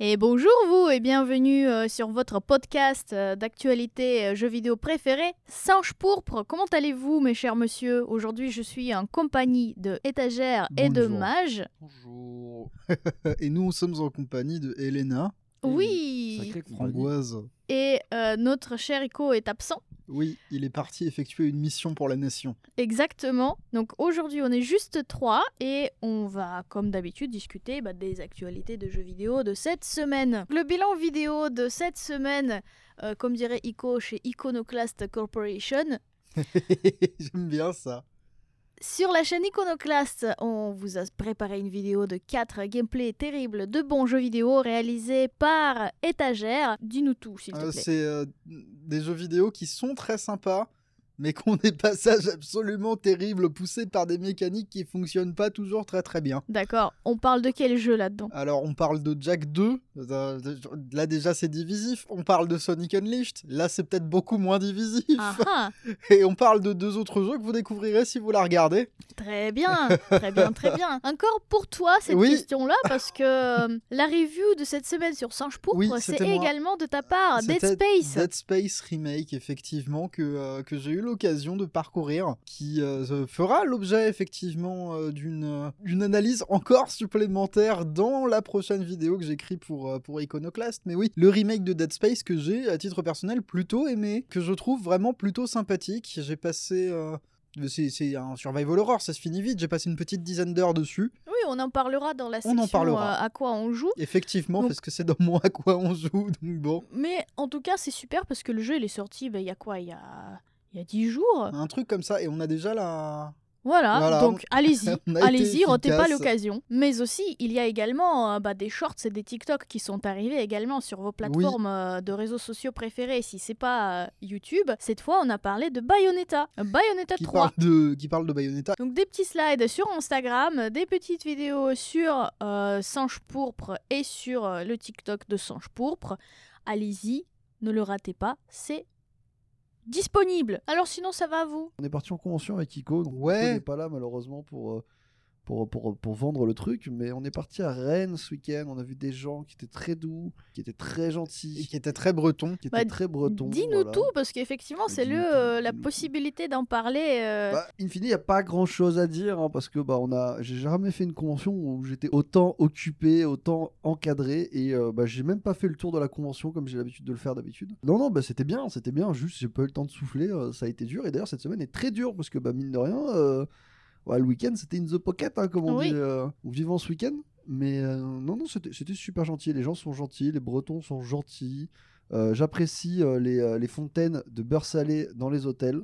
Et bonjour vous et bienvenue euh, sur votre podcast euh, d'actualité euh, jeux vidéo préféré, Singe Pourpre. Comment allez-vous mes chers monsieur Aujourd'hui je suis en compagnie de Étagère et de Bonjour. Mage. Bonjour. Et nous, sommes en compagnie de Elena, Eh oui, Oui Sacré compagnie. framboise. Et euh, notre cher Ico est absent. Oui, il est parti effectuer une mission pour la nation. Exactement. Donc aujourd'hui on est juste trois et on va comme d'habitude discuter bah, des actualités de jeux vidéo de cette semaine. Le bilan vidéo de cette semaine, euh, comme dirait Ico chez Iconoclast Corporation, J'aime bien ça. Sur la chaîne Iconoclast, on vous a préparé une vidéo de 4 gameplays terribles de bons jeux vidéo réalisés par Étagère. Dis-nous tout, s'il Euh, te plaît. C'est euh, des jeux vidéo qui sont très sympas, mais qui ont des passages absolument terribles, poussés par des mécaniques qui fonctionnent pas toujours très très bien. D'accord, on parle de quel jeu là-dedans Alors, on parle de Jack 2. euh, Là, déjà, c'est divisif. On parle de Sonic Unleashed. Là, c'est peut-être beaucoup moins divisif. Ah ah, Et on parle de deux autres jeux que vous découvrirez si vous la regardez. Très bien, très bien, très bien. Encore pour toi cette Oui. question-là, parce que euh, la review de cette semaine sur Singe Pourpre, Oui, c'est c'était moi. également de ta part, Ah, Dead C'était Space. Dead Space Remake, effectivement, que, euh, que j'ai eu l'occasion de parcourir, qui euh, fera l'objet, effectivement, euh, d'une euh, d'une analyse encore supplémentaire dans la prochaine vidéo que j'écris pour, euh, pour Iconoclast. Mais oui, le remake de Dead Space que j'ai, à titre personnel, plutôt aimé, que je trouve vraiment plutôt sympathique. J'ai passé... euh, c'est c'est un survival horror, ça se finit vite. J'ai passé une petite dizaine d'heures dessus. Oui, on en parlera dans la On en section parlera. euh, à quoi on joue. Effectivement, Donc- parce que c'est dans moi à quoi on joue. Donc bon, Mais en tout cas, c'est super parce que le jeu, il est sorti, ben, il y a quoi Il y a... il y a 10 jours un truc comme ça. Et on a déjà la, Voilà, Voilà, donc allez-y, on a été allez-y, ratez pas efficace. l'occasion. Mais aussi, il y a également euh, bah, des shorts et des TikTok qui sont arrivés également sur vos plateformes euh, de réseaux sociaux préférés. Si c'est pas euh, YouTube, cette fois on a parlé de Bayonetta, Euh, Bayonetta qui 3. parle de qui parle de Bayonetta. Donc des petits slides sur Instagram, des petites vidéos sur euh, Singe Pourpre et sur euh, le TikTok de Singe Pourpre. Allez-y, ne le ratez pas, c'est disponible. Alors sinon ça va à vous On est parti en convention avec Ico. Donc Ouais. Ico n'est pas là malheureusement pour, euh, pour, pour, pour vendre le truc, mais on est parti à Rennes ce week-end. On a vu des gens qui étaient très doux, qui étaient très et gentils, qui était très breton. qui Bah, étaient très bretons. Dis-nous voilà. tout, parce qu'effectivement, Mais c'est le, dis-nous tout, euh, la dis-nous tout. possibilité d'en parler. euh, Bah, in fine, il n'y a pas grand chose à dire hein, parce que bah, on a, j'ai jamais fait une convention où j'étais autant occupé, autant encadré et euh, bah, j'ai même pas fait le tour de la convention comme j'ai l'habitude de le faire d'habitude. Non, non, bah, c'était bien, c'était bien, juste j'ai pas eu le temps de souffler, euh, ça a été dur et d'ailleurs cette semaine est très dure parce que bah, mine de rien, euh, ouais, le week-end c'était in the pocket hein, comme on Oui. dit euh, en vivant ce week-end. Mais euh, non, non, c'était c'était super gentil, les gens sont gentils, les Bretons sont gentils. Euh, J'apprécie euh, les, euh, les fontaines de beurre salé dans les hôtels.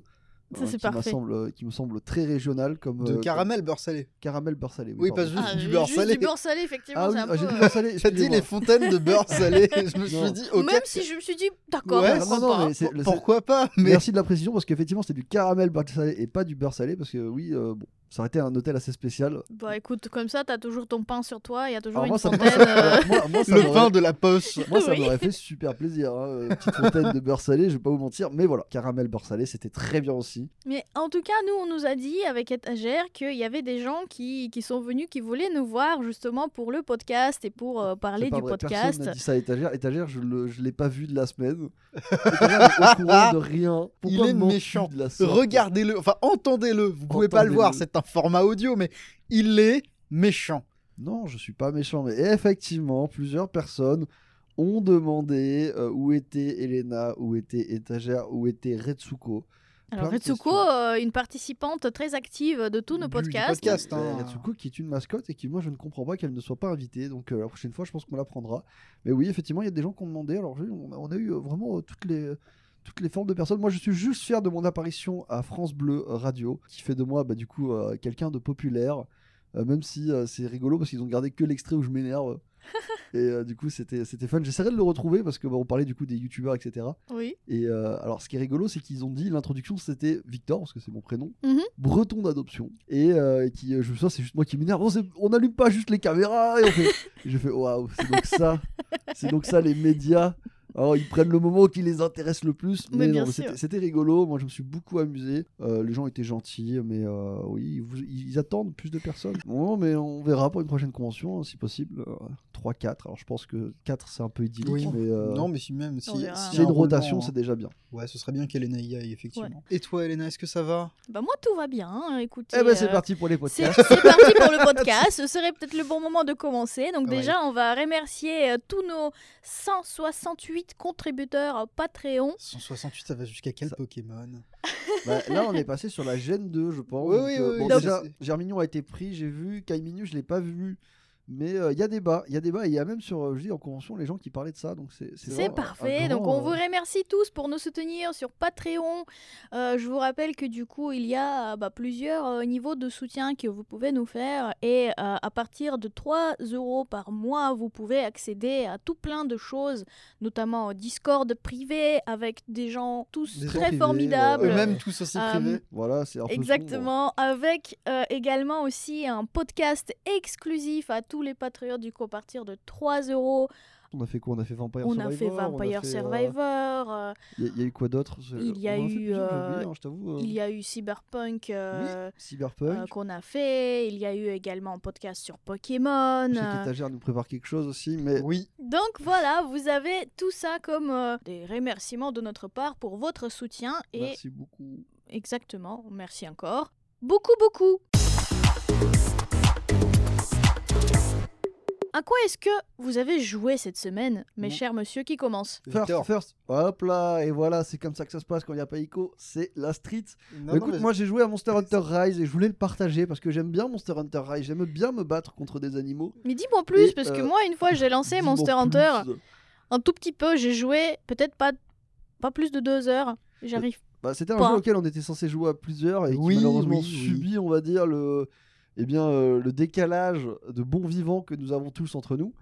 Ça, euh, c'est qui m'a parfait. semble- euh, qui me semble très régional comme De euh, caramel beurre salé. comme caramel beurre salé. Oui, pardon. pas juste ah, du beurre juste salé. du beurre salé, effectivement. Ah oui, c'est un ah, j'ai peu, dit euh, beurre salé. T'as dit excusez-moi. les fontaines de beurre salé. Je me Non. Ah, suis dit, ok. Même si je me suis dit, d'accord, Ouais, pourquoi euh. non, non, pas. mais c'est- pour- le- pourquoi pas Mais Merci de la précision parce qu'effectivement c'était du caramel beurre salé et pas du beurre salé parce que oui, euh, bon, ça aurait été un hôtel assez spécial. Bah écoute, comme ça, t'as toujours ton pain sur toi, il y a toujours Alors, une moi, ça me- fontaine. euh, moi, moi, ça le m'aurait- pain de la poche. Moi, ça Oui. m'aurait fait super plaisir. hein, euh, Petite fontaine de beurre salé, je vais pas vous mentir. Mais voilà, caramel beurre salé, c'était très bien aussi. Mais en tout cas, nous, on nous a dit avec étagère qu'il y avait des gens qui, qui sont venus, qui voulaient nous voir justement pour le podcast et pour euh, C'est parler pas du vrai, Personne podcast. n'a dit ça à étagère. Étagère, je le- je l'ai pas vu de la semaine. Étagère n'est au courant de rien. Pourquoi Ah est me mens-tu méchant. de la sorte Regardez-le, enfin entendez-le. Vous pouvez pas le voir, Entendez-le. c'est un format audio, mais il est méchant. Non, je suis pas méchant, mais effectivement, plusieurs personnes ont demandé euh, où était Elena, où était Étagère, où était Retsuko. Alors, plein de Retsuko, questions. euh, une participante très active de tous nos Du- du podcasts. podcast. hein. Euh, Retsuko qui est une mascotte et qui, moi, je ne comprends pas qu'elle ne soit pas invitée. Donc, euh, la prochaine fois, je pense qu'on la prendra. Mais oui, effectivement, il y a des gens qui ont demandé. Alors, j'ai- on a, on a eu euh, vraiment euh, toutes les. toutes les formes de personnes. Moi, je suis juste fier de mon apparition à France Bleu Radio, qui fait de moi, bah, du coup, euh, quelqu'un de populaire, euh, même si euh, c'est rigolo parce qu'ils ont gardé que l'extrait où je m'énerve. et euh, du coup, c'était c'était fun. J'essaierai de le retrouver parce que bah, on parlait du coup des youtubeurs, etc. Oui. Et euh, alors, ce qui est rigolo, c'est qu'ils ont dit l'introduction, c'était Victor, parce que c'est mon prénom, Mhm. breton d'adoption. Et euh, qui, euh, je me souviens, c'est juste moi qui m'énerve. On s'est- On n'allume pas juste les caméras et on fait. Et J'ai fait waouh, c'est donc ça, c'est donc ça les médias. Alors, ils prennent le moment qui les intéresse le plus. Mais Mais, bien non, mais sûr. c'était- c'était rigolo. Moi, je me suis beaucoup amusé. Euh, les gens étaient gentils, mais euh, oui, ils vous- ils, ils attendent plus de personnes. Bon, mais on verra pour une prochaine convention, hein, si possible. 3-4. Alors, je pense que 4, c'est un peu idyllique, Oui. mais euh, Non, mais si même si On verra. s'il y s'il y a a une un rotation, roulement, c'est déjà bien. hein. Ouais, ce serait bien qu'Elena y aille, effectivement. Et toi, Elena, est-ce que ça va Bah moi tout va bien, hein, écoutez. Eh ben, c'est euh, parti pour les C'est podcasts. c'est parti pour le podcast. Ce serait peut-être le bon moment de commencer. Donc Ouais. déjà, on va remercier euh, tous nos 168 contributeurs à Patreon. 168, ça va jusqu'à quel Pokémon Bah, là, on est passé sur la gêne 2, je pense. Oui, Donc, oui, euh, oui, bon, oui, déjà, c'est- Germignon a été pris, j'ai vu. Caiminu, je l'ai pas vu. Mais il y a débat, il y a débat, et il y a même sur, euh, je dis, en convention, les gens qui parlaient de ça, donc c'est C'est parfait. Donc on vous euh, remercie tous pour nous soutenir sur Patreon. Euh, je vous rappelle que du coup, il y a euh, bah, plusieurs euh, niveaux de soutien que vous pouvez nous faire. Et euh, à partir de 3 euros par mois, vous pouvez accéder à tout plein de choses, notamment au Discord privé avec des gens tous Des gens très privés, ouais. formidables. Eux-mêmes, tous aussi Ah, Euh, privés. Voilà, c'est un peu sombre. Exactement, avec euh, également aussi un podcast exclusif à tous les patriotes du coup à partir de 3 euros. On a fait quoi On a fait Vampire On Survivor. a fait Vampire on a fait, euh, Survivor, euh, Il y, a- il y a eu quoi d'autre C'est- Il y a on en fait eu, plusieurs, j'ai euh, oublié, hein, je t'avoue. euh, il y a eu Cyberpunk euh, oui, Cyberpunk. euh, qu'on a fait, il y a eu également un podcast sur Pokémon. Je sais euh, qu'étagère nous prépare quelque chose aussi, mais Oui, Donc voilà, vous avez tout ça comme euh, des remerciements de notre part pour votre soutien et merci beaucoup. exactement, merci encore. Beaucoup, beaucoup. À quoi est-ce que vous avez joué cette semaine, mes Bon. chers monsieur qui commence First, Victor. first. Hop là, et voilà, c'est comme ça que ça se passe quand il n'y a pas Ico, c'est la street. Non, Bah non, écoute, mais- moi j'ai joué à Monster Hunter Rise et je voulais le partager parce que j'aime bien Monster Hunter Rise, j'aime bien me battre contre des animaux. Mais dis-moi plus, Et, parce que euh, moi, une fois, j'ai lancé Dis-moi Monster plus. Hunter un tout petit peu, j'ai joué peut-être pas, pas plus de deux heures. J'arrive. Bah, C'était un Pas. jeu auquel on était censé jouer à plusieurs et qui Oui, malheureusement oui, oui. subit, on va dire, le, eh bien, euh, le décalage de bons vivants que nous avons tous entre nous.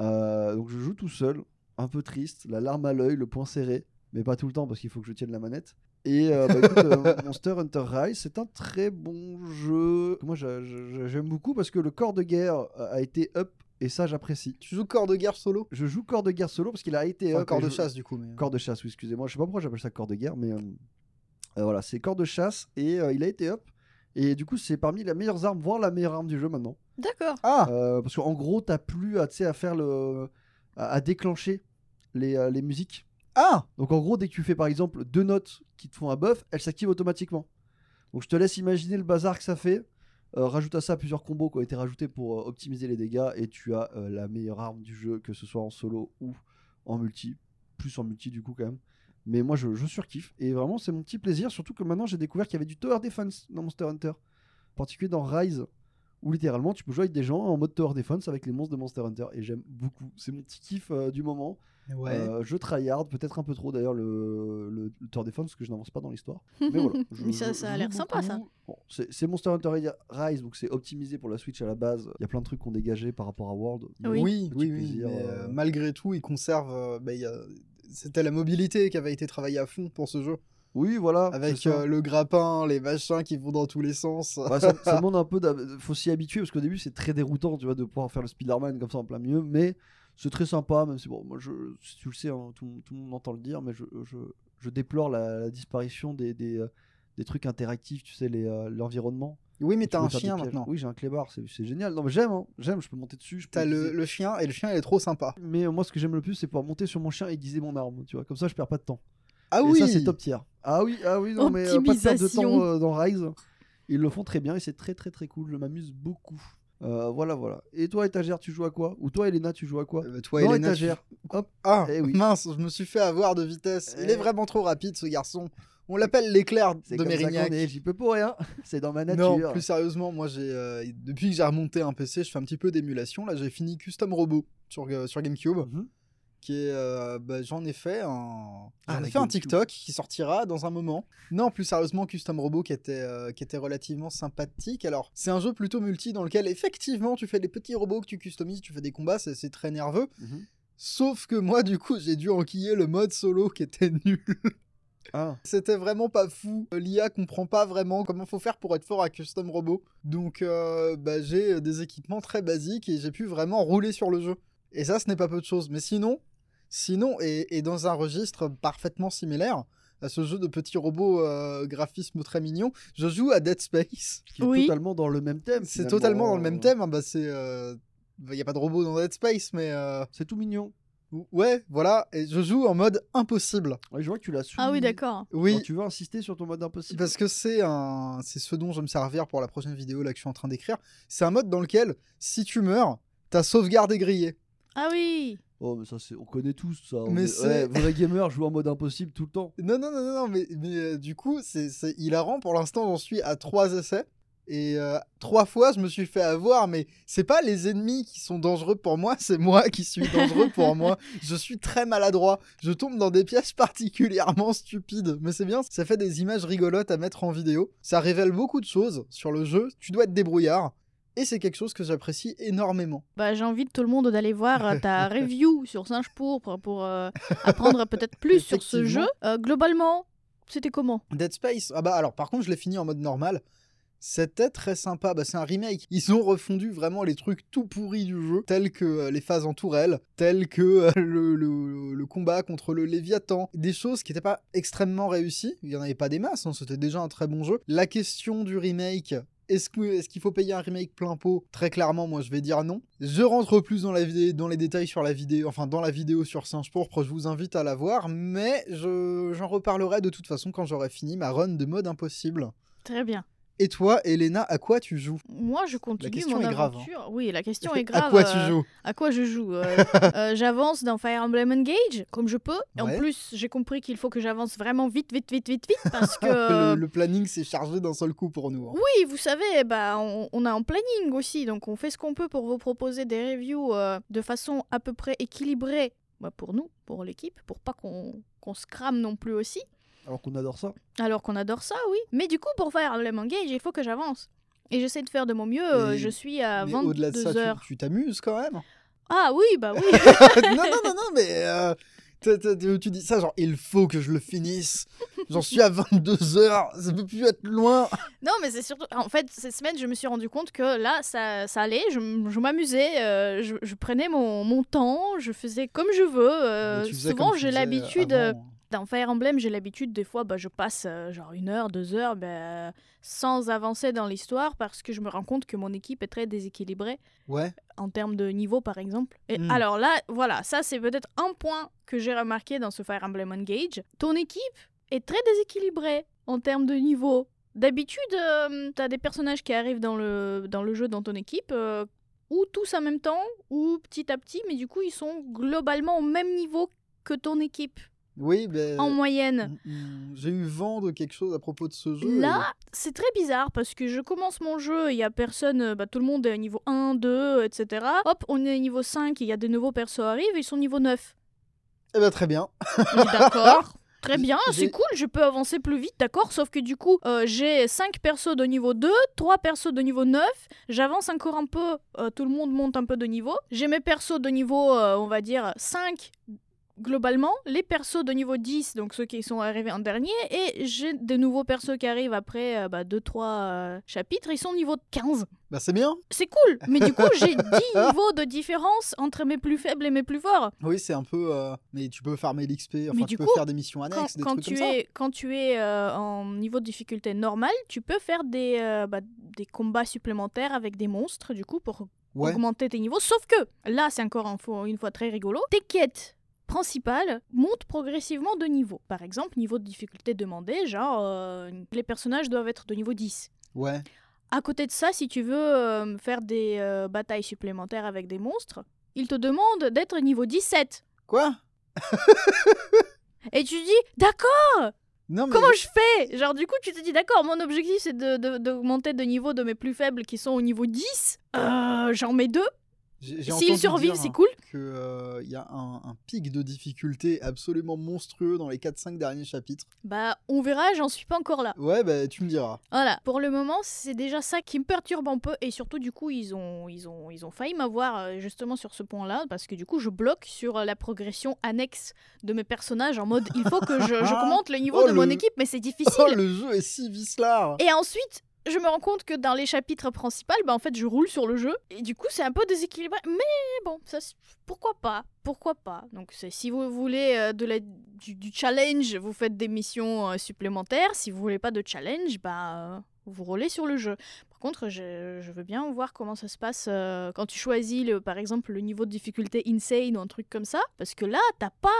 Euh, donc je joue tout seul, un peu triste, la larme à l'œil, le poing serré, mais pas tout le temps parce qu'il faut que je tienne la manette. Et euh, bah, écoute, euh, Monster Hunter Rise, c'est un très bon jeu. Moi j'a- j'a- j'aime beaucoup parce que le corps de guerre euh, a été up et ça j'apprécie. Tu joues corps de guerre solo Je joue corps de guerre solo parce qu'il a été Enfin, up corps et de Ah, je- chasse, du coup. Mais... Corps de chasse, oui, excusez-moi. Je sais pas pourquoi j'appelle ça corps de guerre, mais euh, euh, voilà, c'est corps de chasse et euh, il a été up. Et du coup, c'est parmi les meilleures armes, voire la meilleure arme du jeu maintenant. D'accord. Ah Euh, parce qu'en gros, t'as plus à, tu sais, à faire le. à, à déclencher les, euh, les musiques. Ah Donc en gros, dès que tu fais par exemple deux notes qui te font un buff, elles s'activent automatiquement. Donc je te laisse imaginer le bazar que ça fait. Euh, rajoute à ça plusieurs combos qui ont été rajoutés pour euh, optimiser les dégâts et tu as euh, la meilleure arme du jeu, que ce soit en solo ou en multi. Plus en multi du coup quand même. Mais moi je, je surkiffe et vraiment c'est mon petit plaisir, surtout que maintenant j'ai découvert qu'il y avait du Tower Defense dans Monster Hunter. En particulier dans Rise, où littéralement tu peux jouer avec des gens en mode Tower Defense avec les monstres de Monster Hunter et j'aime beaucoup. C'est mon petit kiff euh, du moment. Ouais. Euh, je tryhard, peut-être un peu trop d'ailleurs le, le, le Tour Defense, parce que je n'avance pas dans l'histoire. Mais voilà. je- Mais ça, je- ça je a joue l'air sympa, ça. beaucoup. Bon, c'est c'est Monster Hunter Rise, donc c'est optimisé pour la Switch à la base. Il y a plein de trucs qu'on dégageait par rapport à World. Mais Oui. Oui, oui, Petit oui. plaisir, mais, euh, euh, Malgré tout, il conserve. euh, bah, il y a- C'était la mobilité qui avait été travaillée à fond pour ce jeu. Oui, voilà. Ah, c'est Avec ça. euh, le grappin, les machins qui vont dans tous les sens. Bah, ça, ça demande un peu. d'hab- Faut s'y habituer parce qu'au début c'est très déroutant, tu vois, de pouvoir faire le Spider-Man comme ça en plein milieu. Mais c'est très sympa, même si bon, moi je, si tu le sais, hein, tout, tout le monde entend le dire, mais je, je, je déplore la, la disparition des, des, euh, des trucs interactifs, tu sais, les, euh, l'environnement. Oui, mais Tu t'as peux un faire des chien pièges. maintenant. Oui, j'ai un clébard, c'est c'est génial. Non, mais j'aime, hein, j'aime, je peux monter dessus. Je peux T'as le, aiguiser. le chien et le chien il est trop sympa. Mais euh, moi, ce que j'aime le plus, c'est pouvoir monter sur mon chien et aiguiser mon arme, tu vois. Comme ça, je perds pas de temps. Ah et oui ça, c'est top tier. Ah oui, ah oui, non, mais euh, pas de perte de Optimisation. temps euh, dans Rise. Ils le font très bien et c'est très, très, très cool. Je m'amuse beaucoup. Euh, voilà, voilà. Et toi, étagère, tu joues à quoi Ou toi, Elena, tu joues à quoi Euh, bah, toi, Non, Elena, tu- étagère. Hop. Ah, Eh oui. mince, je me suis fait avoir de vitesse. Il Eh. est vraiment trop rapide, ce garçon. On l'appelle l'éclair C'est de comme ça Mérignac. qu'on est, J'y peux pour rien. C'est dans ma nature. Non, plus sérieusement, moi, j'ai euh, depuis que j'ai remonté un PC, je fais un petit peu d'émulation. Là, j'ai fini Custom Robot sur, euh, sur GameCube. Mhm. qui est, euh, bah, j'en ai fait un, Ah, j'en ai la fait un GameCube. TikTok qui sortira dans un moment. Non, plus sérieusement, Custom Robot qui était, euh, qui était relativement sympathique. Alors, c'est un jeu plutôt multi dans lequel effectivement tu fais des petits robots que tu customises, tu fais des combats, c'est, c'est très nerveux. Mhm. Sauf que moi, du coup, j'ai dû enquiller le mode solo qui était nul. Ah. C'était vraiment pas fou. Euh, L'IA comprend pas vraiment comment faut faire pour être fort à Custom Robot. Donc euh, bah, j'ai des équipements très basiques et j'ai pu vraiment rouler sur le jeu. Et ça, ce n'est pas peu de choses. Mais sinon, Sinon, et, et dans un registre parfaitement similaire à ce jeu de petits robots euh, graphisme très mignon, je joue à Dead Space. Qui est Oui. totalement dans le même thème. C'est finalement. totalement dans le même thème. hein, bah, c'est, euh, bah, y a pas de robot dans Dead Space, mais euh, C'est tout mignon. ou- ouais, voilà. Et je joue en mode impossible. Ouais, je vois que tu l'as su. Ah oui, d'accord. Oui, tu veux insister sur ton mode impossible. parce que c'est un, c'est ce dont je vais me servir pour la prochaine vidéo là que je suis en train d'écrire. C'est un mode dans lequel, si tu meurs, ta sauvegarde est grillée. Ah oui Oh, mais ça, c'est... on connaît tous ça. On Mais est- c'est- ouais, vrai gamer joue en mode impossible tout le temps. Non, non, non, non, non, mais, mais, euh, du coup, c'est, c'est hilarant. Pour l'instant, j'en suis à trois essais. Et euh, trois fois, je me suis fait avoir, mais c'est pas les ennemis qui sont dangereux pour moi, c'est moi qui suis dangereux pour moi. Je suis très maladroit. Je tombe dans des pièges particulièrement stupides. Mais c'est bien, ça fait des images rigolotes à mettre en vidéo. Ça révèle beaucoup de choses sur le jeu. Tu dois être débrouillard. Et c'est quelque chose que j'apprécie énormément. Bah, j'invite tout le monde d'aller voir euh, ta review sur Singe Pourpre pour euh, apprendre peut-être plus sur ce jeu. Euh, globalement, c'était comment Dead Space, ah bah alors par contre je l'ai fini en mode normal. C'était très sympa, bah, c'est un remake. Ils ont refondu vraiment les trucs tout pourris du jeu, tels que euh, les phases en tourelle, tels que euh, le, le- le combat contre le Léviathan, des choses qui n'étaient pas extrêmement réussies. Il n'y en avait pas des masses, hein, c'était déjà un très bon jeu. La question du remake. Est-ce que- est-ce qu'il faut payer un remake plein pot Très clairement, moi je vais dire non. Je rentre plus dans, la vidéo, dans les détails sur la vidéo, enfin dans la vidéo sur Singe Pourpre, je vous invite à la voir, mais je- j'en reparlerai de toute façon quand j'aurai fini ma run de mode impossible. Très bien. Et toi, Elena, à quoi tu joues Moi, je continue question mon est grave, hein. aventure. Oui, la question est grave. À quoi tu euh, joues à quoi je joue euh, euh, J'avance dans Fire Emblem Engage comme je peux. Et Ouais. En plus, j'ai compris qu'il faut que j'avance vraiment vite, vite, vite, vite, vite parce le, euh, que le planning s'est chargé d'un seul coup pour nous. hein. oui, vous savez, bah on, on a un planning aussi, donc on fait ce qu'on peut pour vous proposer des reviews euh, de façon à peu près équilibrée, bah, pour nous, pour l'équipe, pour pas qu'on qu'on se crame non plus aussi. Alors qu'on adore ça. Alors qu'on adore ça, oui. Mais du coup, pour Fire Emblem Engage, il faut que j'avance. Et j'essaie de faire de mon mieux. euh, Mais- je suis à Mais 22 au-delà de ça, tu- heures. tu t'amuses quand même. Ah oui, bah oui. non, non, non, non, mais euh, t'as- t'as- t'as- tu dis ça, genre, il faut que je le finisse. J'en suis à 22 heures, ça peut plus être loin. Non, mais c'est surtout. En fait, cette semaine, je me suis rendu compte que là, ça, ça allait, je, m- je m'amusais, euh, je, je prenais mon, mon temps, je faisais comme je veux. euh, Mais tu faisais souvent, comme tu j'ai faisais l'habitude. euh, avant. hein. Dans Fire Emblem, j'ai l'habitude, des fois, bah, je passe euh, genre une heure, deux heures, bah, sans avancer dans l'histoire parce que je me rends compte que mon équipe est très déséquilibrée Ouais. en termes de niveau, par exemple. Et Hmm. alors là, voilà, ça, c'est peut-être un point que j'ai remarqué dans ce Fire Emblem Engage. Ton équipe est très déséquilibrée en termes de niveau. D'habitude, tu t'as des personnages qui arrivent dans le, dans le jeu, dans ton équipe, euh, ou tous en même temps, ou petit à petit, mais du coup, ils sont globalement au même niveau que ton équipe, Oui, ben. en moyenne. Mm, mm, J'ai eu vent de quelque chose à propos de ce jeu. Là, c'est très bizarre parce que je commence mon jeu, il y a personne, euh, bah, tout le monde est à niveau 1, 2, etc. Hop, on est à niveau 5, il y a des nouveaux persos arrivent, ils sont niveau 9. Eh ben, très bien. On est D'accord. Très J'ai- bien, j'ai- c'est cool, je peux avancer plus vite, d'accord Sauf que du coup, euh, j'ai 5 persos de niveau 2, 3 persos de niveau 9, j'avance encore un peu, euh, tout le monde monte un peu de niveau. J'ai mes persos de niveau, euh, on va dire, 5 globalement, les persos de niveau 10, donc ceux qui sont arrivés en dernier, et j'ai des nouveaux persos qui arrivent après euh, bah, 2-3 euh, chapitres, ils sont niveau 15. Bah, c'est bien. C'est cool, mais du coup, j'ai 10 niveaux de différence entre mes plus faibles et mes plus forts. Oui, c'est un peu. euh, Mais tu peux farmer l'XP, enfin, du tu peux coup, faire des missions quand, annexes, des quand trucs tu comme ça. es, quand tu es euh, en niveau de difficulté normale, tu peux faire des, euh, bah, des combats supplémentaires avec des monstres, du coup, pour Ouais. augmenter tes niveaux. Sauf que, là, c'est encore un fois- une fois très rigolo, tes quêtes principales montent progressivement de niveau. Par exemple, niveau de difficulté demandé, genre, euh, les personnages doivent être de niveau 10. Ouais. À côté de ça, si tu veux euh, faire des euh, batailles supplémentaires avec des monstres, ils te demandent d'être niveau 17. Quoi Et tu dis, d'accord Non, mais. Comment je fais Genre, du coup, tu te dis, d'accord, mon objectif c'est de- de- d'augmenter de, niveau de mes plus faibles qui sont au niveau 10. Euh, J'en mets deux. j'ai- j'ai entendu S'ils survivent, dire, hein, c'est cool. que euh, il y a un, un pic de difficulté absolument monstrueux dans les 4-5 derniers chapitres. Bah, on verra, j'en suis pas encore là. Ouais, bah tu me diras. Voilà. Pour le moment, c'est déjà ça qui me perturbe un peu. Et surtout, du coup, ils ont, ils ont, ils ont failli m'avoir euh, justement sur ce point-là. Parce que du coup, je bloque sur euh, la progression annexe de mes personnages en mode, il faut que je, je augmente le niveau Oh, de mon le- équipe, mais c'est difficile. Oh, le jeu est si vicelard Et ensuite, je me rends compte que dans les chapitres principaux, bah, en fait, je roule sur le jeu. Et du coup, c'est un peu déséquilibré. Mais bon, ça, c'est- pourquoi pas Pourquoi pas Donc, c'est- si vous voulez euh, de la- du, du challenge, vous faites des missions euh, supplémentaires. Si vous voulez pas de challenge, bah, euh, vous roulez sur le jeu. Par contre, je, je veux bien voir comment ça se passe euh, quand tu choisis, le- par exemple, le niveau de difficulté insane ou un truc comme ça. Parce que là, t'as pas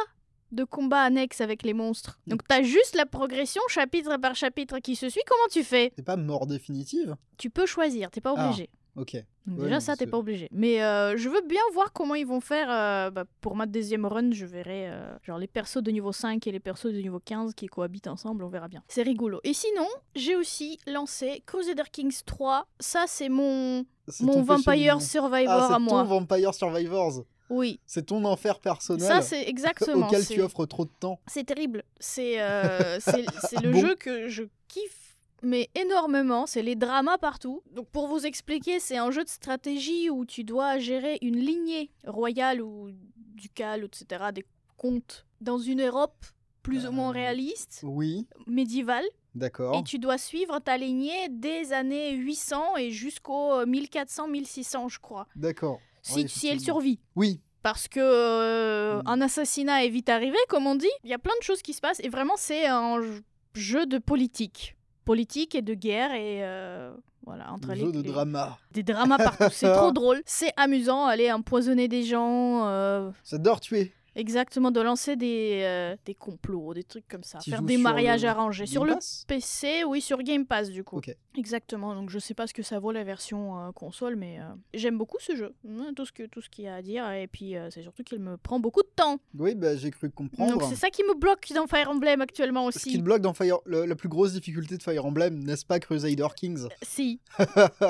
de combat annexe avec les monstres. Mm. Donc t'as juste la progression chapitre par chapitre qui se suit. Comment tu fais C'est pas mort définitive tu peux choisir, t'es pas Ah, obligé. Ok. Donc ouais, déjà non, ça, t'es c'est- pas obligé. Mais euh, je veux bien voir comment ils vont faire. euh, bah, pour ma deuxième run, je verrai euh, genre les persos de niveau 5 et les persos de niveau 15 qui cohabitent ensemble, on verra bien. C'est rigolo. Et sinon, j'ai aussi lancé Crusader Kings 3. Ça, c'est mon, C'est mon ton péché mignon. Vampire Survivor ah, à c'est ton moi. Vampire Survivors. Oui, C'est ton enfer personnel. ça c'est exactement. Auquel c'est- tu offres trop de temps. C'est terrible. C'est euh, c'est- c'est le Bon. jeu que je kiffe mais énormément, c'est les dramas partout. Donc pour vous expliquer, c'est un jeu de stratégie où tu dois gérer une lignée royale ou ducale, etc., des comtes, dans une Europe plus ou moins Euh, réaliste, Oui, médiévale, et d'accord. tu dois suivre ta lignée des années 800 et euh, jusqu'aux 1400-1600, je crois, D'accord. si, Oui, si elle effectivement. survit Oui, parce que euh, Mm. un assassinat est vite arrivé, comme on dit. Il y a plein de choses qui se passent et vraiment c'est un j- jeu de politique, politique et de guerre et euh, voilà entre le les, jeu de les- drama. des dramas partout. c'est trop drôle, c'est amusant, aller empoisonner des gens, euh, J'adore tuer. exactement de lancer des euh, des complots, des trucs comme ça, Tu faire joues des sur mariages le arrangés sur Game le Pass PC, oui, sur Game Pass du coup. Ok. Exactement, donc je sais pas ce que ça vaut la version euh, console, mais euh, j'aime beaucoup ce jeu, Mm, tout ce que- tout ce qu'il y a à dire, et puis euh, c'est surtout qu'il me prend beaucoup de temps. Oui, bah, j'ai cru comprendre. Donc c'est ça qui me bloque dans Fire Emblem actuellement Ce qui aussi. te bloque dans Fire... le- la plus grosse difficulté de Fire Emblem, n'est-ce pas Crusader Kings Si.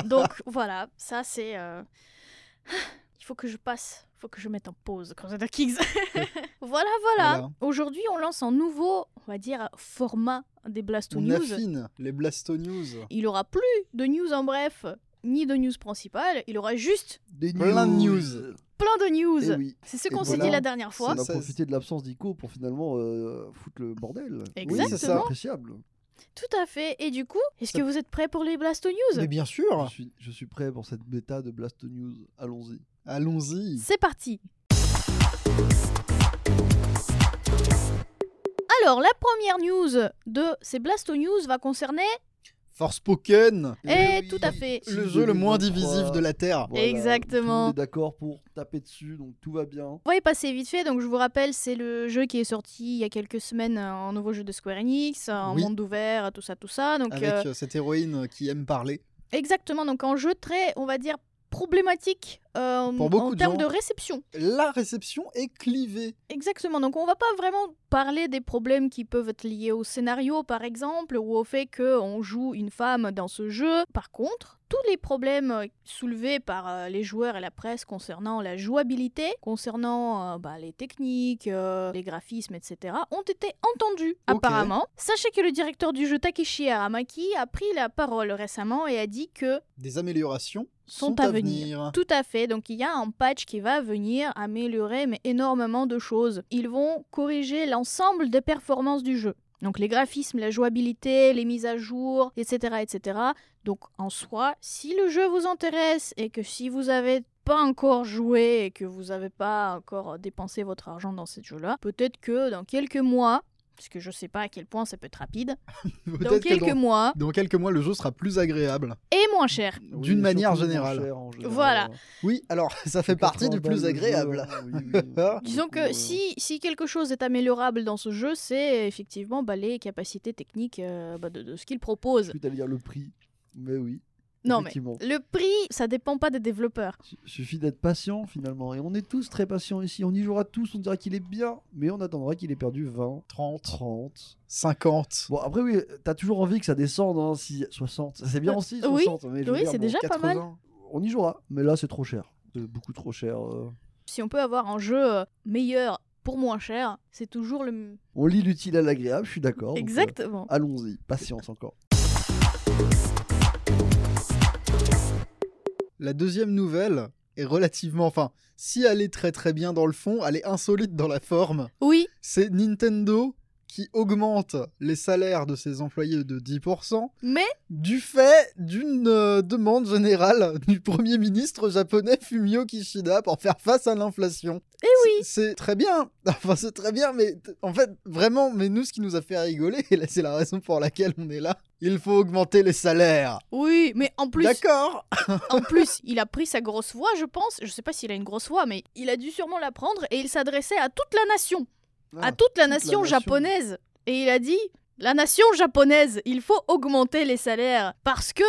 donc voilà, ça c'est... euh, Il faut que je passe, il faut que je mette en pause Crusader Kings. voilà, voilà. Voilà. Aujourd'hui on lance un nouveau, on va dire, format des Blasto On News. affine les Blasto News. Il aura plus de news en bref, ni de news principale, il aura juste Des Plein de news. plein de news. Eh oui. C'est ce Et qu'on s'est voilà. dit la dernière fois. C'est On a Ça, profité de l'absence d'Ico pour finalement euh, foutre le bordel. Exactement. Oui, c'est appréciable. Tout à fait. Et du coup, est-ce Ça- que vous êtes prêts pour les Blasto Mais News bien Je sûr, suis, je suis prêt pour cette bêta de Blast News. Allons-y. allons-y. C'est parti Alors, la première news de ces Blasto News va concerner... Forspoken, Eh, oui. tout à fait Si, le jeu le moins 2023. divisif de la Terre. Voilà, Exactement. tout le monde est d'accord pour taper dessus, donc tout va bien. On va y passer vite fait, donc je vous rappelle, c'est le jeu qui est sorti il y a quelques semaines, euh, un nouveau jeu de Square Enix, un Oui. monde ouvert, tout ça, tout ça. Donc, Avec euh, euh, cette héroïne qui aime parler. Exactement, donc un jeu très, on va dire, problématique euh, Pour beaucoup en de termes gens. de réception. La réception est clivée. Exactement, donc on va pas vraiment parler des problèmes qui peuvent être liés au scénario par exemple ou au fait qu'on joue une femme dans ce jeu. Par contre, tous les problèmes euh, soulevés par euh, les joueurs et la presse concernant la jouabilité, concernant euh, bah, les techniques, euh, les graphismes, etc., ont été entendus Ok. apparemment. Sachez que le directeur du jeu Takeshi Aramaki a pris la parole récemment et a dit que Des améliorations Sont sont, à à venir. venir. tout à fait. Donc il y a un patch qui va venir améliorer mais énormément de choses. Ils vont corriger l'ensemble des performances du jeu. Donc les graphismes, la jouabilité, les mises à jour, etc., etc. Donc en soi, si le jeu vous intéresse et que si vous avez pas encore joué et que vous n'avez pas encore dépensé votre argent dans ce jeu-là, peut-être que dans quelques mois, parce que je sais pas à quel point ça peut être rapide, dans Peut-être que quelques dans, mois dans quelques mois, le jeu sera plus agréable. et moins cher. Oui, D'une et manière surtout, générale. moins cher, en général. Voilà. Oui, alors ça fait partie du 80 plus balles le jeu, agréable. hein, oui, oui. Disons Disons Du coup, que euh, si, si quelque chose est améliorable dans ce jeu, c'est effectivement bah, les capacités techniques euh, bah, de, de ce qu'il propose. Je allais dire le prix, mais oui. Non, mais effectivement. le prix, ça dépend pas des développeurs. Su- Suffit d'être patient finalement. Et on est tous très patients ici. On y jouera tous, on dira qu'il est bien, mais on attendra qu'il ait perdu 20, 30, 30. 50, Bon, après, oui, t'as toujours envie que ça descende, hein, si 60. C'est bien aussi, Euh, Oui, 60. mais je veux oui, dire, c'est bon, déjà pas mal. 80. On y jouera, mais là, c'est trop cher. C'est beaucoup trop cher. euh. Si on peut avoir un jeu euh, meilleur pour moins cher, c'est toujours le... m- On lit l'utile à l'agréable, je suis d'accord. donc, Exactement. euh, Allons-y, patience encore. La deuxième nouvelle est relativement, enfin, si elle est très très bien dans le fond, elle est insolite dans la forme. Oui, C'est Nintendo qui augmente les salaires de ses employés de 10%, Mais du fait d'une euh, demande générale du Premier ministre japonais Fumio Kishida pour faire face à l'inflation. Eh oui. C'est c'est très bien Enfin, c'est très bien, mais t- en fait, vraiment, mais nous, ce qui nous a fait rigoler, et là, c'est la raison pour laquelle on est là, il faut augmenter les salaires oui, mais en plus, D'accord en plus, il a pris sa grosse voix, je pense. Je sais pas s'il a une grosse voix, mais il a dû sûrement la prendre et il s'adressait à toute la nation, à Ah, toute la nation nation. japonaise. Et il a dit la nation japonaise, il faut augmenter les salaires parce que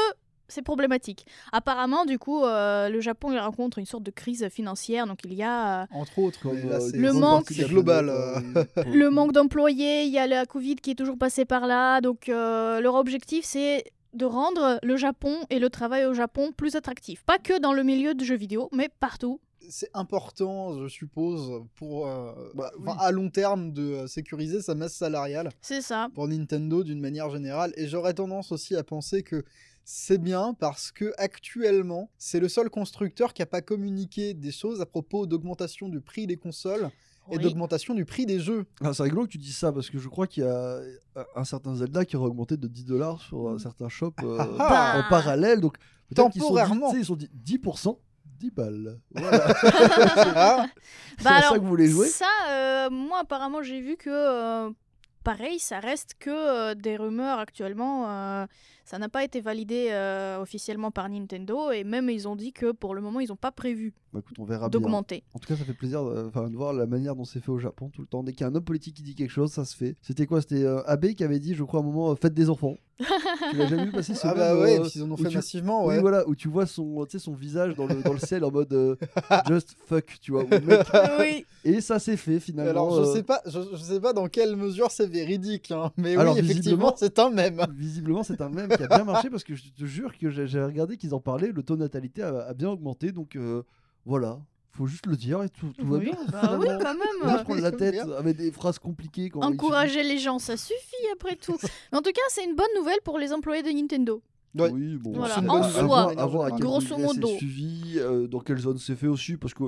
c'est problématique. Apparemment, du coup, euh, le Japon il rencontre une sorte de crise financière, donc il y a euh, Entre autres, Comme, mais là, euh, c'est- Le une bonne manque- partie de c'est la global. euh. planète, euh, le manque d'employés, il y a la Covid qui est toujours passée par là. Donc euh, leur objectif, c'est de rendre le Japon et le travail au Japon plus attractif. Pas que dans le milieu de jeux vidéo, mais partout. c'est important, je suppose, pour euh, Bah, enfin, oui. à long terme de euh, sécuriser sa masse salariale C'est ça. pour Nintendo d'une manière générale. Et j'aurais tendance aussi à penser que c'est bien parce que actuellement, c'est le seul constructeur qui n'a pas communiqué des choses à propos d'augmentation du prix des consoles et Oui. d'augmentation du prix des jeux. Ah, c'est rigolo que tu dis ça parce que je crois qu'il y a euh, un certain Zelda qui aurait augmenté de 10 dollars sur euh, certains shops euh, Ah. en parallèle. Donc, peut-être qu'ils sont dit- Temporairement. tu sais, Ils sont dit 10%, 10 balles. Voilà. Ah, c'est Bah à alors, ça que vous voulez jouer Ça, euh, moi apparemment j'ai vu que euh, pareil, ça reste que euh, des rumeurs actuellement. euh, ça n'a pas été validé euh, officiellement par Nintendo et même ils ont dit que pour le moment ils n'ont pas prévu Bah, écoute, on verra bien. d'augmenter. En tout cas, ça fait plaisir euh, enfin, de voir la manière dont c'est fait au Japon tout le temps. Dès qu'il y a un homme politique qui dit quelque chose, ça se fait. C'était quoi C'était euh, Abe qui avait dit, je crois, à un moment, euh, faites des enfants. tu l'as jamais vu passer ce Ah meme, bah ouais, euh, puis ils en ont où fait tu- massivement, Oui, ouais. voilà, où tu vois son, tu sais, son visage dans le, dans le ciel en mode euh, just fuck, tu vois. où le mec- oui. Et ça s'est fait finalement. Alors je euh, sais pas, je, je sais pas dans quelle mesure c'est véridique, hein, mais Alors, oui, effectivement, visiblement- c'est un même. Visiblement, c'est un mème qui a bien marché parce que je te jure que j'ai- j'avais regardé qu'ils en parlaient. Le taux de natalité a, a bien augmenté, donc euh, voilà. Faut juste le dire et tout, tout va Oui, bien. bah oui, Finalement, quand faut pas se même. prendre la Tout va tête bien. avec des phrases compliquées. Quand il Encourager les gens, ça suffit après tout. Mais en tout cas, c'est une bonne nouvelle pour les employés de Nintendo. Ouais. Oui, bon, Voilà, c'est une en bonne- soi, à voir- à voir à quel grosso degré c'est modo. suivi, euh, dans quelle zone c'est fait aussi, parce que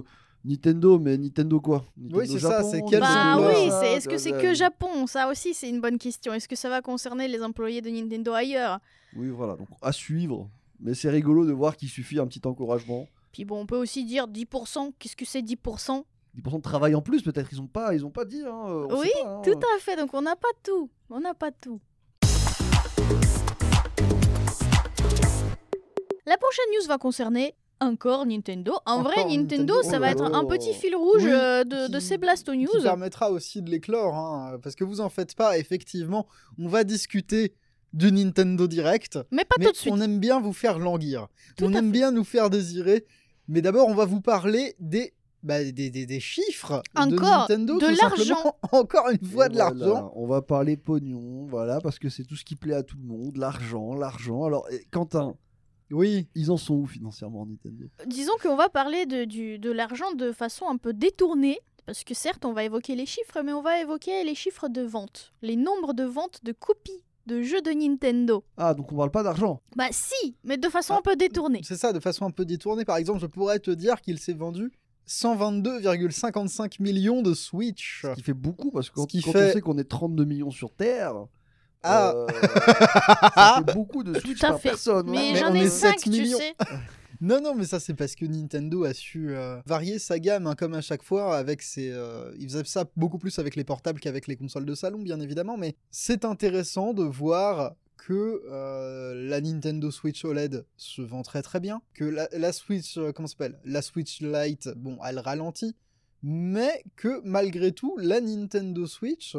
Nintendo, mais Nintendo quoi Nintendo c'est ça, Japon, c'est quel Bah zone Nintendo oui, ça, c'est est-ce que c'est blablabla. que Japon Ça aussi, c'est une bonne question. Est-ce que ça va concerner les employés de Nintendo ailleurs Oui, voilà, donc à suivre. Mais c'est rigolo de voir qu'il suffit un petit encouragement. Puis bon, on peut aussi dire 10%. Qu'est-ce que c'est 10% 10% de travail en plus, peut-être, ils ont pas, ils ont pas dit. hein, euh, on Oui, sait pas, hein. Tout à fait, donc on n'a pas tout. On n'a pas tout. La prochaine news va concerner encore Nintendo. En vrai, Encore Nintendo, Nintendo, ça va oh là être là. un petit fil rouge Oui, euh, de, de qui- ces Blasto News. qui permettra aussi de l'éclore, hein, parce que vous en faites pas, effectivement, on va discuter du Nintendo Direct, Mais pas mais tout de suite. on aime bien vous faire languir, Tout on à aime fait. bien nous faire désirer, mais d'abord on va vous parler des, bah, des, des- des chiffres de Encore Nintendo, de tout l'argent. simplement. encore une Et fois de voilà, l'argent. On va parler pognon, voilà, parce que c'est tout ce qui plaît à tout le monde, l'argent, l'argent. Alors, eh, Quentin, Oui, ils en sont où financièrement Nintendo Disons qu'on va parler de, du- de l'argent de façon un peu détournée. Parce que certes, on va évoquer les chiffres, mais on va évoquer les chiffres de vente. Les nombres de ventes de copies de jeux de Nintendo. Ah, donc on parle pas d'argent. Bah si, mais de façon Ah. un peu détournée. c'est ça, de façon un peu détournée. Par exemple, je pourrais te dire qu'il s'est vendu 122,55 millions de Switch. Ce qui fait beaucoup, parce que Ce quand, qui quand fait- on sait qu'on est 32 millions sur Terre. Ah. euh, ça fait beaucoup de Switch Tout à par fait. personne. Mais hein. mais j'en on ai est 5, 7 tu millions. sais. Non, non, mais ça, c'est parce que Nintendo a su euh, varier sa gamme, hein, comme à chaque fois, avec ses. euh, ils faisaient ça beaucoup plus avec les portables qu'avec les consoles de salon, bien évidemment, mais c'est intéressant de voir que euh, la Nintendo Switch OLED se vend très très bien, que la, la Switch. euh, comment ça s'appelle La Switch Lite, bon, elle ralentit, mais que malgré tout, la Nintendo Switch.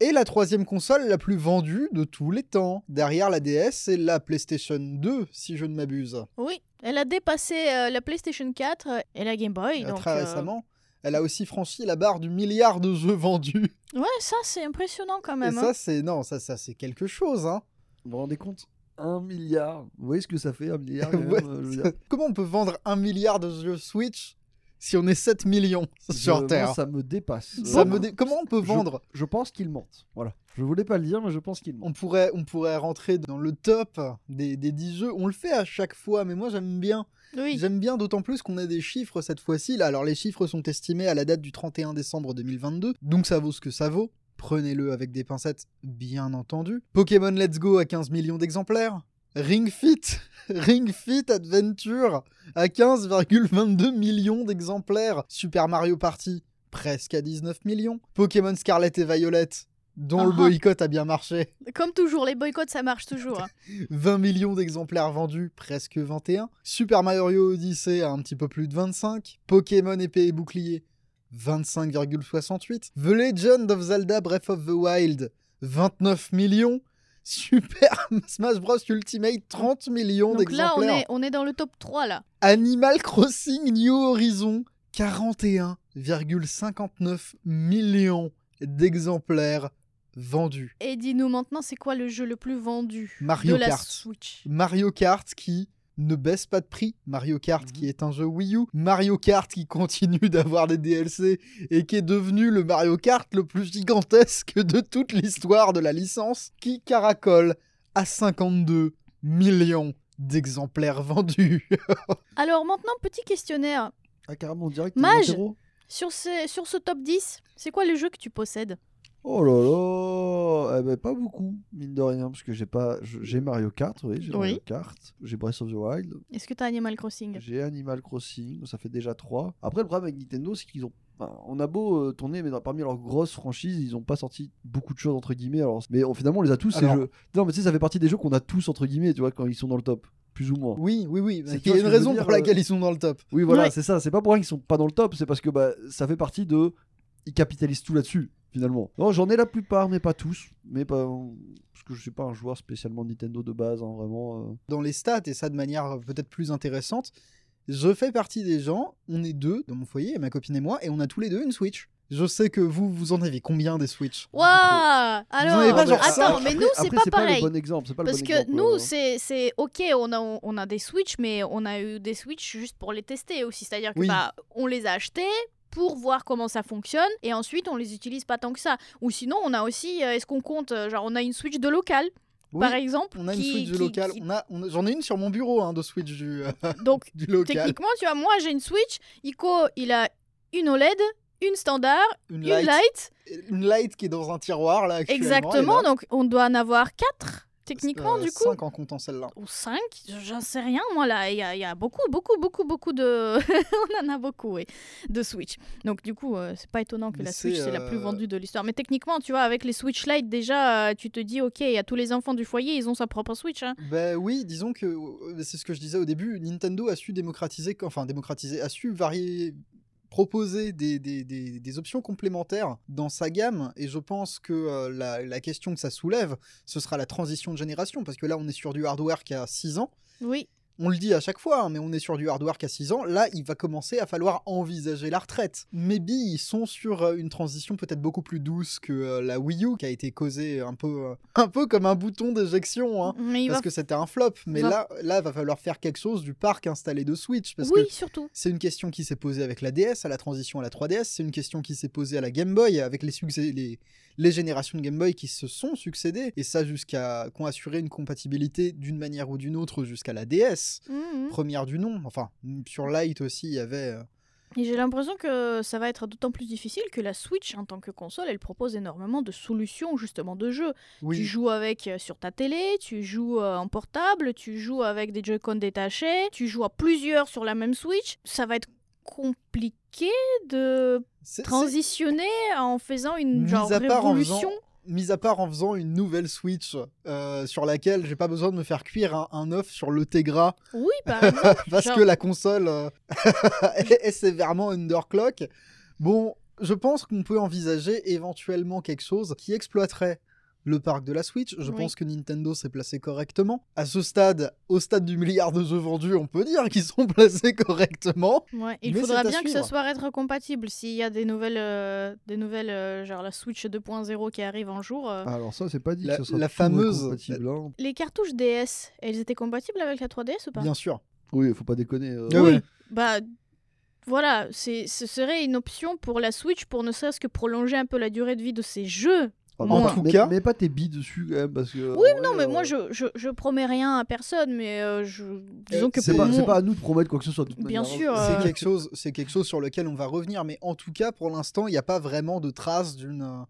est la troisième console la plus vendue de tous les temps, derrière la DS et la PlayStation 2, si je ne m'abuse. Oui, elle a dépassé euh, la PlayStation 4 euh, et la Game Boy. Euh, donc, très euh, récemment. Elle a aussi franchi la barre du milliard de jeux vendus. Ouais, ça c'est impressionnant quand Et même. hein. ça, c'est non, ça, ça c'est quelque chose. Hein. Vous vous rendez compte Un milliard. Vous voyez ce que ça fait, un milliard quand même, Ouais, euh, je veux dire. Comment on peut vendre un milliard de jeux Switch si on est 7 millions sur Je- moi, Terre ça me dépasse. Ça Euh, me dé- Comment on peut Je- vendre Je, pense qu'ils mentent. Voilà. Je voulais pas le dire, mais je pense qu'ils mentent. on pourrait, on pourrait rentrer dans le top des, des 10 jeux. On le fait à chaque fois, mais moi j'aime bien. hein. Oui. J'aime bien d'autant plus qu'on a des chiffres cette fois-ci. Là, alors les chiffres sont estimés à la date du 31 décembre 2022, donc ça vaut ce que ça vaut. Prenez-le avec des pincettes, bien entendu. Pokémon Let's Go à 15 millions d'exemplaires. Ring Fit, Ring Fit Adventure à 15,22 millions d'exemplaires. Super Mario Party, presque à 19 millions. Pokémon Scarlet et Violet, dont le Ah. boycott a bien marché, Comme toujours, les boycotts, ça marche toujours. hein. 20 millions d'exemplaires vendus, presque 21. Super Mario Odyssey à un petit peu plus de 25. Pokémon épée et bouclier, 25,68. The Legend of Zelda Breath of the Wild, 29 millions. Super Smash Bros Ultimate, 30 millions Donc là, on d'exemplaires. est, on est dans le top 3, là. Animal Crossing New Horizon, 41,59 millions d'exemplaires vendus. Et dis-nous maintenant, c'est quoi le jeu le plus vendu Mario de la Kart. Switch Mario Kart qui ne baisse pas de prix, Mario Kart Mhm. qui est un jeu Wii U, Mario Kart qui continue d'avoir des DLC et qui est devenu le Mario Kart le plus gigantesque de toute l'histoire de la licence, qui caracole à 52 millions d'exemplaires vendus. Alors maintenant, petit questionnaire. Ah, carrément, direct. Mage. zéro. Sur ce, sur ce top 10, c'est quoi le jeu que tu possèdes Oh là là Eh ben, pas beaucoup, mine de rien, parce que j'ai pas... je- J'ai Mario Kart, oui, j'ai Oui. Mario Kart, j'ai Breath of the Wild, Est-ce que t'as Animal Crossing j'ai Animal Crossing, ça fait déjà 3. Après, le problème avec Nintendo, c'est qu'ils ont... enfin, On a beau euh, tourner, mais dans- parmi leurs grosses franchises, ils ont pas sorti beaucoup de choses, entre guillemets. Alors... Mais on- finalement, on les a tous, Alors- ces jeux. Non, mais tu sais, ça fait partie des jeux qu'on a tous, entre guillemets, tu vois, quand ils sont dans le top, plus ou moins. Oui, oui, oui, C'est il y toi a une ce que je veux raison dire, pour euh, laquelle ils sont dans le top. Oui, voilà, Ouais. c'est ça. C'est pas pour rien qu'ils sont pas dans le top, c'est parce que bah, ça fait partie de. Ils capitalisent tout là-dessus, finalement. Non, j'en ai la plupart, mais pas tous. Mais pas... Parce que je suis pas un joueur spécialement Nintendo de base, hein, vraiment. euh. dans les stats, et ça de manière euh, peut-être plus intéressante, je fais partie des gens, on est deux dans mon foyer, ma copine et moi, et on a tous les deux une Switch. Je sais que vous, vous en avez combien des Switch Waouh Alors, avez pas genre attends, cinq mais nous, Après, c'est pas c'est pareil. le bon exemple. c'est Pas le Parce bon que exemple, nous, euh. c'est c'est- ok, on a, on a des Switch, mais on a eu des Switch juste pour les tester aussi. C'est-à-dire que Oui. bah, on les a achetés pour voir comment ça fonctionne et ensuite on les utilise pas tant que ça. Ou sinon, on a aussi, euh, est-ce qu'on compte, euh, genre on a une Switch de local Oui, par exemple On a une qui- Switch qui- du local. qui- On a, on a- J'en ai une sur mon bureau hein, de Switch du, euh, Donc du local. techniquement, tu vois, moi j'ai une Switch, Ico il a une OLED, une standard, Une une light, light. une light qui est dans un tiroir là. actuellement, Exactement, elle a- donc on doit en avoir quatre techniquement euh, du coup. cinq en comptant celle-là. ou 5, j'en sais rien, moi là, il y a, il y a beaucoup, beaucoup, beaucoup, beaucoup de... On en a beaucoup, oui, de Switch. Donc du coup, euh, c'est pas étonnant que Mais la c'est, Switch, c'est la plus euh, vendue de l'histoire. Mais techniquement, tu vois, avec les Switch Lite, déjà, euh, tu te dis, ok, il y a tous les enfants du foyer, ils ont sa propre Switch. hein. Ben oui, disons que euh, c'est ce que je disais au début, Nintendo a su démocratiser, enfin démocratiser, a su varier, proposer des, des- des- des options complémentaires dans sa gamme, et je pense que euh, la, la question que ça soulève, ce sera la transition de génération, parce que là on est sur du hardware qui a 6 ans, Oui, on le dit à chaque fois, hein, mais on est sur du hardware qui a 6 ans, là il va commencer à falloir envisager la retraite. Maybe ils sont sur euh, une transition peut-être beaucoup plus douce que euh, la Wii U, qui a été causée un peu, euh, un peu comme un bouton d'éjection, hein mais il parce va... que c'était un flop. Mais va- là, là, va falloir faire quelque chose du parc installé de Switch parce oui, que surtout. c'est une question qui s'est posée avec la DS, à la transition à la 3DS. C'est une question qui s'est posée à la Game Boy avec les succès, les, les générations de Game Boy qui se sont succédées et ça jusqu'à qu'on assuré une compatibilité d'une manière ou d'une autre jusqu'à la DS. Mhm. Première du nom, enfin sur Lite aussi il y avait. euh, Et j'ai l'impression que ça va être d'autant plus difficile que la Switch, en tant que console, elle propose énormément de solutions, justement, de jeux. Tu Oui, joues avec euh, sur ta télé, tu joues euh, en portable, tu joues avec des Joy-Con détachés, tu joues à plusieurs sur la même Switch. Ça va être compliqué de c'est- c'est- transitionner en faisant une Mis genre à part en révolution. mis à part en faisant une nouvelle Switch euh, sur laquelle j'ai pas besoin de me faire cuire un, un œuf sur le Tegra Oui, par exemple. parce Genre- que la console euh, est sévèrement underclock. Bon, je pense qu'on peut envisager éventuellement quelque chose qui exploiterait le parc de la Switch. Je Oui. pense que Nintendo s'est placé correctement. À ce stade, au stade du milliard de jeux vendus, on peut dire qu'ils sont placés correctement. Ouais, il Mais faudra c'est à bien que ce suivre. soit rétrocompatible. S'il y a des nouvelles, euh, des nouvelles euh, genre la Switch 2.0 qui arrive un jour. euh. Ah, Alors ça, c'est pas dit La- que ce soit la tout fameuse- compatible, hein. Les cartouches DS, elles étaient compatibles avec la 3DS ou pas Bien sûr. Oui, faut pas déconner. euh. Ah ouais. Bah voilà, c'est- ce serait une option pour la Switch pour ne serait-ce que prolonger un peu la durée de vie de ces jeux. Ah, En mais- tout mais- cas- Mais pas tes billes dessus, quand même, parce Ah que... Oui, en Non, vrai, mais moi euh, je, je, je promets rien à personne, mais euh, je, disons que C'est pour pas, mon- c'est pas à nous de promettre quoi que ce soit. de toute Bien manière. hein. sûr, euh, C'est quelque chose, c'est quelque chose sur lequel on va revenir, mais en tout cas, pour l'instant, il n'y a pas vraiment de trace d'une euh,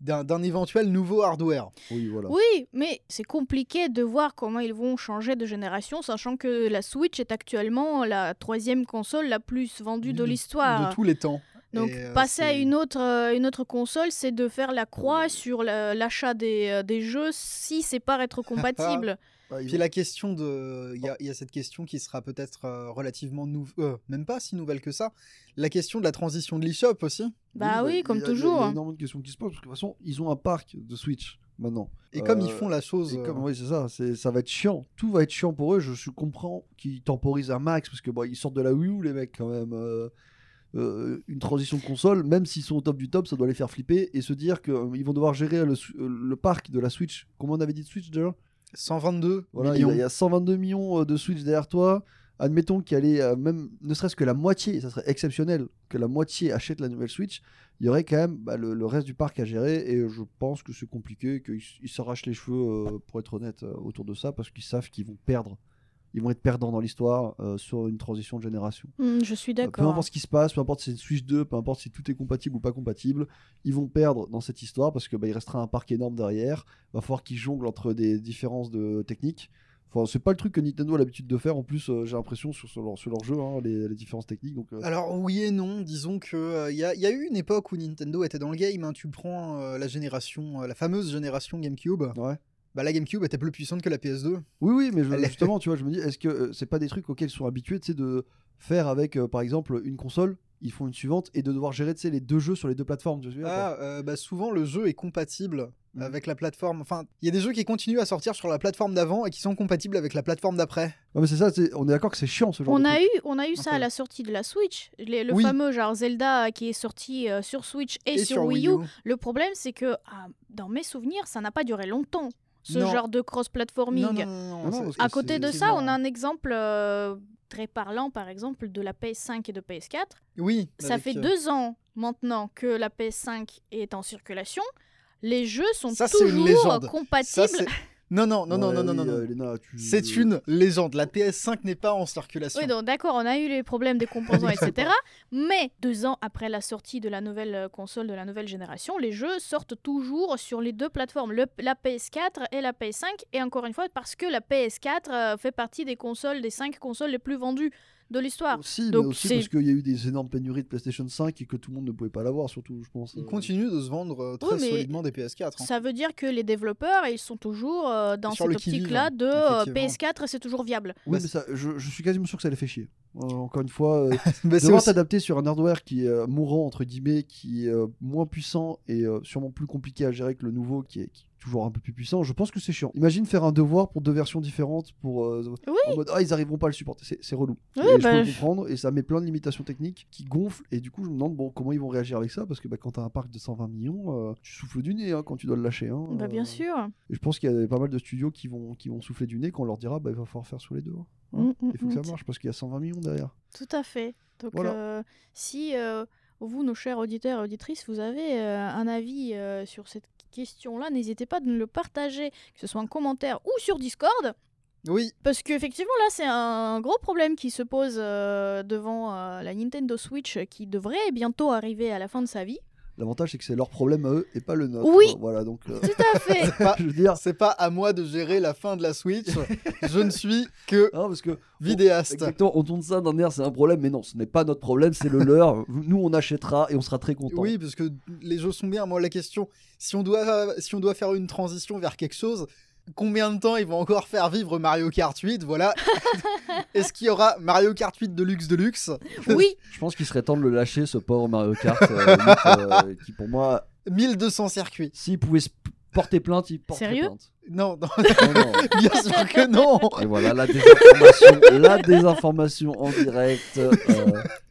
d'un d'un éventuel nouveau hardware. Oui, hein. voilà. Oui, mais c'est compliqué de voir comment ils vont changer de génération, sachant que la Switch est actuellement la troisième console la plus vendue de De- l'histoire. De tous les temps. Donc Et, euh, passer à c'est- une autre, euh, une autre console, c'est de faire la croix sur la- l'achat des, euh, des jeux si c'est pas rétrocompatible. Bah, ils Oh. Puis ont- la question de. Il y, a- il y a cette question qui sera peut-être euh, relativement nouvelle, même pas si nouvelle que ça. La question de la transition de l'eShop aussi. bah oui, il y a- comme il y a- Il y toujours. a énormément de questions qui se posent, parce que de toute façon, ils ont un parc de Switch maintenant. Et comme Euh, ils font la chose. Et comme, euh, oui, c'est ça, c'est, ça va être chiant. Tout va être chiant pour eux. Je, je comprends qu'ils temporisent un max parce que bon, ils sortent de la Wii U, les mecs, quand même. euh, euh, une transition de console, même s'ils sont au top du top, ça doit les faire flipper et se dire qu'ils vont devoir gérer le, su- euh, le parc de la Switch. Comment on avait dit de Switch déjà 122 voilà, il y a- millions. Il y a 122 millions euh, de Switch derrière toi. Admettons qu'elle est euh, même, ne serait-ce que la moitié, ça serait exceptionnel que la moitié achète la nouvelle Switch. Il y aurait quand même bah, le, le reste du parc à gérer et je pense que c'est compliqué, qu'ils s- ils s'arrachent les cheveux, euh, pour être honnête, euh, autour de ça parce qu'ils savent qu'ils vont perdre. Ils vont être perdants dans l'histoire euh, sur une transition de génération. Hmm, je suis Bah, Euh, Peu d'accord. importe ce qui se passe, peu importe si c'est une Switch 2, peu importe si tout est compatible ou pas compatible, ils vont perdre dans cette histoire parce que bah, il restera un parc énorme derrière. Va falloir qu'ils jonglent entre des différences de techniques. Enfin, c'est pas le truc que Nintendo a l'habitude de faire. En plus, euh, j'ai l'impression sur, sur leur, sur leur jeu, hein, les, les différences techniques. Donc, euh, Alors oui et non, disons que euh, il y, a- il y a eu une époque où Nintendo était dans le game. hein. Tu prends euh, la génération, euh, la fameuse génération GameCube. ouais. Bah la GameCube était plus puissante que la PS2. Oui, oui, mais je- Elle est- justement, tu vois, je me dis, est-ce que euh, c'est pas des trucs auxquels ils sont habitués, tu sais, de faire avec, euh, par exemple, une console, ils font une suivante et de devoir gérer, tu sais, les deux jeux sur les deux plateformes. tu vois ce que je veux dire, quoi. Ah, euh, bah souvent le jeu est compatible Mhm. avec la plateforme. Enfin, il y a des jeux qui continuent à sortir sur la plateforme d'avant et qui sont compatibles avec la plateforme d'après. Ouais, mais c'est ça. c'est- On est d'accord que c'est chiant ce genre On de a, truc. eu, on a eu ça peu. à la sortie de la Switch, Les- le Oui. fameux genre Zelda qui est sorti euh, sur Switch et, sur, Wii U. Le problème, c'est que ah, dans mes souvenirs, ça n'a pas duré longtemps, ce Non. genre de Non, non, cross-platforming. non, Non, c'est- non, parce que Ah À côté c'est- de c'est hein. ça, marrant. on a un exemple euh, très parlant, par exemple, de la PS5 et de PS4. Oui. Ça avec, fait euh, deux ans maintenant que la PS5 est en circulation. Les jeux sont Ça, c'est une toujours légende. ça, compatibles. c'est- Non, non, non, non, Ouais, non, non, oui, non, non. euh, Elena, tu- C'est une légende. La PS5 n'est pas en circulation. Oui, donc d'accord, on a eu les problèmes des composants, etc. Mais deux ans après la sortie de la nouvelle euh, console de la nouvelle génération, les jeux sortent toujours sur les deux plateformes, le- la PS4 et la PS5. Et encore une fois, parce que la PS4 euh, fait partie des consoles, des cinq consoles les plus vendues de l'histoire. Aussi, Donc, mais aussi c'est- parce qu'il y a eu des énormes pénuries de PlayStation 5 et que tout le monde ne pouvait pas l'avoir, surtout, je pense. Ils euh. continuent de se vendre euh, très Oui, mais- solidement des PS4. hein. Ça veut dire que les développeurs, ils sont toujours euh, dans Sur cette le qui-vive, optique-là hein, de euh, effectivement. PS4, c'est toujours viable. Oui, mais ça, je, je suis quasiment sûr que ça les fait chier. Euh, encore une fois, euh, Mais c'est devoir aussi- s'adapter sur un hardware qui est euh, mourant, entre guillemets, qui est euh, moins puissant et euh, sûrement plus compliqué à gérer que le nouveau, qui est, qui est toujours un peu plus puissant, je pense que c'est chiant. Imagine faire un devoir pour deux versions différentes pour. euh, Oui. En mode, ah, ils arriveront pas à le supporter. C'est- C'est relou. Oui, Et bah, je peux je- comprendre, et ça met plein de limitations techniques qui gonflent, et du coup, je me demande bon, comment ils vont réagir avec ça, parce que bah, quand t'as un parc de 120 millions, euh, tu souffles du nez hein, quand tu dois le lâcher. hein, Bah, euh. bien sûr. Et je pense qu'il y a pas mal de studios qui vont, qui vont souffler du nez quand on leur dira bah, il va falloir faire sous les deux. hein. Mm, mm, Il faut que mm. ça marche, parce qu'il y a 120 millions derrière. Tout à fait. Donc, Voilà. euh, si euh, vous, nos chers auditeurs et auditrices, vous avez euh, un avis euh, sur cette question-là, n'hésitez pas de nous le partager, que ce soit en commentaire ou sur Discord, Oui, parce qu'effectivement, là, c'est un gros problème qui se pose euh, devant euh, la Nintendo Switch euh, qui devrait bientôt arriver à la fin de sa vie. L'avantage, c'est que c'est leur problème à eux et pas le nôtre. Oui. Voilà, donc. euh, Tout à fait pas- je veux dire. c'est pas à moi de gérer la fin de la Switch. Je ne suis que hein, parce que vidéaste. exactement, on tourne ça d'un air, c'est un problème, mais non, ce n'est pas notre problème, c'est le leur. Nous, on achètera et on sera très contents. Oui, parce que les jeux sont bien. Moi, la question, si on doit, si on doit faire une transition vers quelque chose, combien de temps ils vont encore faire vivre Mario Kart 8 Voilà. Est-ce qu'il y aura Mario Kart 8 de luxe de luxe Oui Je pense qu'il serait temps de le lâcher, ce pauvre Mario Kart, euh, huit, euh, qui pour moi, 1200 circuits. s'il pouvait se p- porter plainte, il porterait Sérieux plainte. Non, non, Non, non. bien sûr que non. Et voilà, la désinformation, la désinformation en direct. euh,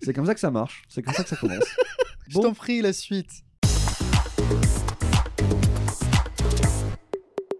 c'est comme ça que ça marche, c'est comme ça que ça commence. Je t'en prie, la suite.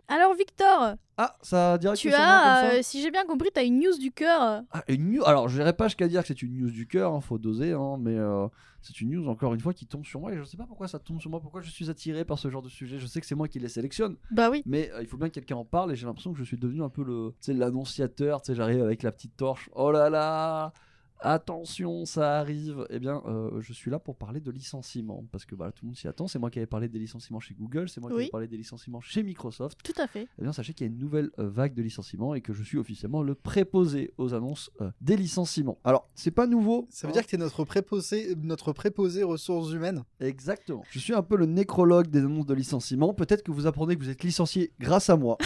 Alors, Victor, Ah, ça direct tu sur moi, as, comme ça euh, si j'ai bien compris, tu as une news du cœur. Ah, une news. Alors, je n'irai pas jusqu'à dire que c'est une news du cœur, hein, faut doser, hein, mais euh, c'est une news encore une fois qui tombe sur moi. Et je ne sais pas pourquoi ça tombe sur moi, pourquoi je suis attiré par ce genre de sujet. Je sais que c'est moi qui les sélectionne, Bah oui. mais euh, il faut bien que quelqu'un en parle. Et j'ai l'impression que je suis devenu un peu le, tu sais, l'annonciateur. Tu sais, j'arrive avec la petite torche. Oh là là. attention, ça arrive. Eh bien, euh, je suis là pour parler de licenciement parce que bah, tout le monde s'y attend. C'est moi qui avais parlé des licenciements chez Google, c'est moi qui Oui. avais parlé des licenciements chez Microsoft. Tout à fait. Eh bien, sachez qu'il y a une nouvelle euh, vague de licenciements et que je suis officiellement le préposé aux annonces euh, des licenciements. Alors, c'est pas nouveau. Ça veut hein. dire que t'es notre préposé, notre préposé ressources humaines. Exactement. Je suis un peu le nécrologue des annonces de licenciement. Peut-être que vous apprenez que vous êtes licencié grâce à moi.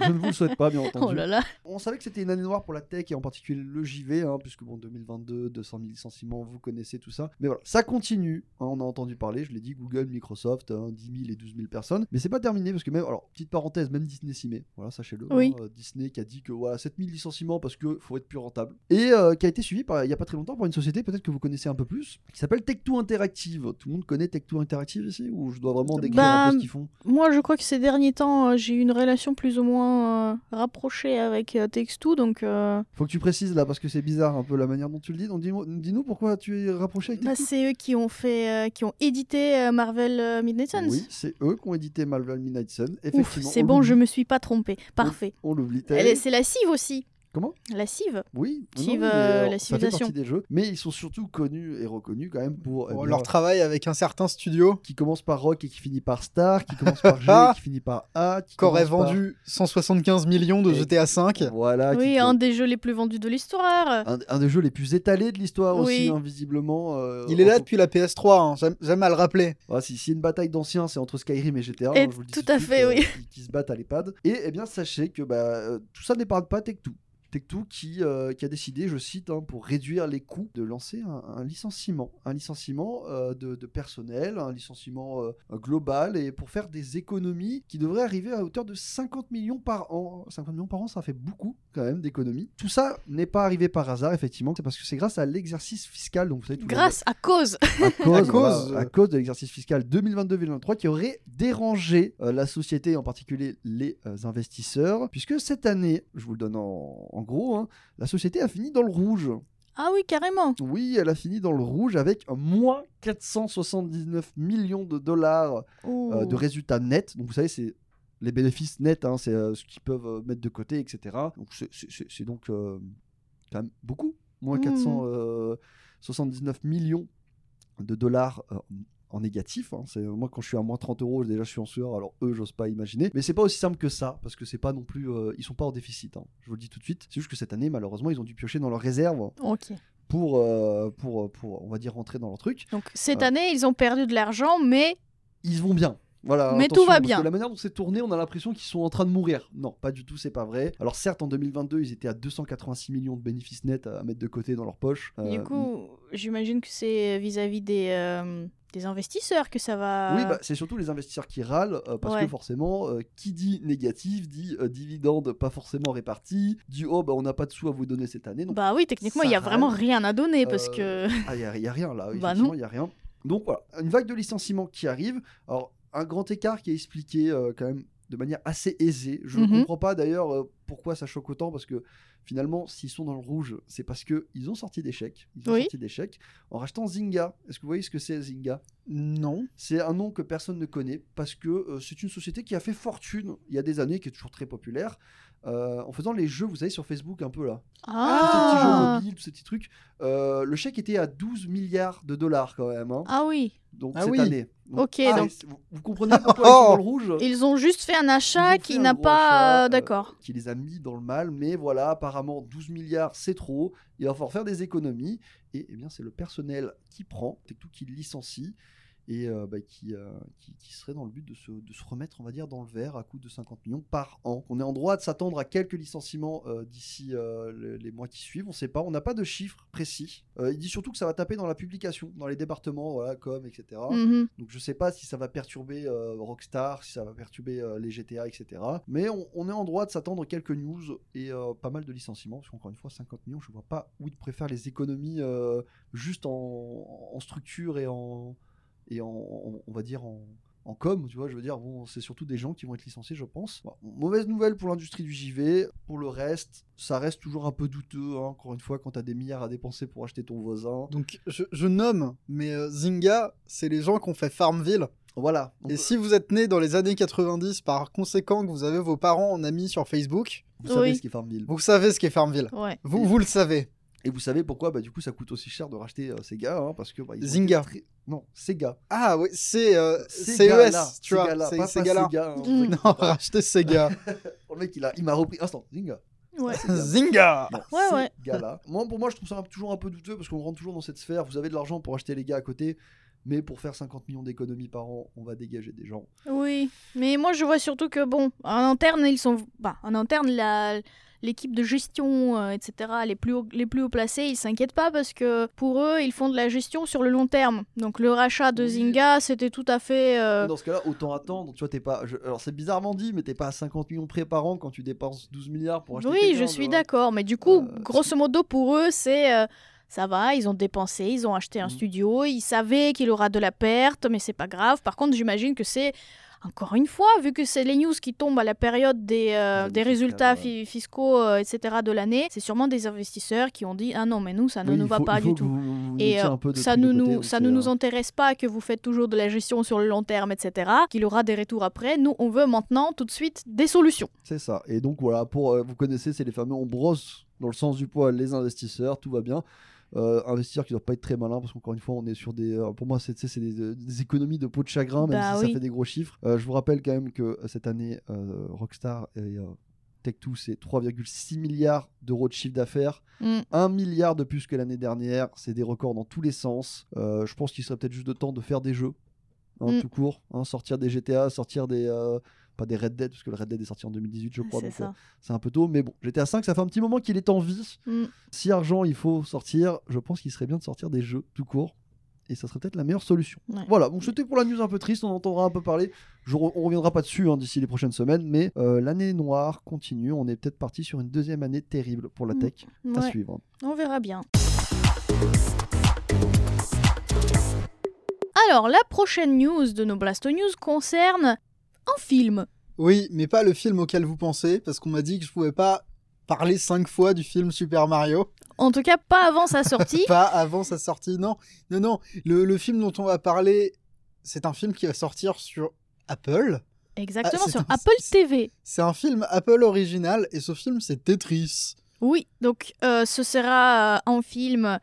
je ne vous le souhaite pas, bien entendu. Oh là là. On savait que c'était une année noire pour la tech et en particulier le JV, hein, puisque bon, 2022, 200 000 licenciements, vous connaissez tout ça. Mais voilà, ça continue. hein, on a entendu parler, je l'ai dit, Google, Microsoft, hein, 10 000 et 12 000 personnes. Mais c'est pas terminé parce que même, alors, petite parenthèse, même Disney s'y met. Voilà, sachez-le. Oui. hein, euh, Disney qui a dit que voilà, 7 000 licenciements parce que faut être plus rentable. Et euh, qui a été suivi par, il y a pas très longtemps par une société, peut-être que vous connaissez un peu plus, qui s'appelle Tech2 Interactive. Tout le monde connaît Tech2 Interactive ici Ou je dois vraiment décrire un Bah, peu ce qu'ils font Moi, je crois que ces derniers temps, euh, j'ai eu une relation plus ou moins euh, rapprochée avec euh, Textoo, donc euh, Faut que tu précises là parce que c'est bizarre un peu la manière dont tu le dis. Donc dis-moi- dis-nous pourquoi tu es rapproché avec bah, Tech2. c'est eux qui ont fait, euh, qui ont édité euh, Marvel euh, Midnight Suns. Oui, c'est eux qui ont édité Marvel Midnight Sun. Ouf, Effectivement, c'est on bon, je l'oublie- me suis pas trompée. Parfait. On l'oublie. Elle est- C'est la cive aussi. Comment La cive. Oui, non, Civ, non, mais, euh, alors, la ça fait civilisation. partie des jeux. Mais ils sont surtout connus et reconnus quand même pour eh Bon, bien, leur travail avec un certain studio qui commence par Rock et qui finit par Star, qui commence par G, et qui finit par A, qui qu'aurait commence par- vendu 175 millions de Et- GTA Euh, V. Voilà. Ah, qui- Ah, oui, un des jeux les plus vendus de l'histoire. un- un des jeux les plus étalés de l'histoire Oui. aussi, hein, visiblement. euh, Il est là entre- depuis la PS3, hein, j'aime- j'aime à le rappeler. Ah, si, s'il y a une bataille d'anciens, c'est entre Skyrim et GTA. Et hein, je vous le dis tout de à suite, fait, euh, oui. Qui, qui se battent à l'EHPAD. Et eh bien, sachez que bah, euh, tout ça n'épargne pas Tech2. Tech2 qui, euh, qui a décidé, je cite, hein, pour réduire les coûts, de lancer un, un licenciement. Un licenciement euh, de, de personnel, un licenciement euh, global, et pour faire des économies qui devraient arriver à hauteur de 50 millions par an. 50 millions par an, ça fait beaucoup quand même d'économies. Tout ça n'est pas arrivé par hasard, effectivement, c'est parce que c'est grâce à l'exercice fiscal. Donc, vous savez, tous les- Grâce à cause. à cause, À voilà, cause. à cause de l'exercice fiscal 2022-2023 qui aurait dérangé euh, la société, en particulier les euh, investisseurs, puisque cette année, je vous le donne en, en gros, hein, la société a fini dans le rouge. Ah oui, carrément. Oui, elle a fini dans le rouge avec un moins 479 millions de dollars euh, Ouh. de résultats nets. Donc vous savez, c'est les bénéfices nets, hein, c'est euh, ce qu'ils peuvent euh, mettre de côté, etc. Donc c'est- c'est- c'est c'est donc euh, quand même beaucoup, moins Mhm. 479 millions de dollars. euh, en négatif, hein. c'est moi quand je suis à moins 30 euros déjà je suis en sueur, alors eux j'ose pas imaginer, mais c'est pas aussi simple que ça parce que c'est pas non plus, euh, ils sont pas en déficit, hein. je vous le dis tout de suite, c'est juste que cette année malheureusement ils ont dû piocher dans leurs réserves Ok. pour, euh, pour pour on va dire rentrer dans leur truc, Donc cette Ah. année, ils ont perdu de l'argent, mais ils vont bien. Voilà, Mais tout attention, va parce bien. que la manière dont c'est tourné, on a l'impression qu'ils sont en train de mourir. Non, pas du tout, c'est pas vrai. Alors certes, en 2022, ils étaient à 286 millions de bénéfices nets à mettre de côté dans leur poche. du Euh, coup, j'imagine que c'est vis-à-vis des, euh, des investisseurs que ça va. Oui, bah, c'est surtout les investisseurs qui râlent euh, parce euh, Ouais. que forcément, euh, qui dit négatif dit euh, dividende pas forcément réparti, dit oh bah on n'a pas de sous à vous donner cette année, donc Bah oui, techniquement, il y a ça râle. vraiment rien à donner parce Euh, que. Ah, il n'y a, rien là, Bah effectivement, non. il n'y a rien. Donc voilà, une vague de licenciements qui arrive. Alors, un grand écart qui est expliqué euh, quand même de manière assez aisée. Je ne Mhm. comprends pas d'ailleurs euh, pourquoi ça choque autant, parce que finalement, s'ils sont dans le rouge, c'est parce qu'ils ont sorti des chèques. Ils ont Oui. sorti des chèques en rachetant Zynga. Est-ce que vous voyez ce que c'est Zynga Non. C'est un nom que personne ne connaît, parce que euh, c'est une société qui a fait fortune il y a des années, qui est toujours très populaire, euh, en faisant les jeux, vous savez, sur Facebook un peu là tous ces petits jeux Ah, mobiles, tous ces petits trucs. Euh, le chèque était à 12 milliards de dollars quand même, hein. Ah oui, donc Ah cette oui. année. Ok, ah, donc- Oh. c'est- vous, vous comprenez pourquoi ils sont dans le rouge ils ont juste fait un achat Ils ont fait qui un n'a gros pas. achat, euh, D'accord. euh, qui les a mis dans le mal, mais voilà, apparemment 12 milliards c'est trop, il va falloir faire des économies, et eh bien c'est le personnel qui prend, c'est tout qui licencie, et euh, bah, qui, euh, qui, qui serait dans le but de se, de se remettre, on va dire, dans le vert à coût de 50 millions par an. On est en droit de s'attendre à quelques licenciements euh, d'ici euh, le- les mois qui suivent, on ne sait pas, on n'a pas de chiffres précis. Euh, il dit surtout que ça va taper dans la publication, dans les départements, voilà, com, etc. Mhm. Donc je sais pas si ça va perturber euh, Rockstar, si ça va perturber euh, les GTA, etc. Mais on, on est en droit de s'attendre quelques news et euh, pas mal de licenciements, parce qu'encore une fois, 50 millions, je vois pas où ils préfèrent les économies euh, juste en, en structure et en, et en, en- on va dire en, en com, tu vois, je veux dire, bon, c'est surtout des gens qui vont être licenciés, je pense. Bon, mauvaise nouvelle pour l'industrie du JV, pour le reste, ça reste toujours un peu douteux, hein, encore une fois, quand t'as des milliards à dépenser pour acheter ton voisin. Donc je, je nomme, mais euh, Zynga, c'est les gens qui ont fait Farmville. Voilà. Donc, Et si vous êtes né dans les années 90, par conséquent que vous avez vos parents en amis sur Facebook, vous savez Oui. ce qu'est Farmville. vous savez ce qu'est Farmville. Ouais. Vous, vous le savez. Et vous savez pourquoi bah, Du coup, ça coûte aussi cher de racheter euh, Sega. hein, parce que, bah, ils ont été Zynga. très- Non, Sega. Ah oui, c'est euh, Sega, là, CES, tu vois. Sega, là, C'est pas- pas Sega-là. Sega, hein, Mm. vous Non, inquiétez pas. racheter Sega. Oh, Le mec, il a- il m'a repris. Instant, Zynga. Ouais. Sega. Zynga Bon, Ouais, ces ouais. gars-là. Moi, pour moi, je trouve ça un- toujours un peu douteux parce qu'on rentre toujours dans cette sphère. Vous avez de l'argent pour acheter les gars à côté, mais pour faire 50 millions d'économies par an, on va dégager des gens. Oui, mais moi je vois surtout que bon, en interne ils sont, bah, en interne la l'équipe de gestion, euh, etc. Les plus haut, les plus haut placés, ils s'inquiètent pas parce que pour eux ils font de la gestion sur le long terme. Donc le rachat de Oui. Zynga c'était tout à fait. euh, Mais Dans ce cas-là, autant attendre. Tu vois, t'es pas. je- Alors, c'est bizarrement dit, mais t'es pas à 50 millions près par an quand tu dépenses 12 milliards pour acheter. Oui, quelqu'un, je tu suis vois. d'accord, mais du coup Euh, grosso modo pour eux c'est euh, ça va, ils ont dépensé, ils ont acheté un Mhm. studio, ils savaient qu'il aura de la perte, mais c'est pas grave. Par contre j'imagine que c'est encore une fois, vu que c'est les news qui tombent à la période des, euh, Des des fiscales, résultats ouais. fi- fiscaux, euh, etc. de l'année, c'est sûrement des investisseurs qui ont dit Ah non, mais nous, ça ne Oui, nous il va faut- pas il faut du que tout. vous- vous- vous Et mettiez euh, un peu de ça tous les ne côtés, nous, donc ça c'est, ne euh, nous intéresse pas que vous faites toujours de la gestion sur le long terme, etc. Qu'il aura des retours après. Nous, on veut maintenant, tout de suite, des solutions. C'est ça. Et donc voilà, pour euh, vous connaissez, c'est les fameux on brosse dans le sens du poil les investisseurs, tout va bien. Euh, investisseurs qui doivent pas être très malins parce qu'encore une fois, on est sur des. euh, pour moi, c'est tu sais, c'est des, euh, des économies de peau de chagrin, même Bah si oui. ça fait des gros chiffres. Euh, je vous rappelle quand même que euh, cette année, euh, Rockstar et euh, Tech2, c'est 3,6 milliards d'euros de chiffre d'affaires. Mm. 1 milliard de plus que l'année dernière. C'est des records dans tous les sens. Euh, je pense qu'il serait peut-être juste de temps de faire des jeux, hein, Mm. tout court. hein, sortir des GTA, sortir des. euh, pas des Red Dead, parce que le Red Dead est sorti en 2018, je crois. C'est donc, euh, ça. C'est un peu tôt, mais bon, GTA 5, ça fait un petit moment qu'il est en vie. Mm. Si argent il faut sortir, je pense qu'il serait bien de sortir des jeux, tout court. Et ça serait peut-être la meilleure solution. Ouais. Voilà, donc c'était pour la news un peu triste, on en entendra un peu parler. Je re- on reviendra pas dessus hein, d'ici les prochaines semaines, mais euh, l'année noire continue. On est peut-être parti sur une deuxième année terrible pour la Mm. tech. À Ouais, suivre. on verra bien. Alors, la prochaine news de nos Blasto News concerne un film. Oui, mais pas le film auquel vous pensez, parce qu'on m'a dit que je pouvais pas parler cinq fois du film Super Mario, En tout cas, pas avant sa sortie. pas avant sa sortie. Non, non, non. Le, le film dont on va parler, c'est un film qui va sortir sur Apple. Exactement, Ah, c'est sur un- Apple c'est- TV. C'est un film Apple original, et ce film, c'est Tetris, Oui, donc euh, ce sera euh, un film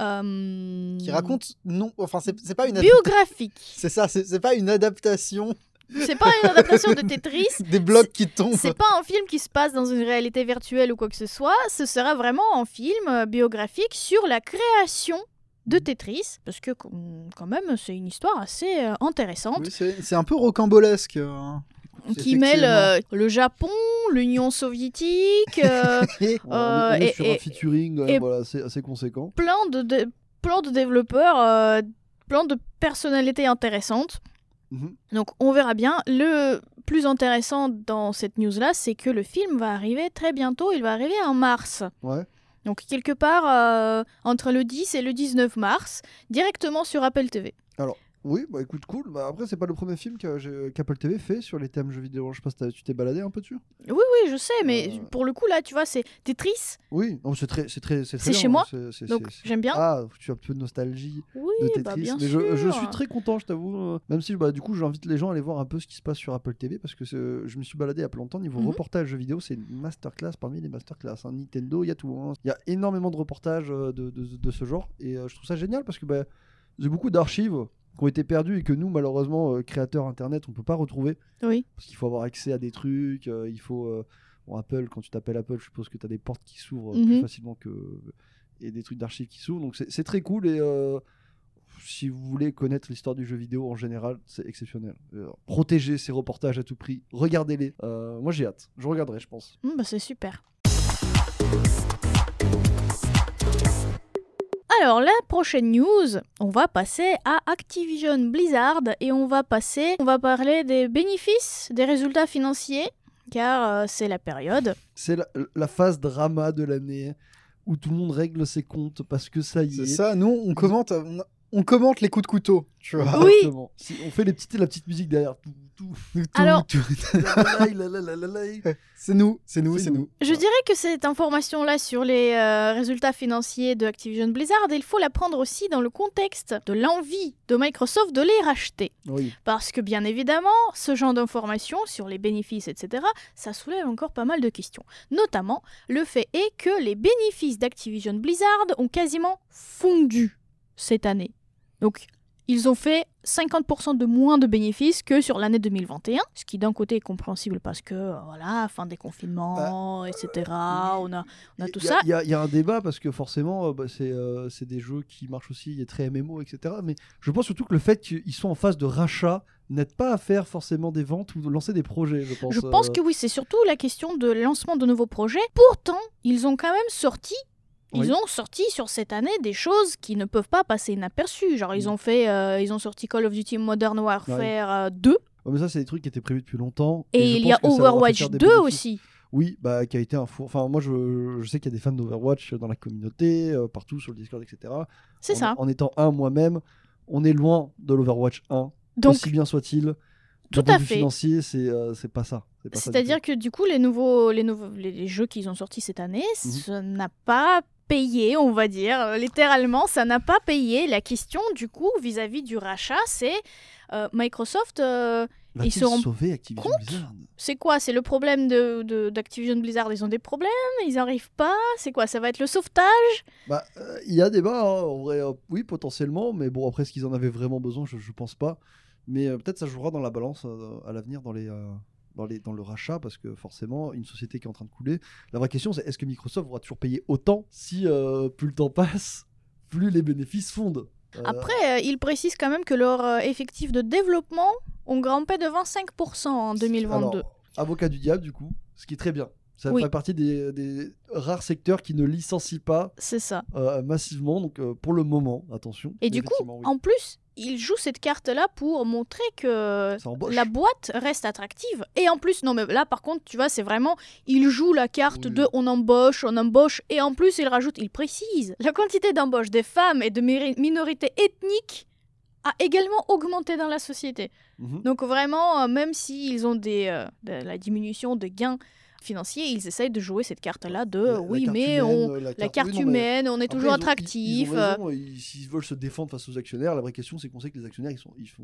euh, qui raconte non, enfin c'est c'est pas une adaptation. biographique. C'est ça, c'est c'est pas une adaptation C'est pas une adaptation de Tetris. des blocs qui tombent. C'est pas un film qui se passe dans une réalité virtuelle ou quoi que ce soit. Ce sera vraiment un film euh, biographique sur la création de Tetris, parce que com- quand même c'est une histoire assez euh, intéressante. Oui, c'est c'est un peu rocambolesque. hein. qui mêle Effectivement. euh, le Japon, l'Union soviétique, euh, Voilà, on est- on est et- sur et- un featuring quand même, et- voilà, assez, assez conséquent. plein de, de- plein de développeurs, euh, plein de personnalités intéressantes. Mhm. Donc on verra bien. Le plus intéressant dans cette news-là, c'est que le film va arriver très bientôt. Il va arriver en mars. Ouais. Donc quelque part euh, entre le 10 et le 19 mars, directement sur Apple TV. Oui, bah écoute, cool. Bah, après, c'est pas le premier film que j'ai- euh, qu'Apple TV fait sur les thèmes jeux vidéo. Je sais pas si t'as- tu t'es baladé un peu dessus. Oui, je sais, mais Euh. pour le coup là, tu vois, c'est Tetris. Oui, non, c'est très, c'est très, c'est très C'est bien, chez hein. moi, C'est- c'est- Donc c'est- j'aime bien. Ah, tu as un peu de nostalgie oui, de Tetris. bah bien mais sûr. je, je suis très content, je t'avoue. euh, Même si, bah, du coup, j'invite les gens à aller voir un peu ce qui se passe sur Apple TV parce que c'est- je me suis baladé à plein de temps. Niveau Mhm. reportage jeux vidéo, c'est une masterclass parmi les masterclass. hein. Nintendo, il y a tout. hein. Il y a énormément de reportages euh, de, de- de ce genre et euh, je trouve ça génial parce que bah, j'ai beaucoup d'archives qui ont été perdues et que nous, malheureusement, euh, créateurs internet, on peut pas retrouver Oui. parce qu'il faut avoir accès à des trucs, euh, il faut... euh, bon, Apple, quand tu t'appelles Apple, je suppose que tu as des portes qui s'ouvrent euh, plus Mhm. facilement que... et des trucs d'archives qui s'ouvrent, donc c'est c'est très cool et... euh, si vous voulez connaître l'histoire du jeu vidéo en général, c'est exceptionnel. Euh, protégez ces reportages à tout prix, regardez-les. Euh, moi j'ai hâte, je regarderai, je pense. Mm, bah, c'est super. Alors, la prochaine news, on va passer à Activision Blizzard et on va passer, on va parler des bénéfices, des résultats financiers, car euh, c'est la période. C'est la, la phase drama de l'année où tout le monde règle ses comptes parce que ça y est. C'est ça, nous on commente, on, on commente les coups de couteau, tu vois. Oui. Exactement. Si on fait les petites, la petite musique derrière. Tout, tout. Tout- Alors- tout- La, la, la, la, la, la, la. c'est nous, c'est nous, C'est c'est nous. Je dirais que cette information-là sur les euh, résultats financiers de Activision Blizzard, il faut la prendre aussi dans le contexte de l'envie de Microsoft de les racheter. Oui. Parce que bien évidemment, ce genre d'informations sur les bénéfices, etc., ça soulève encore pas mal de questions. Notamment, le fait est que les bénéfices d'Activision Blizzard ont quasiment fondu cette année. Donc, ils ont fait 50% de moins de bénéfices que sur l'année 2021, ce qui d'un côté est compréhensible parce que, euh, voilà, fin des confinements, etc., on a, on a tout Il Bah, euh, y ça. Il y, a- il y a un débat parce que forcément, euh, bah, c'est euh, c'est des jeux qui marchent aussi, il y a très MMO, etc. Mais je pense surtout que le fait qu'ils soient en phase de rachat n'aide pas à faire forcément des ventes ou de lancer des projets, je pense. Je pense euh, que oui, c'est surtout la question de lancement de nouveaux projets. Pourtant, ils ont quand même sorti. Ils Oui. ont sorti sur cette année des choses qui ne peuvent pas passer inaperçues. Genre, ils ont fait, euh, ils ont sorti Call of Duty Modern Warfare euh, 2 ouais, mais ça, c'est des trucs qui étaient prévus depuis longtemps. et, je il y a pense que ça leur fait Overwatch faire des 2 bénéfices. aussi. Oui, bah, qui a été un four. Enfin, moi, je, je sais qu'il y a des fans d'Overwatch dans la communauté, euh, partout sur le Discord, etc. C'est En- ça. En étant un moi-même, on est loin de l'Overwatch 1, Donc, aussi bien soit-il. Tout D'un à point de vue fait. financier, c'est euh, c'est pas ça. C'est pas ça du c'est-à-dire que du coup, les nouveaux, les nouveaux, les, les jeux qu'ils ont sortis cette année, Mhm. ça n'a pas payé, on va dire. Euh, Littéralement, ça n'a pas payé. La question, du coup, vis-à-vis du rachat, c'est euh, Microsoft. euh, tout. Va-t-il ils seront sauver Activision compte Blizzard C'est quoi C'est le problème de, de- d'Activision Blizzard Ils ont des problèmes Ils n'arrivent pas C'est quoi Ça va être le sauvetage Bah, euh, il y a débat, hein, en vrai, euh, oui, potentiellement, mais bon, après, ce qu'ils en avaient vraiment besoin, je, je pense pas. Mais euh, peut-être ça jouera dans la balance euh, à l'avenir dans les. euh, Dans, les, dans le rachat, parce que forcément, une société qui est en train de couler. La vraie question, c'est est-ce que Microsoft va toujours payer autant si euh, plus le temps passe, plus les bénéfices fondent Euh, Après, euh, ils précisent quand même que leur euh, effectif de développement ont grimpé de 25% en 2022. Alors, avocat du diable, du coup, ce qui est très bien. Ça Oui. fait partie des, des rares secteurs qui ne licencient pas C'est ça. euh, massivement, donc euh, pour le moment, attention. Et du coup, Effectivement, oui. en plus, ils jouent cette carte-là pour montrer que ça embauche. la boîte reste attractive. Et en plus, non mais là par contre, tu vois, c'est vraiment, ils jouent la carte Oui. de on embauche, on embauche, et en plus, ils rajoutent, ils précisent, la quantité d'embauches des femmes et de miri- minorités ethniques a également augmenté dans la société. Mhm. Donc vraiment, euh, même s'ils ont des, euh, de la diminution de gains financiers, ils essayent de jouer cette carte-là de, La- la euh, oui, carte mais humaine, on... euh, La carte- carte oui, non, mais humaine, on est après, toujours ils ont- ils- attractif. ils ont euh, raison, ils- S'ils veulent se défendre face aux actionnaires, la vraie question, c'est qu'on sait que les actionnaires, ils, sont, ils font.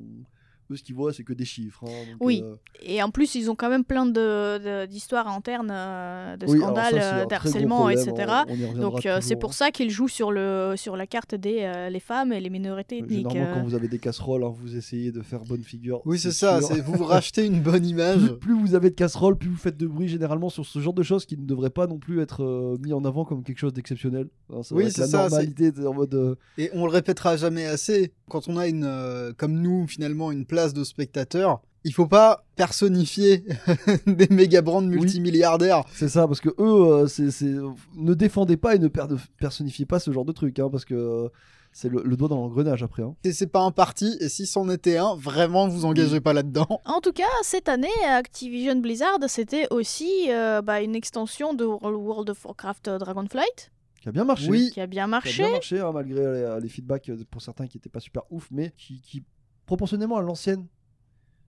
Eux, ce qu'ils voient, c'est que des chiffres. hein, donc, Oui. euh, Et en plus, ils ont quand même plein de- de- d'histoires internes, euh, de oui, alors ça, scandales, c'est un euh, très gros d'harcèlement, problème, etc. on- on y reviendra Donc euh, c'est toujours, hein. pour ça qu'ils jouent sur, le, sur la carte des euh, les femmes et les minorités hein. ethniques. Généralement, euh. quand vous avez des casseroles, hein, vous essayez de faire bonne figure. Oui, c'est ça, sûr. c'est vous vous rachetez une bonne image. plus, plus vous avez de casseroles, plus vous faites de bruit généralement sur ce genre de choses qui ne devraient pas non plus être euh, mis en avant comme quelque chose d'exceptionnel. Hein, Oui, doit être c'est la ça, c'est- normalité c'est en mode. euh, Et on le répétera jamais assez, quand on a une, euh, comme nous, finalement, une place de spectateur, il faut pas personnifier des méga brands multimilliardaires. c'est ça, parce que eux, euh, c'est- c'est- ne défendez pas et ne per- ne personnifiez pas ce genre de truc, hein, parce que euh, c'est le, le doigt dans l'engrenage après. hein. Et c'est pas un parti, et si c'en était un, vraiment, vous engagez pas là-dedans. En tout cas, cette année, Activision Blizzard, c'était aussi euh, bah, une extension de World of Warcraft euh, Dragonflight, Qui a bien marché. Oui, qui a bien qui a marché. bien marché hein, malgré les, les feedbacks euh, pour certains qui n'étaient pas super ouf, mais qui, qui, proportionnellement à l'ancienne.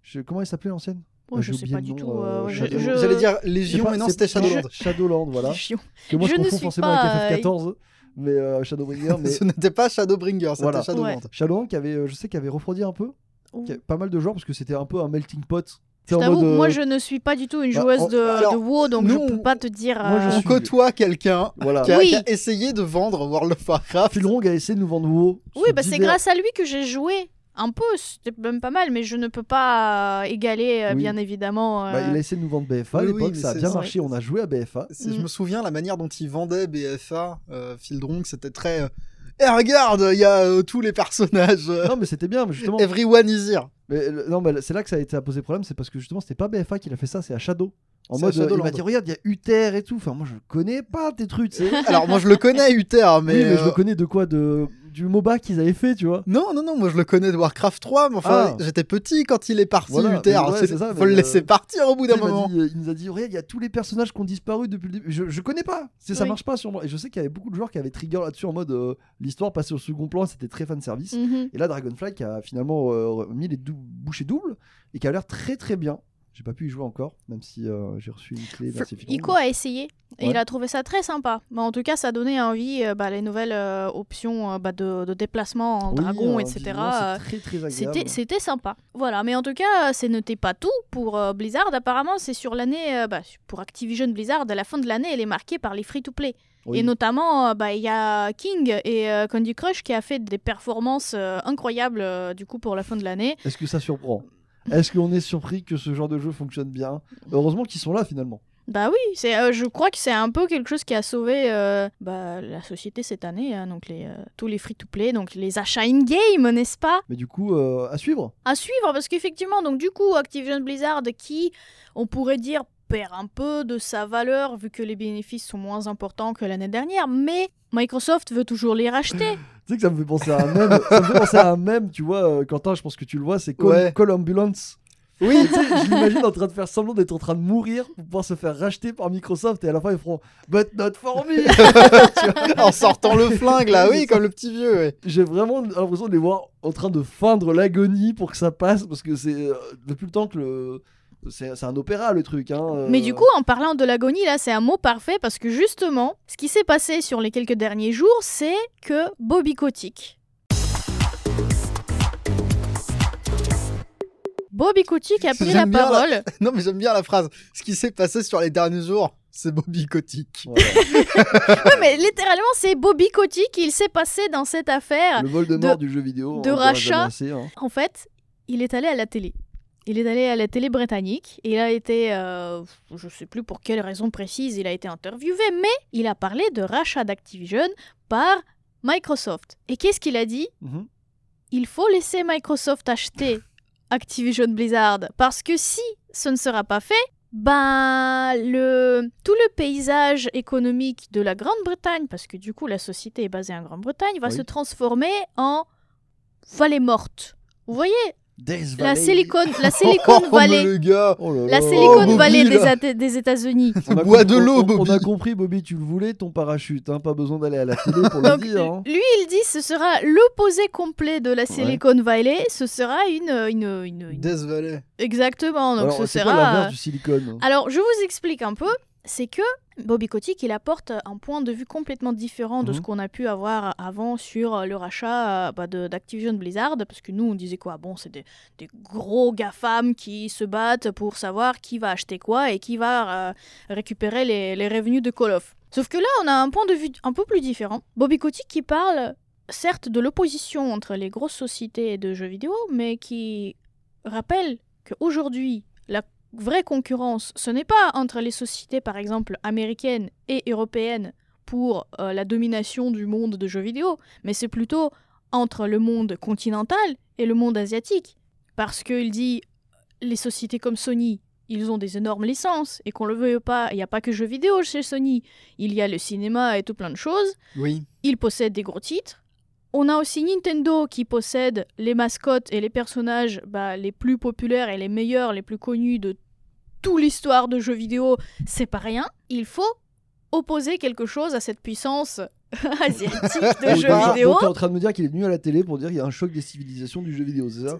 je- comment il s'appelait l'ancienne Moi, Ah, je j'ai sais oublié pas le du nom, tout. euh, euh, je- Shadow- je- J'allais dire Je sais Légion, pas, mais non, c'est c'était Shadowland. Shadowland. Shadowland, voilà. Chiant. Que moi je, Je ne confonds suis forcément pas, euh, avec FF14, mais euh, Shadowbringer, mais Ce n'était pas Shadowbringer, c'était Voilà. Shadowland. Shadowland qui avait, euh, je sais, qui avait refroidi un peu, Ouh. qui avait pas mal de joueurs parce que c'était un peu un melting pot. Mm. Je C'est en t'avoue, mode, euh, moi, je ne suis pas du tout une bah, joueuse on- de, alors, de WoW, donc nous, je peux on- pas te dire. moi, je euh, On suis- côtoie quelqu'un voilà. qui, a- Oui. qui a essayé de vendre World of Warcraft. Philrong a essayé de nous vendre WoW. Oui, sous bah, c'est divers- grâce à lui que j'ai joué un peu. C'était même pas mal, mais je ne peux pas euh, égaler, euh, Oui. bien évidemment. euh, Bah, il a essayé de nous vendre BFA à Oui, oui, l'époque, mais ça a c'est- bien c'est- marché, on a joué à BFA. Si je Mhm. me souviens, la manière dont ils vendaient BFA, euh, Fieldrong, c'était très. euh, Eh, regarde, il y a euh, tous les personnages. euh, Non mais c'était bien, mais justement. everyone is here. mais le- non mais c'est là que ça a été à poser problème, c'est parce que justement c'était pas BFA qui l'a fait ça, c'est à Shadow. En C'est à mode, euh, il Shadowland. m'a dit regarde, il y a Uther et tout. Enfin moi je connais pas tes trucs. tu sais. Alors, moi, je le connais, Uther, mais. oui, mais je euh, le connais de quoi de, du MOBA qu'ils avaient fait, tu vois. Non, non, non, moi je le connais de Warcraft 3, mais enfin, Ah. j'étais petit quand il est parti, Voilà, Luther. mais ouais, C'est- c'est ça, faut le mais, laisser euh, partir au bout d'un il, m'a moment. dit, euh, il nous a dit, regarde, il y a tous les personnages qui ont disparu depuis le début. Je, je connais pas, c'est ça Oui. marche pas sur moi. Et je sais qu'il y avait beaucoup de joueurs qui avaient trigger là-dessus en mode euh, l'histoire passée au second plan, c'était très fan service. Mhm. Et là, Dragonfly qui a finalement euh, mis les dou- bouchées doubles et qui a l'air très très bien. J'ai pas pu y jouer encore, même si euh, j'ai reçu une clé. merci Philon. Ico a essayé et Ouais. il a trouvé ça très sympa. Mais en tout cas, ça donnait envie euh, bah, les nouvelles euh, options euh, bah, de, de déplacement en Oui, dragon, euh, etc. visuellement, euh, c'est très très C'était agréable. c'était sympa. Voilà, mais en tout cas, euh, c'est n'était pas tout pour euh, Blizzard. Apparemment, c'est sur l'année, euh, bah, pour Activision Blizzard, la fin de l'année, elle est marquée par les free-to-play. Oui. Et notamment, euh, bah, il y a King et euh, Candy Crush qui a fait des performances euh, incroyables euh, du coup pour la fin de l'année. Est-ce que ça surprend Est-ce qu'on est surpris que ce genre de jeu fonctionne bien Heureusement qu'ils sont là finalement. Bah oui, c'est, euh, je crois que c'est un peu quelque chose qui a sauvé euh, bah, la société cette année, hein, donc les, euh, tous les free-to-play, donc les achats in-game, n'est-ce pas Mais du coup, euh, à suivre. à suivre parce qu'effectivement, donc du coup, Activision Blizzard qui, on pourrait dire, perd un peu de sa valeur vu que les bénéfices sont moins importants que l'année dernière, mais Microsoft veut toujours les racheter. Euh. Tu sais que ça me fait penser à un même. ça me fait penser à un même, tu vois, euh, Quentin, je pense que tu le vois, c'est Call, Ouais. Call Ambulance. Oui. Tu sais, je l'imagine en train de faire semblant d'être en train de mourir pour pouvoir se faire racheter par Microsoft et à la fin ils feront But not for me Tu vois, en sortant le flingue là, oui, comme le petit vieux. ouais. J'ai vraiment l'impression de les voir en train de feindre l'agonie pour que ça passe parce que c'est euh, depuis le temps que le. C'est c'est un opéra le truc. Hein, euh, Mais du coup, en parlant de l'agonie, là, c'est un mot parfait parce que justement, ce qui s'est passé sur les quelques derniers jours, c'est que Bobby Kotick. Bobby Kotick a pris la J'aime bien la- parole. Non, mais j'aime bien la phrase. Ce qui s'est passé sur les derniers jours, c'est Bobby Kotick. voilà, Ouais, mais littéralement, c'est Bobby Kotick. Il s'est passé dans cette affaire le vol de mort du jeu vidéo. de on verra rachat. jamais assez, hein. En fait, il est allé à la télé. Il est allé à la télé britannique. Il a été, euh, je sais plus pour quelle raison précise, il a été interviewé, mais il a parlé de rachat d'Activision par Microsoft. Et qu'est-ce qu'il a dit Mhm. Il faut laisser Microsoft acheter Activision Blizzard parce que si ce ne sera pas fait, ben le tout le paysage économique de la Grande-Bretagne, parce que du coup la société est basée en Grande-Bretagne, va Oui. se transformer en vallée morte. Vous voyez, Death la Valley. Silicon, la Oh, Silicon mais Valley, le gars. Oh là la là. Silicon Bobby, Valley des, là. Até- des États-Unis. On a Bois compris- de l'eau, on- on- Bobby. On a compris, Bobby, tu le voulais, ton parachute. hein, pas besoin d'aller à la télé pour le Donc, dire. hein. lui, il dit ce sera l'opposé complet de la Silicon Valley, ce sera une, une, une- une- Death Valley. Exactement, donc Alors, ce c'est sera. euh, quoi l'inverse du silicone Alors, je vous explique un peu. C'est que Bobby Kotick, il apporte un point de vue complètement différent de ce Mhm. qu'on a pu avoir avant sur euh, le rachat euh, bah, de- d'Activision Blizzard. Parce que nous, on disait quoi Bon, c'est des, des gros GAFAM qui se battent pour savoir qui va acheter quoi et qui va euh, récupérer les, les revenus de Call of. Sauf que là, on a un point de vue un peu plus différent. Bobby Kotick qui parle, certes, de l'opposition entre les grosses sociétés de jeux vidéo, mais qui rappelle qu'aujourd'hui, la vraie concurrence, ce n'est pas entre les sociétés, par exemple, américaines et européennes pour euh, la domination du monde de jeux vidéo, mais c'est plutôt entre le monde continental et le monde asiatique. Parce qu'il dit, les sociétés comme Sony, ils ont des énormes licences, et qu'on le veuille ou pas, il n'y a pas que jeux vidéo chez Sony, il y a le cinéma et tout plein de choses Oui. il possède des gros titres. On a aussi Nintendo qui possède les mascottes et les personnages bah, les plus populaires et les meilleurs, les plus connus de toute l'histoire de jeux vidéo. C'est pas rien. Il faut opposer quelque chose à cette puissance asiatique de Donc, jeux donc, vidéo. Ah, bah, donc, t'es en train de me dire qu'il est venu à la télé pour dire qu'il y a un choc des civilisations du jeu vidéo, c'est ça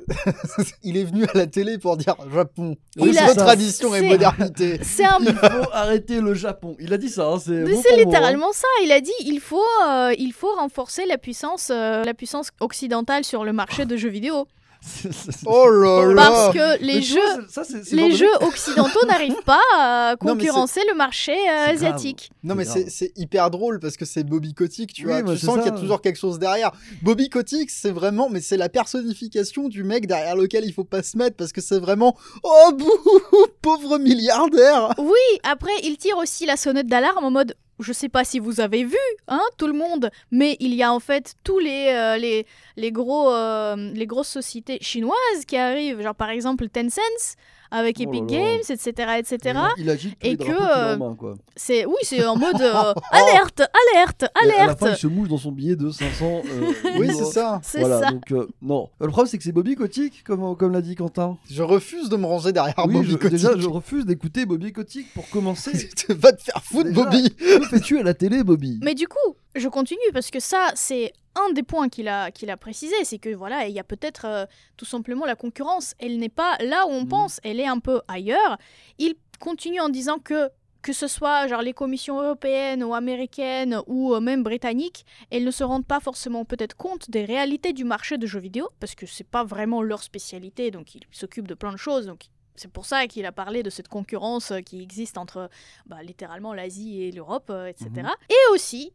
Il est venu à la télé pour dire Japon. Il Entre a- tradition et c'est- modernité. C'est un Il faut arrêter le Japon. Il a dit ça, hein, c'est. Mais mot c'est pour mot, hein. littéralement ça. Il a dit il faut, euh, il faut renforcer la puissance, euh, la puissance occidentale sur le marché de jeux vidéo C'est- c'est- c'est- Oh là là. parce que Mais les tu jeux vois, c'est- ça, c'est- c'est le genre les de jeux occidentaux n'arrivent pas à Non, mais c'est- concurrencer le marché euh, C'est grave. asiatique. Non C'est mais c'est grave. c'est hyper drôle parce que c'est Bobby Kotick, tu Oui, vois, bah, tu c'est sens qu'il y a ça. toujours quelque chose derrière. Bobby Kotick, c'est vraiment mais c'est la personnification du mec derrière lequel il faut pas se mettre parce que c'est vraiment oh bouh, pauvre milliardaire. Et après, il tire aussi la sonnette d'alarme en mode je sais pas si vous avez vu, hein, tout le monde, mais il y a en fait tous les euh, les, les gros euh, les grosses sociétés chinoises qui arrivent, genre par exemple Tencent avec Oh là Epic là. Games, etc. etc. Il agite tous Et les que, drapeaux qu'il a euh, en main, quoi. C'est oui, c'est en mode euh, alerte, alerte, Et à la alerte. fin, il se mouche dans son billet de 500. euh, Oui, livres. c'est ça. C'est Voilà, ça. donc euh, non. Le problème, c'est que c'est Bobby Kotick, comme, comme l'a dit Quentin. Je refuse de me ranger derrière oui, Bobby je- Kotick. déjà, je refuse d'écouter Bobby Kotick pour commencer. Va te faire foutre, Déjà. Bobby. que fais-tu à la télé, Bobby Mais du coup, je continue parce que ça, c'est un des points qu'il a, qu'il a précisé, c'est que voilà, il y a peut-être euh, tout simplement la concurrence. Elle n'est pas là où on Mhm. pense, elle est un peu ailleurs. Il continue en disant que que ce soit genre les commissions européennes ou américaines ou euh, même britanniques, elles ne se rendent pas forcément peut-être compte des réalités du marché de jeux vidéo parce que c'est pas vraiment leur spécialité, donc ils s'occupent de plein de choses, donc c'est pour ça qu'il a parlé de cette concurrence euh, qui existe entre bah, littéralement l'Asie et l'Europe, euh, etc. Mhm. Et aussi,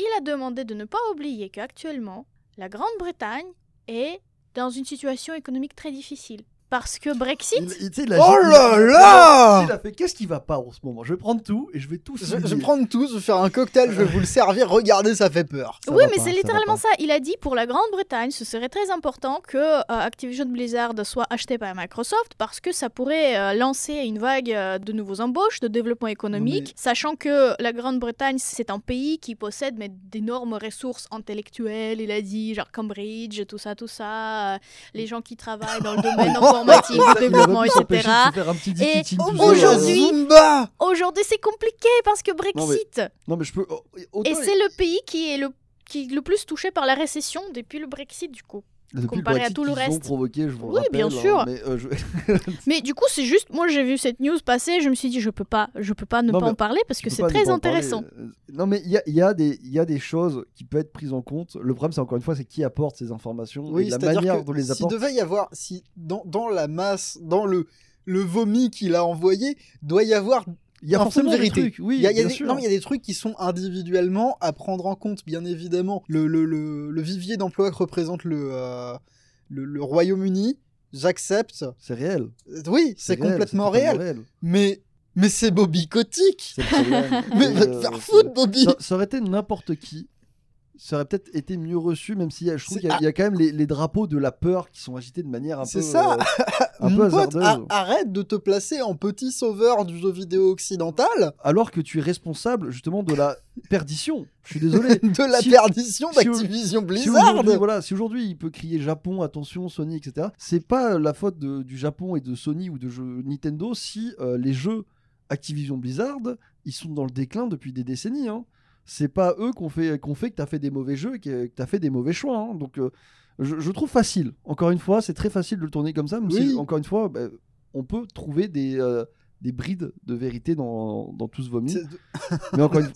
il a demandé de ne pas oublier qu'actuellement, la Grande-Bretagne est dans une situation économique très difficile. Parce que Brexit, Il- il- tu sais, il a- Oh il- là il- là Il a fait qu'est-ce qui va pas en ce moment Je vais prendre tout et je vais tout Je, je souligner. vais prendre tout, je vais faire un cocktail, je vais vous le servir. Regardez, ça fait peur. Ça oui, mais va pas, c'est ça va littéralement pas. ça. Il a dit pour la Grande-Bretagne, ce serait très important que euh, Activision Blizzard soit acheté par Microsoft parce que ça pourrait euh, lancer une vague euh, de nouveaux embauches, de développement économique, sachant que la Grande-Bretagne, c'est un pays qui possède mais, d'énormes ressources intellectuelles, il a dit, genre Cambridge, tout ça, tout ça, euh, les gens qui travaillent dans le domaine informatique, Il va du pas développement, pu s'empêcher etc. de se faire un petit Et dick-tic tout seul, euh, aujourd'hui- Zumba Aujourd'hui, c'est compliqué parce que mais- Brexit. Non, mais je peux. oh, autant- Et c'est le pays qui est le qui est le plus touché par la récession depuis le Brexit du coup. Depuis le comparé à Brexit tout le qu'ils ont reste. provoqué, je vous le Oui, bien rappelle, sûr. hein, mais, euh, je- Mais du coup, c'est juste moi j'ai vu cette news passer, je me suis dit je peux pas, je peux pas ne Non, pas mais en parler parce que Je peux c'est pas ne très pas en parler. intéressant. Euh, Non, mais il y a, il y a des- il y a des choses qui peuvent être prises en compte. Le problème, c'est encore une fois, c'est qui apporte ces informations et Oui, la c'est-à-dire manière que dont les s'il apporte. devait y avoir, si dans, dans la masse, dans le, le vomi qu'il a envoyé, doit y avoir. Il y a un fond de forcément des vérité. trucs, oui, il y a- il y a bien des- sûr. non, mais il y a des trucs qui sont individuellement à prendre en compte, bien évidemment. Le, le, le, le vivier d'emploi que représente le, euh, le, le Royaume-Uni, j'accepte. C'est réel. Euh, Oui, c'est complètement c'est réel. Mais, mais c'est Bobby Kotick C'est le problème. Mais Et, va euh, te faire foutre, Bobby ça, ça aurait été n'importe qui. Ça aurait peut-être été mieux reçu, même si euh, je trouve C'est- ah. qu'il y, a- il y a quand même les, les drapeaux de la peur qui sont agités de manière un peu, C'est ça. Ah. euh, un peu Mon pote, hasardeuse. a- arrête de te placer en petit sauveur du jeu vidéo occidental Alors que tu es responsable justement de la perdition. Je suis désolé. de la Si- perdition si- d'Activision Si Blizzard. aujourd'hui, voilà, si aujourd'hui il peut crier Japon, attention, Sony, etc., c'est pas euh, la faute de- du Japon et de Sony ou de jeux Nintendo si euh, les jeux Activision Blizzard, ils sont dans le déclin depuis des décennies. Hein. C'est pas eux qu'on fait, qu'on fait que t'as fait des mauvais jeux et que que t'as fait des mauvais choix. hein. Donc euh, je, je trouve facile. Encore une fois, c'est très facile de le tourner comme ça, même Oui. si, encore une fois, bah, on peut trouver des, euh, des brides de vérité dans, dans tout ce vomi. C'est- Mais encore une-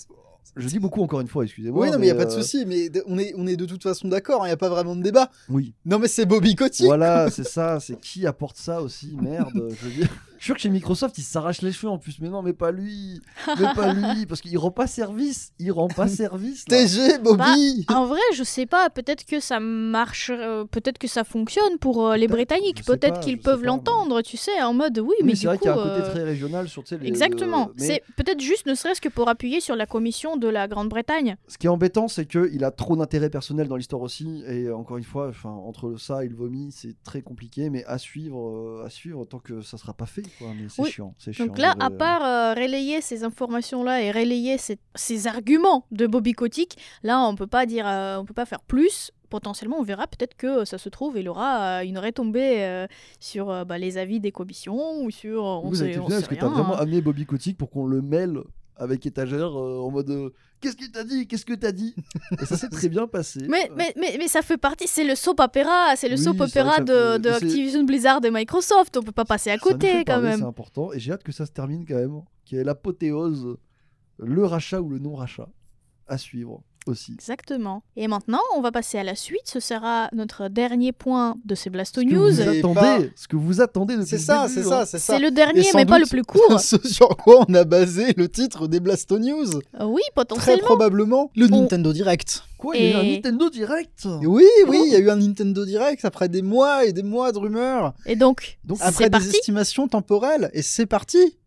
Je dis beaucoup encore une fois, excusez-moi. Oui, non, mais il a pas de euh, souci, mais de- on est, on est de toute façon d'accord, il n'y a pas vraiment de débat. Oui, Non, mais c'est Bobby Kotick. Voilà, c'est ça, c'est qui apporte ça aussi, merde. Je veux dire. Je suis sûr que chez Microsoft, ils s'arrachent les cheveux en plus, mais non, mais pas lui, mais pas lui, parce qu'il rend pas service, il rend pas service. là. TG, Bobby En vrai, je sais pas, peut-être que ça marche, euh, peut-être que ça fonctionne pour euh, les Peut-être, je Britanniques, sais peut-être pas, qu'ils je sais peuvent pas, l'entendre, tu sais, en mode oui, Oui, mais c'est du vrai coup qu'il y a un côté euh, très régional sur tu sais, les- Exactement, le- c'est mais peut-être juste ne serait-ce que pour appuyer sur la commission de la Grande-Bretagne. ce qui est embêtant, c'est qu'il a trop d'intérêt personnel dans l'histoire aussi, et encore une fois, enfin, entre ça et le vomi, c'est très compliqué, mais à suivre, euh, à suivre tant que ça sera pas fait. quoi. Mais c'est Oui. chiant, c'est chiant. Donc là, le- à part euh, relayer ces informations-là et relayer ces, ces arguments de Bobby Kotick, là, on peut pas dire, euh, on peut pas faire plus. Potentiellement, on verra peut-être que ça se trouve, il aura euh, une retombée euh, sur euh, bah, les avis des commissions ou sur. euh, on Vous sait, avez été on génial, sait parce que rien, t'as vraiment hein. amené Bobby Kotick pour qu'on le mêle avec étagère euh, en mode euh, qu'est-ce que t'as dit qu'est-ce que t'as dit et ça s'est très bien passé Euh, Mais, mais, mais, mais ça fait partie, c'est le soap opéra, c'est le Oui, soap c'est vrai opéra que ça de, fait- de c'est- Activision Blizzard et Microsoft, on peut pas passer à Ça nous fait côté quand parler, c'est même. important et j'ai hâte que ça se termine quand même qu'il y ait l'apothéose le rachat ou le non rachat à suivre aussi Exactement. Et maintenant, on va passer à la suite. Ce sera notre dernier point de ces Blasto ce que vous News. Et attendez ce que vous attendez depuis C'est le ça, début, c'est hein. ça, c'est ça. C'est le Et dernier, sans mais pas le doute plus court. Ce sur quoi on a basé le titre des Blasto News. Euh, oui, Très potentiellement. probablement le On- Nintendo Direct. quoi il y a eu Et- un Nintendo Direct Oui, oui, il y a eu un Nintendo Direct après des mois et des mois de rumeurs, Et donc, Donc, c'est après des parti. estimations temporelles, et c'est parti.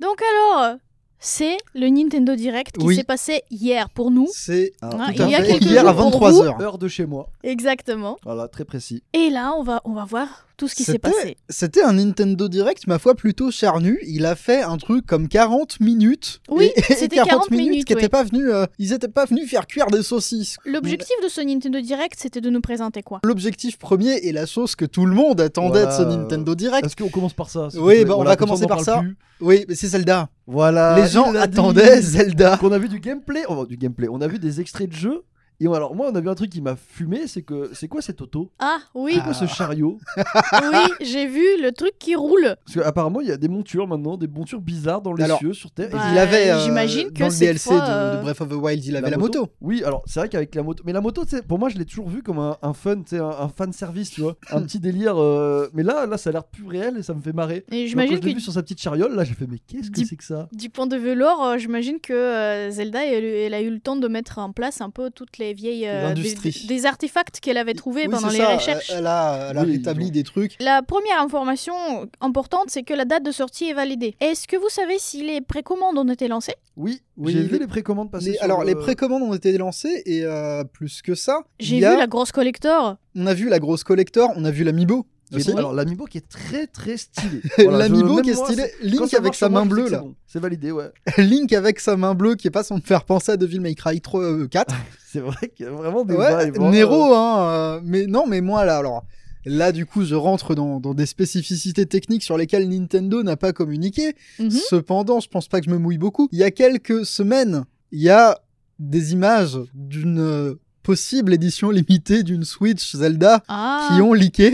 Donc alors, euh, c'est le Nintendo Direct qui Oui. s'est passé hier pour nous. C'est Alors, Ah, tout à il y a fait. quelques hier à jours, on 23h. Heure de chez moi. Exactement. Voilà, très précis. Et là, on va, on va voir tout ce qui s'est C'était- passé. C'était un Nintendo Direct, ma foi, plutôt charnu. Il a fait un truc comme 40 minutes. Oui, Et- et c'était 40 minutes, qui oui. étaient pas venus, euh, ils étaient pas venus faire cuire des saucisses. L'objectif de ce Nintendo Direct, c'était de nous présenter quoi L'objectif premier est la chose que tout le monde attendait de ce Voilà, euh, Nintendo Ah. Direct. Est-ce qu'on commence par ça s'il vous Oui, plaît bah, on Voilà, va comme commencer on en par parle ça. plus. Oui, mais c'est Zelda. Voilà. Les gens Euh, il l'a dit. attendaient Zelda. Qu'on a vu du gameplay. On du gameplay. On a vu des extraits de jeux. Et on- alors moi, on a vu un truc qui m'a fumé. C'est que c'est quoi cet auto Ah oui, C'est quoi ce chariot Ah. oui, j'ai vu le truc qui roule. Parce qu'apparemment, il y a des montures maintenant, des montures bizarres dans les Alors, cieux sur Terre. Bah, il avait euh, j'imagine que dans le cette DLC fois, de- de, euh, Breath of the Wild, il avait la, moto. Oui, alors c'est vrai qu'avec la moto. Mais la moto, tu sais, pour moi, je l'ai toujours vu comme un, un fun, tu sais, un, un fan service, tu vois. Un petit délire. euh, Mais là, là, ça a l'air plus réel et ça me fait marrer. Et Alors, quand j'imagine je l'ai que vu sur sa petite chariole, là, j'ai fait, mais qu'est-ce que Dis- c'est que ça du point de vue lore, euh, j'imagine que euh, Zelda, elle, elle a eu le temps de mettre en place un peu toutes les vieilles euh, des, L'industrie. des- des artefacts qu'elle avait trouvés Oui, pendant c'est les ça, recherches. euh, Elle a, elle a Oui, rétabli donc. des trucs. La première information importante, c'est que la date de sortie est validée. Est-ce que vous savez si les précommandes ont été lancées Oui, Oui, j'ai oui. vu les précommandes passer. Les- sur euh, alors, le- les précommandes ont été lancées et euh, plus que ça, J'ai il y a- vu la grosse collector. on a vu la grosse collector, on a vu l'amiibo. qui est- aussi. Alors, l'amiibo qui est très très stylé. Voilà, je- L'amiibo même qui est moi, stylé, c'est- quand Link ça avec marche sa sur moi, main je sais bleue que là. C'est bon, c'est validé, ouais. Link avec sa main bleue qui est pas sans me faire penser à Devil May Cry 3 euh, 4. C'est vrai qu'il y a vraiment des ouais, vibes, hein. Nero, hein. euh, mais non, mais moi là, alors là du coup je rentre dans, dans des spécificités techniques sur lesquelles Nintendo n'a pas communiqué. Mhm. Cependant, je pense pas que je me mouille beaucoup. Il y a quelques semaines, il y a des images d'une euh, possible édition limitée d'une Switch Zelda Ah, qui ont leaké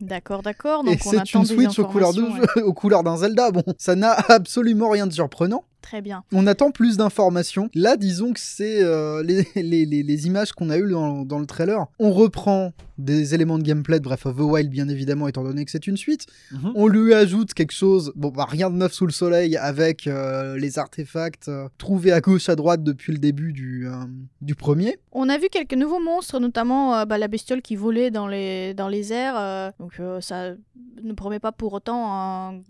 d'accord, d'accord. et Donc on c'est attend une des Switch aux couleurs, de- informations, ouais. aux couleurs d'un Zelda. Bon, ça n'a absolument rien de surprenant. Très bien. On attend plus d'informations. Là, disons que c'est euh, les, les- les- les images qu'on a eues dans, dans le trailer. On reprend des éléments de gameplay de Breath of the Wild, bien évidemment, étant donné que c'est une suite. Mhm. On lui ajoute quelque chose, bon, bah, rien de neuf sous le soleil, avec euh, les artefacts euh, trouvés à gauche, à droite depuis le début du, euh, du premier. On a vu quelques nouveaux monstres, notamment euh, bah, la bestiole qui volait dans les, dans les airs. euh, donc euh, ça ne promet pas pour autant un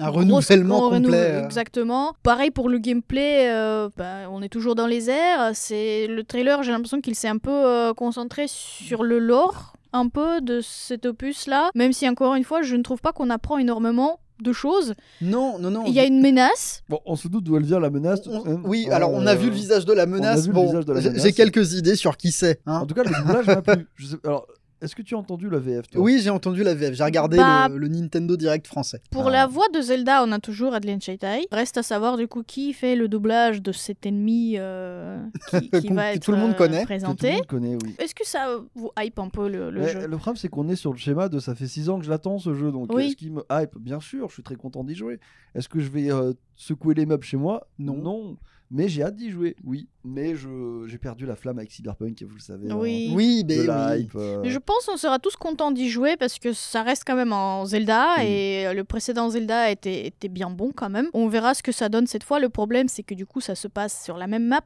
Un Grosse- renouvellement gros complet. renouve- euh. Exactement. Pareil pour le gameplay, euh, bah, on est toujours dans les airs. C'est le trailer, j'ai l'impression qu'il s'est un peu euh, concentré sur le lore un peu de cet opus-là, même si encore une fois, je ne trouve pas qu'on apprend énormément de choses. Non, non, non. Il y a une menace. Bon, on se doute d'où elle vient la menace. On- tout de même. oui, alors on a Euh, vu le visage de la menace. vu le Bon, visage de la j'ai- menace. j'ai quelques idées sur qui c'est. hein. En tout cas, le doublage m'a plu. Je sais- Alors, est-ce que tu as entendu la VF toi Oui, j'ai entendu la VF. J'ai regardé Bah- le, le Nintendo Direct français. Pour Ah. la voix de Zelda, on a toujours Adeline Chaitai. Reste à savoir du coup qui fait le doublage de cet ennemi euh, qui, qui Qu'on- va que être tout le monde euh, connaît, que tout Que tout le présenté. monde connaît, oui. Est-ce que ça vous hype un peu le, le Mais jeu le problème, c'est qu'on est sur le schéma de ça fait 6 ans que je l'attends ce jeu, donc Oui. est-ce qu'il me hype Bien sûr, je suis très content d'y jouer. Est-ce que je vais euh, secouer les meubles chez moi Non. Non. Mais j'ai hâte d'y jouer, oui. Mais je- j'ai perdu la flamme avec Cyberpunk, vous le savez. hein, Oui. Oui, de mais la oui. hype. euh, Mais Je pense qu'on sera tous contents d'y jouer parce que ça reste quand même en Zelda Oui. et euh, le précédent Zelda était, était bien bon quand même. On verra ce que ça donne cette fois. Le problème, c'est que du coup, ça se passe sur la même map.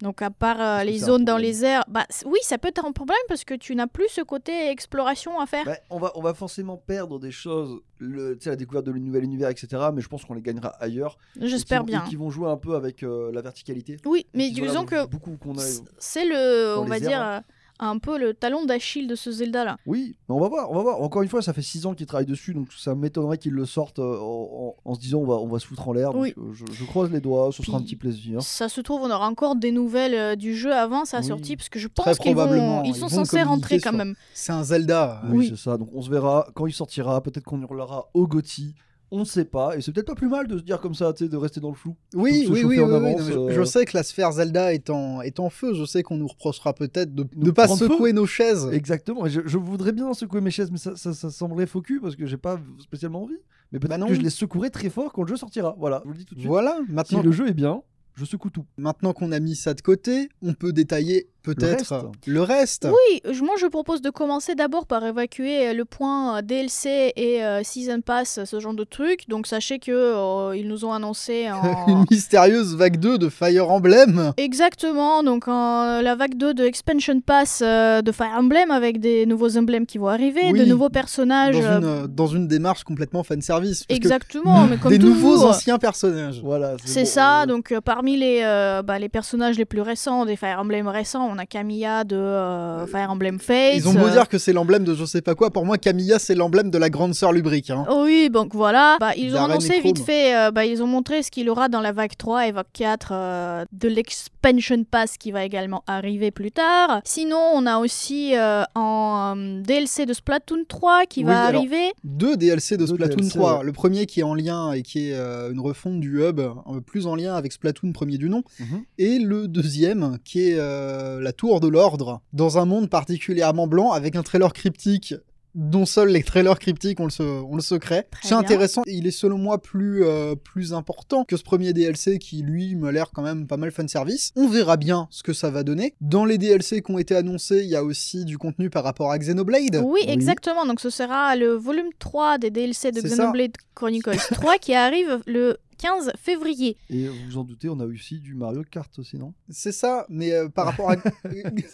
Donc à part euh, Est-ce que les c'est un zones dans problème les airs, bah c- oui, ça peut être un problème parce que tu n'as plus ce côté exploration à faire. bah, on, va, on va forcément perdre des choses, le- tu sais, la découverte de le nouvel univers, etc. Mais je pense qu'on les gagnera ailleurs. et J'espère qui- bien. Et qui vont jouer un peu avec euh, la verticalité. Oui, mais Et qui, voilà, disons que Beaucoup qu'on a. c- c'est le, Dans on les va airs, dire, hein. euh, un peu le talon d'Achille de ce Zelda là. Oui, mais on va voir, on va voir. Encore une fois, ça fait 6 ans qu'ils travaillent dessus, donc ça m'étonnerait qu'ils le sortent euh, en, en- en se disant on va, on va se foutre en l'air. donc, Oui. euh, je, je croise les doigts, ce sera un Puis- petit plaisir. Ça se trouve, on aura encore des nouvelles euh, du jeu avant sa Oui. sortie parce que je Très pense qu'ils probablement, vont, ils ils sont vont censés rentrer communiquer quand sur- même. C'est un Zelda. Oui, oui. c'est ça. Donc on se verra quand il sortira. Peut-être qu'on hurlera au Gotti. On ne sait pas. Et c'est peut-être pas plus mal de se dire comme ça, tu sais, de rester dans le flou. Oui, se oui, chauffer oui, en oui, oui, avance, non, mais je- euh. Je sais que la sphère Zelda est en, est en feu. Je sais qu'on nous reprochera peut-être de Nous ne pas prendre feu. secouer nos chaises. Exactement. Et je, je voudrais bien secouer mes chaises, mais ça, ça, ça semblerait faux cul parce que j'ai pas spécialement envie. Mais peut-être Bah non. que je les secouerai très fort quand le jeu sortira. Voilà, je vous le dis tout de suite. Voilà, Si maintenant, le jeu est bien, je secoue tout. maintenant qu'on a mis ça de côté, on peut détailler peut-être le reste. Oui, je- moi je propose de commencer d'abord par évacuer euh, le point euh, DLC et euh, Season Pass, ce genre de truc. Donc sachez que euh, ils nous ont annoncé en... Une mystérieuse vague 2 de Fire Emblem. Exactement, donc en- euh, la vague 2 de Expansion Pass euh, de Fire Emblem avec des nouveaux emblèmes qui vont arriver, Oui, de nouveaux personnages. Dans euh, une, euh, dans une démarche complètement fanservice. parce que Exactement, mais comme des nouveaux toujours. anciens personnages. Voilà, C'est bon, ça, euh, donc euh, parmi les, euh, bah, les personnages les plus récents des Fire Emblem récents, on a Camilla de euh, Fire Emblem Fates. Ils ont beau euh, dire que c'est l'emblème de je sais pas quoi, pour moi Camilla c'est l'emblème de la grande sœur lubrique. hein. Oh oui, donc voilà. Bah, ils ont Darren et annoncé vite Chrome. fait, euh, bah, ils ont montré ce qu'il y aura dans la vague 3 et vague 4 euh, de l'expansion pass qui va également arriver plus tard. Sinon, on a aussi euh, en euh, DLC de Splatoon 3 qui Oui, va alors, arriver. Deux DLC de Deux Splatoon DLC, 3. ouais. Le premier qui est en lien et qui est euh, une refonte du hub, euh, plus en lien avec Splatoon premier du nom. mhm. Et le deuxième qui est euh, la Tour de l'Ordre, dans un monde particulièrement blanc avec un trailer cryptique dont seuls les trailers cryptiques ont le, se- ont le secret. Très C'est bien. intéressant et il est selon moi plus, euh, plus important que ce premier DLC qui lui me l'air quand même pas mal fanservice. On verra bien ce que ça va donner. Dans les DLC qui ont été annoncés, il y a aussi du contenu par rapport à Xenoblade. Oui, Oui. exactement. Donc ce sera le volume 3 des DLC de C'est ça. Xenoblade Chronicles 3 qui arrive le 15 février. Et vous vous en doutez, on a aussi du Mario Kart aussi, non C'est ça, mais euh, par rapport à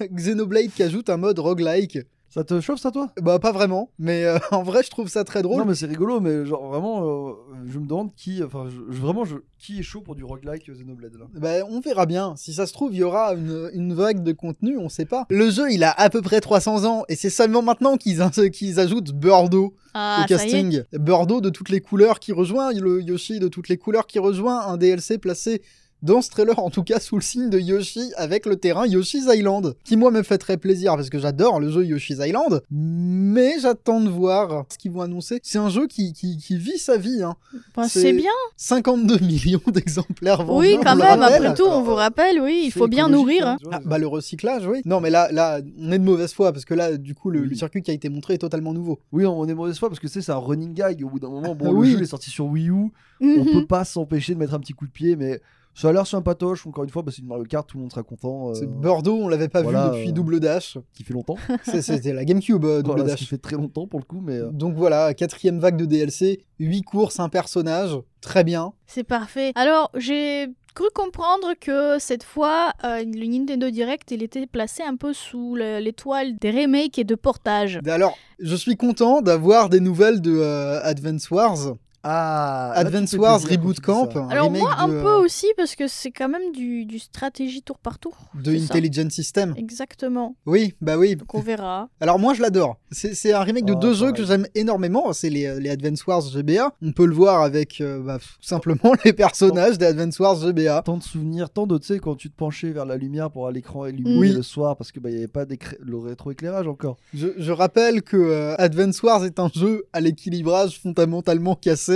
Xenoblade qui ajoute un mode roguelike. Ça te chauffe ça toi Bah pas vraiment, mais euh, en vrai je trouve ça très drôle. Non mais c'est rigolo, mais genre vraiment, euh, je me demande qui, enfin je- je- vraiment, je- qui est chaud pour du roguelike Xenoblade là. Bah, on verra bien. Si ça se trouve, il y aura une, une vague de contenu, on sait pas. Le jeu, il a à peu près 300 ans, et c'est seulement maintenant qu'ils qu'ils ajoutent Bordeaux Ah, ça au y est. casting. Bordeaux de toutes les couleurs qui rejoint, le Yoshi de toutes les couleurs qui rejoint, un DLC placé dans ce trailer, en tout cas sous le signe de Yoshi, avec le terrain Yoshi's Island, qui moi me fait très plaisir parce que j'adore le jeu Yoshi's Island, mais j'attends de voir ce qu'ils vont annoncer. C'est un jeu qui, qui, qui vit sa vie, hein. Bah, C'est- c'est bien. 52 millions d'exemplaires vendus. Oui, on quand le même. rappelle. Après tout, on vous rappelle, oui, il C'est faut bien écologique, nourrir. hein, hein. tu vois, Ah, bah le recyclage, oui. Non, mais là, là, on est de mauvaise foi parce que là, du coup, le, Oui. le circuit qui a été montré est totalement nouveau. Oui, on est mauvaise foi parce que tu sais, c'est un running gag. Au bout d'un moment, bon, Ah, le oui. jeu est sorti sur Wii U, on Mhm. peut pas s'empêcher de mettre un petit coup de pied, mais ça a l'air sympatoche. Encore une fois, bah, c'est du Mario Kart, tout le monde sera content. euh, C'est Bordeaux, on l'avait pas voilà, vu depuis euh, Double Dash. qui fait longtemps. C'est- C'était la GameCube euh, Double Voilà, ce qui Dash. fait très longtemps pour le coup, mais euh, Donc voilà, quatrième vague de DLC, 8 courses, un personnage, très bien. C'est parfait. Alors, j'ai cru comprendre que cette fois, euh, le Nintendo Direct, il était placé un peu sous le- l'étoile des remakes et de portages. Bah, Alors, je suis content d'avoir des nouvelles de euh, Advance Wars. ah, là, tu Advance fais Wars plaisir quand Reboot tu dis ça. Camp. un Alors remake moi, un de, euh, peu aussi, parce que c'est quand même du, du stratégie tour par tour. de c'est ça. Intelligent System. Exactement. Oui, bah oui. Donc on verra. Alors moi je l'adore. C'est c'est un remake de Ah, deux jeux pareil. que j'aime énormément. C'est les, les Advance Wars GBA. On peut le voir avec euh, bah, pff, tout simplement les personnages des Advance Wars GBA. Tant de souvenirs, tant de, tu sais, quand tu te penchais vers la lumière pour aller Mm. l'écran illuminer Oui. le soir parce que bah, il n'y avait pas d'écra- le rétroéclairage encore. Je, je rappelle que euh, Advance Wars est un jeu à l'équilibrage fondamentalement cassé.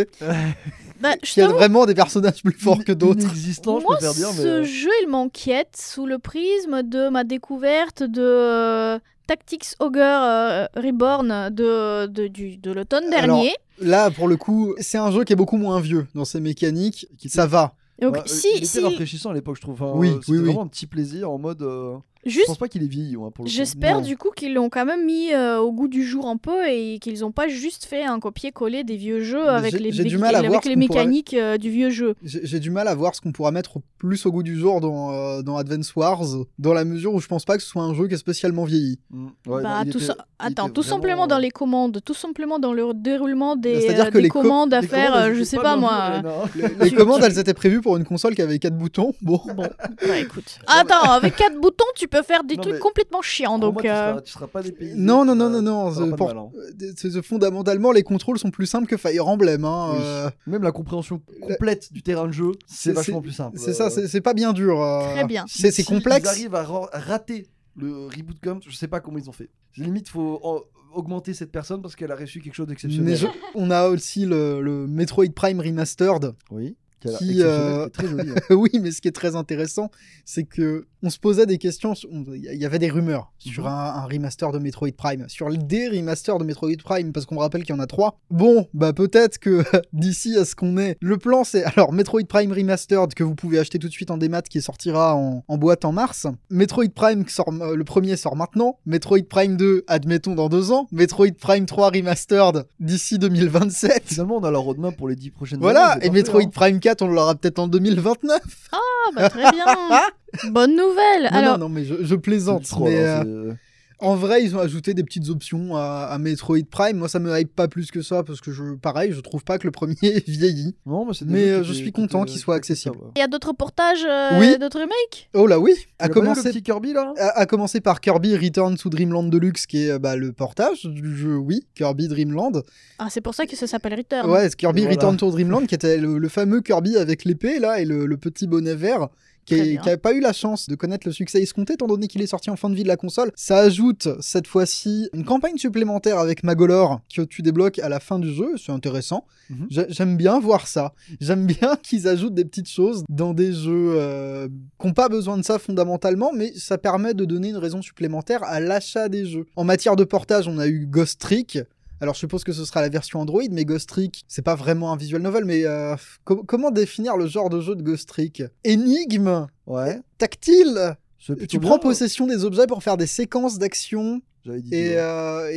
Bah, je qui a t'avoue, vraiment des personnages plus forts que d'autres. Inexistant, je moi, préfère dire, mais. ce euh, jeu, il m'inquiète sous le prisme de ma découverte de euh, Tactics Ogre euh, Reborn de, de, du- de l'automne Alors, dernier. Là pour le coup, c'est un jeu qui est beaucoup moins vieux dans ses mécaniques. Qui était- Ça va. Donc, euh, ouais, si, il était si- rafraîchissant à l'époque, je trouve. Enfin, Oui, euh, c'était oui, oui. vraiment un petit plaisir en mode. euh, Je juste pense pas qu'il est vieilli, hein, pour le coup. J'espère Non. du coup qu'ils l'ont quand même mis euh, au goût du jour un peu et qu'ils n'ont pas juste fait un copier-coller des vieux jeux avec J'ai- les, j'ai mé- du mal à avec voir ce les qu'on pourrait- mécaniques euh, du vieux jeu. J'ai j'ai du mal à voir ce qu'on pourra mettre plus au goût du jour dans, euh, dans Advance Wars, dans la mesure où je pense pas que ce soit un jeu qui est spécialement vieilli. Mm. Ouais, Bah, non, il tout était- ça- il Attends, était tout vraiment, simplement dans euh, les commandes, tout simplement dans le déroulement des, Bah, C'est-à-dire euh, que des les co- commandes à les faire, commandes, euh, elles je étaient sais pas pas bien moi. jouées, non. Les, les Tu- commandes, tu- elles étaient prévues pour une console qui avait quatre boutons. Bon, Bon, bah, écoute. Attends, avec quatre boutons, tu peux faire des Non, trucs mais- complètement chiants. Donc, Crois-moi, tu, euh, seras, tu seras pas dépaysé. Non, non, tu non, seras- non, non, tu seras je pas de pense- mal, hein. Euh, c'est- c'est- fondamentalement, les contrôles sont plus simples que Fire Emblem. hein, Oui. euh, Même la compréhension complète du terrain de jeu, c'est c'est- vachement plus simple. c'est ça, Euh, c'est c'est pas bien dur. euh, Très bien. C'est si c'est complexe. Ils arrivent à ra- à rater le reboot comme je sais pas comment ils ont fait. Limite, faut en- augmenter cette personne parce qu'elle a reçu quelque chose Mais d'exceptionnel. je- on a aussi le, le Metroid Prime Remastered, Oui. qui a l'air Qui, exceptionnelle, euh, qui est très jolie. hein. oui, mais ce qui est très intéressant, c'est que on se posait des questions. sur- on- Il y avait des rumeurs sur Mhm. un, un remaster de Metroid Prime, sur des remasters de Metroid Prime, parce qu'on me rappelle qu'il y en a trois. Bon, bah peut-être que d'ici à ce qu'on est, le plan c'est alors Metroid Prime Remastered que vous pouvez acheter tout de suite en démat qui sortira en, en boîte en mars. Metroid Prime qui sort, euh, le premier sort maintenant. Metroid Prime 2, admettons dans deux ans. Metroid Prime 3 Remastered d'ici 2027. Finalement, on a la roadmap pour les 10 prochaines Voilà, années, c'est et parfait, Metroid hein. Prime 4, on l'aura peut-être en 2029. Ah bah très bien. Bonne nouvelle. Non, Alors, non, non, mais je, je plaisante. C'est le troll, mais, hein, euh, c'est- en vrai, ils ont ajouté des petites options à, à Metroid Prime. Moi, ça me hype pas plus que ça parce que je, pareil, je trouve pas que le premier vieillit. Non, mais c'est des mais, jeux euh, qui je étaient- suis qui content étaient- qu'ils soient qui étaient accessibles. sympas. il y a d'autres portages, euh, Oui. d'autres remakes Oh là oui, à Tu l'as pas vu, le commencer, petit Kirby là à, à commencer par Kirby Return to Dreamland Deluxe, qui est euh, bah, le portage du jeu, oui, Kirby Dreamland. Ah, c'est pour ça que ça s'appelle Return. Ouais, Kirby Voilà. Return to Dreamland, qui était le, le fameux Kirby avec l'épée là et le, le petit bonnet vert. Qui Très est- bien. qui a pas eu la chance de connaître le succès escompté étant donné qu'il est sorti en fin de vie de la console. Ça ajoute cette fois-ci une campagne supplémentaire avec Magolor que tu débloques à la fin du jeu, c'est intéressant. Mhm. J'a- J'aime bien voir ça. J'aime bien qu'ils ajoutent des petites choses dans des jeux euh, qui n'ont pas besoin de ça fondamentalement, mais ça permet de donner une raison supplémentaire à l'achat des jeux. En matière de portage, on a eu Ghost Trick, alors je suppose que ce sera la version Android, mais Ghost Trick, c'est pas vraiment un visual novel, mais euh, com- comment définir le genre de jeu de Ghost Trick Énigme Ouais. Tactile c'est plutôt Tu bien, prends hein. possession des objets pour faire des séquences d'action J'avais dit. et, ouais. euh,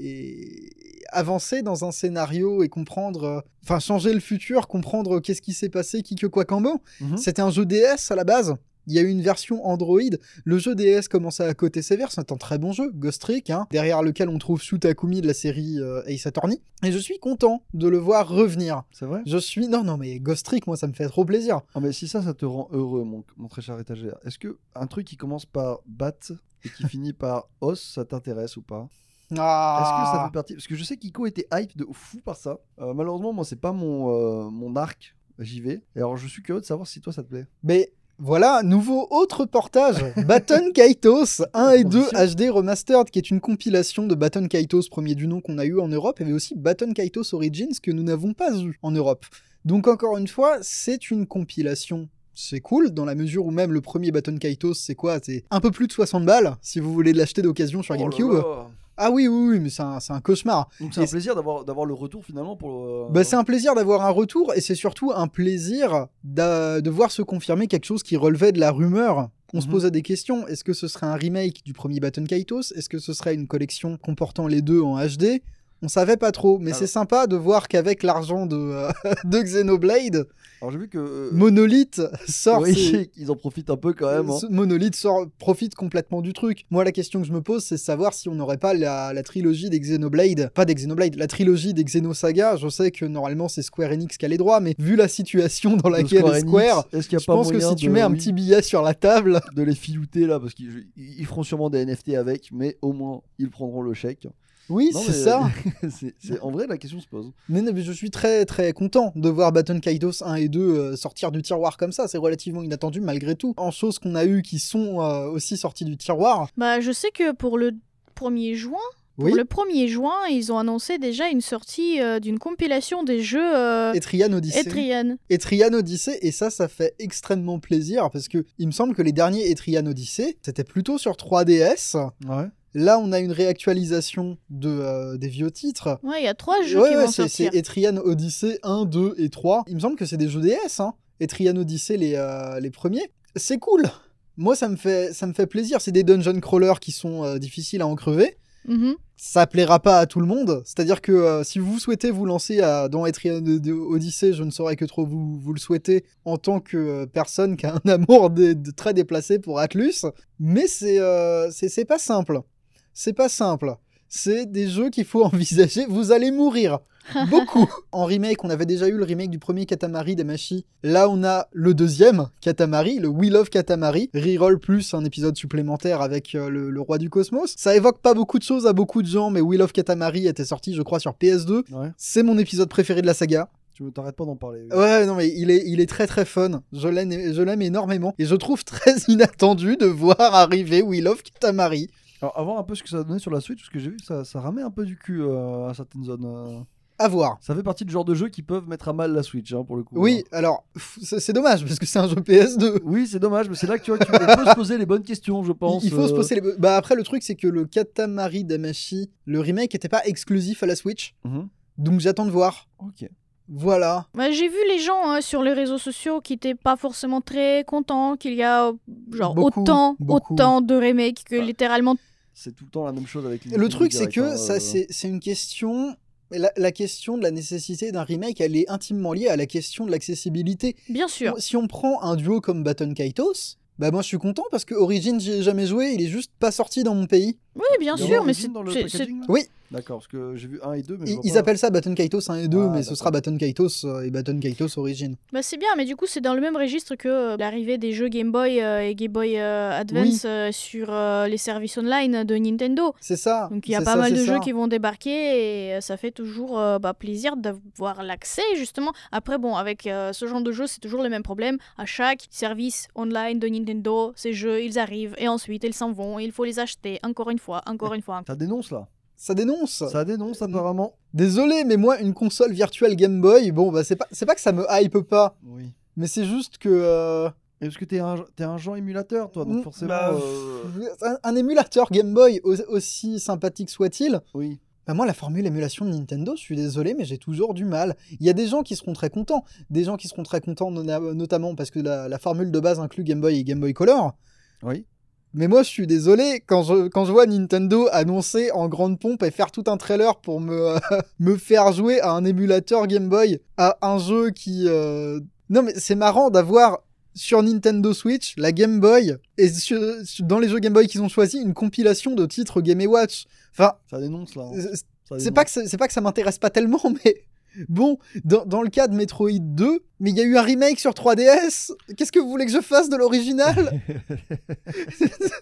et- et avancer dans un scénario et comprendre, euh, enfin changer le futur, comprendre qu'est-ce qui s'est passé, qui que quoi qu'en bon. Mhm. C'était un jeu DS à la base. Il y a eu une version Android. Le jeu DS commençait à côté sévère. C'est un très bon jeu, Ghost Trick, hein, derrière lequel on trouve Shu Takumi de la série euh, Ace Attorney. Et je suis content de le voir revenir. C'est vrai Je suis. Non, non, mais Ghost Trick, moi, ça me fait trop plaisir. Ah, mais si ça, ça te rend heureux, mon, mon très cher étagère, est-ce que un truc qui commence par bat et qui finit par os, ça t'intéresse ou pas Est-ce que ça Ah fait partie Parce que je sais qu'Ico était hype de fou par ça. Euh, malheureusement, moi, c'est pas mon, euh, mon arc. J'y vais. Et alors, je suis curieux de savoir si toi, ça te plaît. Mais voilà, nouveau autre portage Baton Kaitos 1 et 2 HD Remastered, qui est une compilation de Baton Kaitos, premier du nom qu'on a eu en Europe. Il y avait aussi Baton Kaitos Origins, que nous n'avons pas eu en Europe. Donc, encore une fois, c'est une compilation. C'est cool, dans la mesure où même le premier Baton Kaitos, c'est quoi C'est un peu plus de 60 balles, si vous voulez l'acheter d'occasion sur Oh là GameCube. là. Ah oui, oui, oui, mais c'est un- c'est un cauchemar. Donc, c'est Et un c'est- plaisir d'avoir d'avoir le retour finalement pour. euh, Bah, c'est un plaisir d'avoir un retour et c'est surtout un plaisir d'a- de voir se confirmer quelque chose qui relevait de la rumeur. On se Mhm. posait des questions. Est-ce que ce serait un remake du premier Baton Kaitos Est-ce que ce serait une collection comportant les deux en HD On savait pas trop, mais Alors- c'est sympa de voir qu'avec l'argent de, euh, de Xenoblade, Alors, j'ai vu que. euh, Monolith sort oui, ses- ils en profitent un peu quand même. hein. ce Monolith sort, profite complètement du truc. Moi, la question que je me pose, c'est de savoir si on n'aurait pas la, la trilogie des Xenoblade, pas des Xenoblade, la trilogie des Xenosaga. Je sais que normalement c'est Square Enix qui a les droits, mais vu la situation dans Le laquelle est Enix, Square, est-ce qu'il y a je pas pense que moyen si tu de- mets un oui, petit billet sur la table, de les filouter là parce qu'ils ils feront sûrement des NFT avec, mais au moins ils prendront le chèque. oui, Non, c'est mais, ça. euh, c'est- c'est- en vrai, la question se pose. Mais, non, mais je suis très très content de voir Baton Kaidos 1 et 2 euh, sortir du tiroir comme ça. C'est relativement inattendu malgré tout. En choses qu'on a eu qui sont euh, aussi sorties du tiroir. Bah, je sais que pour le 1er juin, Oui. pour le 1er juin, ils ont annoncé déjà une sortie euh, d'une compilation des jeux euh, Etrian Odyssey. Etrian. Etrian Odyssey, et ça, ça fait extrêmement plaisir parce que il me semble que les derniers Etrian Odyssey, c'était plutôt sur 3DS. Ouais. Là, on a une réactualisation de, euh, des vieux titres. Ouais, il y a trois jeux Ouais, qui ouais, vont c'est- sortir. c'est Etrian Odyssey 1, 2 et 3. Il me semble que c'est des jeux DS, hein. Etrian Odyssey, les, euh, les premiers. C'est cool! Moi, ça me fait, ça me fait plaisir. C'est des dungeon crawlers qui sont euh, difficiles à en crever Mhm. ça plaira pas à tout le monde. C'est-à-dire que euh, si vous souhaitez vous lancer à, dans Etrian Odyssey, je ne saurais que trop vous, vous le souhaiter en tant que euh, personne qui a un amour dé- de- très déplacé pour Atlus. Mais c'est euh, c'est c'est pas simple. C'est pas simple. C'est des jeux qu'il faut envisager. Vous allez mourir. Beaucoup. en remake, on avait déjà eu le remake du premier Katamari d'Amashi. Là, on a le deuxième Katamari, le We Love Katamari. Reroll plus un épisode supplémentaire avec euh, le, le roi du cosmos. Ça évoque pas beaucoup de choses à beaucoup de gens, mais We Love Katamari était sorti, je crois, sur PS2. Ouais. C'est mon épisode préféré de la saga. Tu ne t'arrêtes pas d'en parler. oui. Ouais, non, mais il est, il est très très fun. Je l'aime je l'aime énormément. Et je trouve très inattendu de voir arriver We Love Katamari. Alors, à voir un peu ce que ça donnait sur la Switch, parce que j'ai vu que ça, ça ramait un peu du cul euh, à certaines zones. euh. À voir. Ça fait partie du genre de jeu qui peuvent mettre à mal la Switch, hein, pour le coup. Oui, alors, pff, c'est c'est dommage, parce que c'est un jeu PS2. Oui, c'est dommage, mais c'est là que tu vois, tu on peut se poser les bonnes questions, je pense. Il faut se euh, poser les... Bah après, le truc, c'est que le Katamari Damashi, le remake, était pas exclusif à la Switch. mhm. Donc j'attends de voir. Ok. Voilà. Bah, J'ai vu les gens hein, sur les réseaux sociaux qui étaient pas forcément très contents qu'il y a euh, genre Beaucoup, autant, beaucoup. Bah. autant de remakes que Ouais. littéralement. C'est tout le temps la même chose avec les. Le les truc, c'est directs, que hein, euh, ça, c'est c'est une question. La, la question de la nécessité d'un remake, elle est intimement liée à la question de l'accessibilité. Bien sûr. Si on prend un duo comme Baton Kaitos, bah moi je suis content parce que Origin, j'y ai jamais joué, il est juste pas sorti dans mon pays. Oui, bien il y en sûr, a mais Origin c'est. dans le c'est- c'est- packaging, là Oui. D'accord, parce que j'ai vu 1 et 2, mais. je Ils, vois ils pas- appellent ça Baton Kaitos 1 et 2, Ah, mais ce sera Baton Kaitos euh, et Baton Kaitos Origin. Bah, c'est bien, mais du coup, c'est dans le même registre que euh, l'arrivée des jeux Game Boy euh, et Game Boy euh, Advance euh, sur euh, les services online de Nintendo. C'est ça. Donc il y a c'est pas ça, mal c'est de ça. jeux qui vont débarquer et euh, ça fait toujours euh, bah, plaisir d'avoir l'accès justement. Après bon, avec euh, ce genre de jeu, c'est toujours le même problème. À chaque service online de Nintendo, ces jeux, ils arrivent et ensuite ils s'en vont et il faut les acheter encore une fois, encore une fois. Ça dénonce, là. Ça dénonce. Ça Mm. dénonce, apparemment. Désolé, mais moi, une console virtuelle Game Boy, bon, bah c'est pas, c'est pas que ça me hype pas, Oui. mais c'est juste que. euh, Et parce que t'es un, t'es un genre émulateur, toi, donc Mm, forcément. bah, euh, un, un émulateur Game Boy, au- aussi sympathique soit-il, Oui. bah moi, la formule émulation de Nintendo, je suis désolé, mais j'ai toujours du mal. Il y a des gens qui seront très contents. Des gens qui seront très contents, nona- notamment parce que la, la formule de base inclut Game Boy et Game Boy Color. Oui. Mais moi, je suis désolé, quand je, quand je vois Nintendo annoncer en grande pompe et faire tout un trailer pour me, me faire jouer à un émulateur Game Boy, à un jeu qui... euh, Non, mais c'est marrant d'avoir sur Nintendo Switch la Game Boy, et sur- dans les jeux Game Boy qu'ils ont choisis, une compilation de titres Game Watch. Enfin, Ça dénonce, là. hein. c'est- Ça c'est dénonce. pas que ça- c'est pas que ça m'intéresse pas tellement, mais bon, dans, dans le cas de Metroid 2, mais il y a eu un remake sur 3DS. Qu'est-ce que vous voulez que je fasse de l'original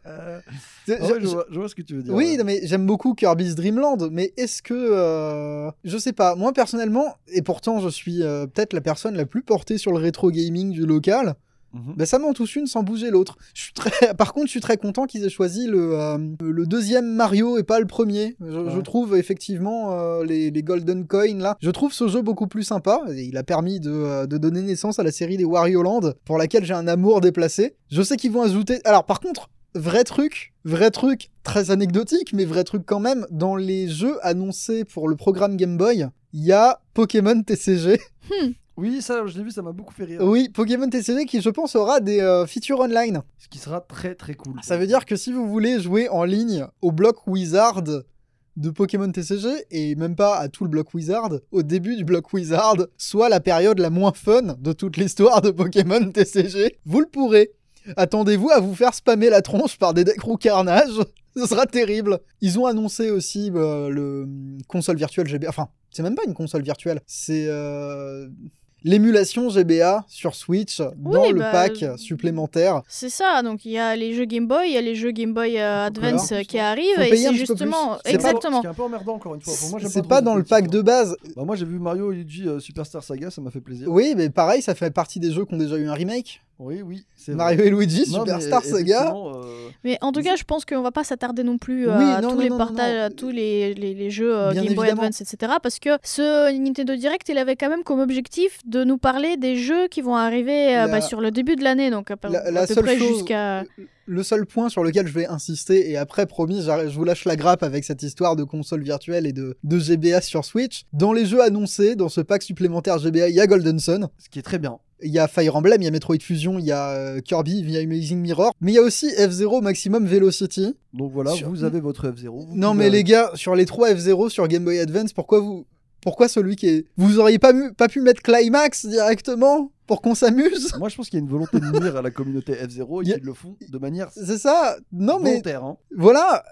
Euh, C'est- ah ouais, je- je, vois, je vois ce que tu veux je- dire. euh. Oui, ouais. non, mais j'aime beaucoup Kirby's Dream Land, mais est-ce que euh, je sais pas. Moi personnellement, et pourtant je suis euh, peut-être la personne la plus portée sur le rétro gaming du local. Mhm. Bah ça m'en touche une sans bouger l'autre. Je suis très- Par contre, je suis très content qu'ils aient choisi le, euh, le deuxième Mario et pas le premier. Je, je Ouais. trouve effectivement euh, les, les Golden Coin là. Je trouve ce jeu beaucoup plus sympa. Et il a permis de, euh, de donner naissance à la série des Wario Land pour laquelle j'ai un amour déplacé. Je sais qu'ils vont ajouter. Alors par contre. Vrai truc, vrai truc, très anecdotique, mais vrai truc quand même, dans les jeux annoncés pour le programme Game Boy, il y a Pokémon TCG. Oui, ça, je l'ai vu, ça m'a beaucoup fait rire. Oui, Pokémon TCG qui, je pense, aura des euh, features online. Ce qui sera très très cool. Ça veut dire que si vous voulez jouer en ligne au bloc Wizard de Pokémon TCG, et même pas à tout le bloc Wizard, au début du bloc Wizard, soit la période la moins fun de toute l'histoire de Pokémon TCG, vous le pourrez. Attendez-vous à vous faire spammer la tronche par des decks roux carnage, ce sera terrible. Ils ont annoncé aussi euh, le hum, console virtuelle GBA, enfin, c'est même pas une console virtuelle, c'est euh, l'émulation GBA sur Switch dans Oui, le bah, pack euh, supplémentaire. C'est ça, donc il y a les jeux Game Boy, il y a les jeux Game Boy euh, Color, Advance euh, qui justement. arrivent Faut et payer un c'est petit peu plus. justement C'est C'est pas- exactement. Ce qui est un peu emmerdant encore une fois. Pour moi, j'aime C'est trop pas ce dans le petit pack hein. jeu. de Oh. base, Bah, moi, j'ai vu Mario Luigi euh, Superstar Saga, ça m'a fait plaisir. Oui, mais pareil, ça fait partie des jeux qui ont déjà eu un remake. oui, oui, c'est vrai. Mario et Luigi, Non, mais, Superstar Saga. effectivement, euh, Mais en tout cas, je pense qu'on va pas s'attarder non plus euh, Oui, à non, tous non, les non, non, partages, non. à tous les, les- les jeux euh, Bien Game Boy évidemment. Advance, etc. Parce que ce Nintendo Direct, il avait quand même comme objectif de nous parler des jeux qui vont arriver euh, La- bah, sur le début de l'année, donc à peu, la- la à peu seule près chose- jusqu'à. Le seul point sur lequel je vais insister, et après, promis, j'arr- je vous lâche la grappe avec cette histoire de console virtuelle et de, de GBA sur Switch. Dans les jeux annoncés, dans ce pack supplémentaire GBA, il y a Golden Sun, ce qui est très bien. il y a Fire Emblem, il y a Metroid Fusion, il y a euh, Kirby, il y a Amazing Mirror, mais il y a aussi F-Zero Maximum Velocity. Donc voilà, Sur- vous avez votre F0. Non mais les gars, sur les 3 F0 sur Game Boy Advance, pourquoi vous pourquoi celui qui est vous auriez pas, mu- pas pu mettre Climax directement pour qu'on s'amuse Moi, je pense qu'il y a une volonté de nuire à la communauté F0 et Y a- qu'ils le font de manière C'est ça Non mais volontaire. hein. voilà,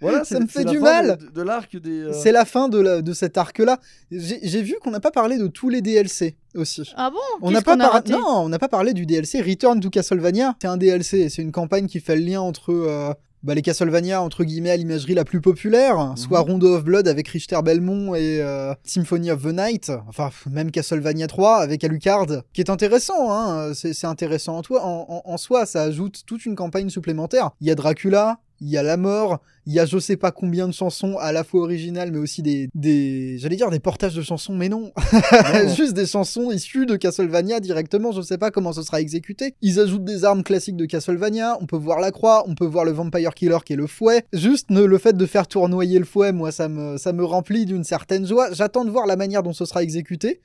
Voilà, Ça c'est- me c'est fait la du fin mal. De, de l'arc des. euh, c'est la fin de, la- de cet arc-là. J'ai j'ai vu qu'on n'a pas parlé de tous les DLC aussi. Ah bon On Qu'est-ce n'a pas qu'on a par- raté non, on n'a pas parlé du DLC Return to Castlevania. C'est un DLC, et c'est une campagne qui fait le lien entre euh, bah, les Castlevania entre guillemets à l'imagerie la plus populaire, Mhm. soit Rondo of Blood avec Richter Belmont et euh, Symphony of the Night, enfin pff, même Castlevania 3 avec Alucard, qui est intéressant. Hein, euh, c'est c'est intéressant en, toi, en, en- en soi, ça ajoute toute une campagne supplémentaire. Il y a Dracula. il y a la mort, il y a je sais pas combien de chansons à la fois originales, mais aussi des, des j'allais dire des portages de chansons, mais non, Non. juste des chansons issues de Castlevania directement. Je sais pas comment ce sera exécuté. Ils ajoutent des armes classiques de Castlevania. On peut voir la croix, on peut voir le Vampire Killer qui est le fouet. Juste ne- le fait de faire tournoyer le fouet, moi, ça me, ça me remplit d'une certaine joie. J'attends de voir la manière dont ce sera exécuté,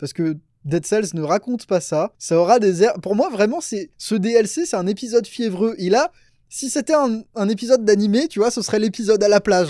parce que Dead Cells ne raconte pas ça. Ça aura des airs. Pour moi, vraiment, c'est ce DLC, c'est un épisode fiévreux. Et là, si c'était un, un épisode d'animé, tu vois, ce serait l'épisode à la plage.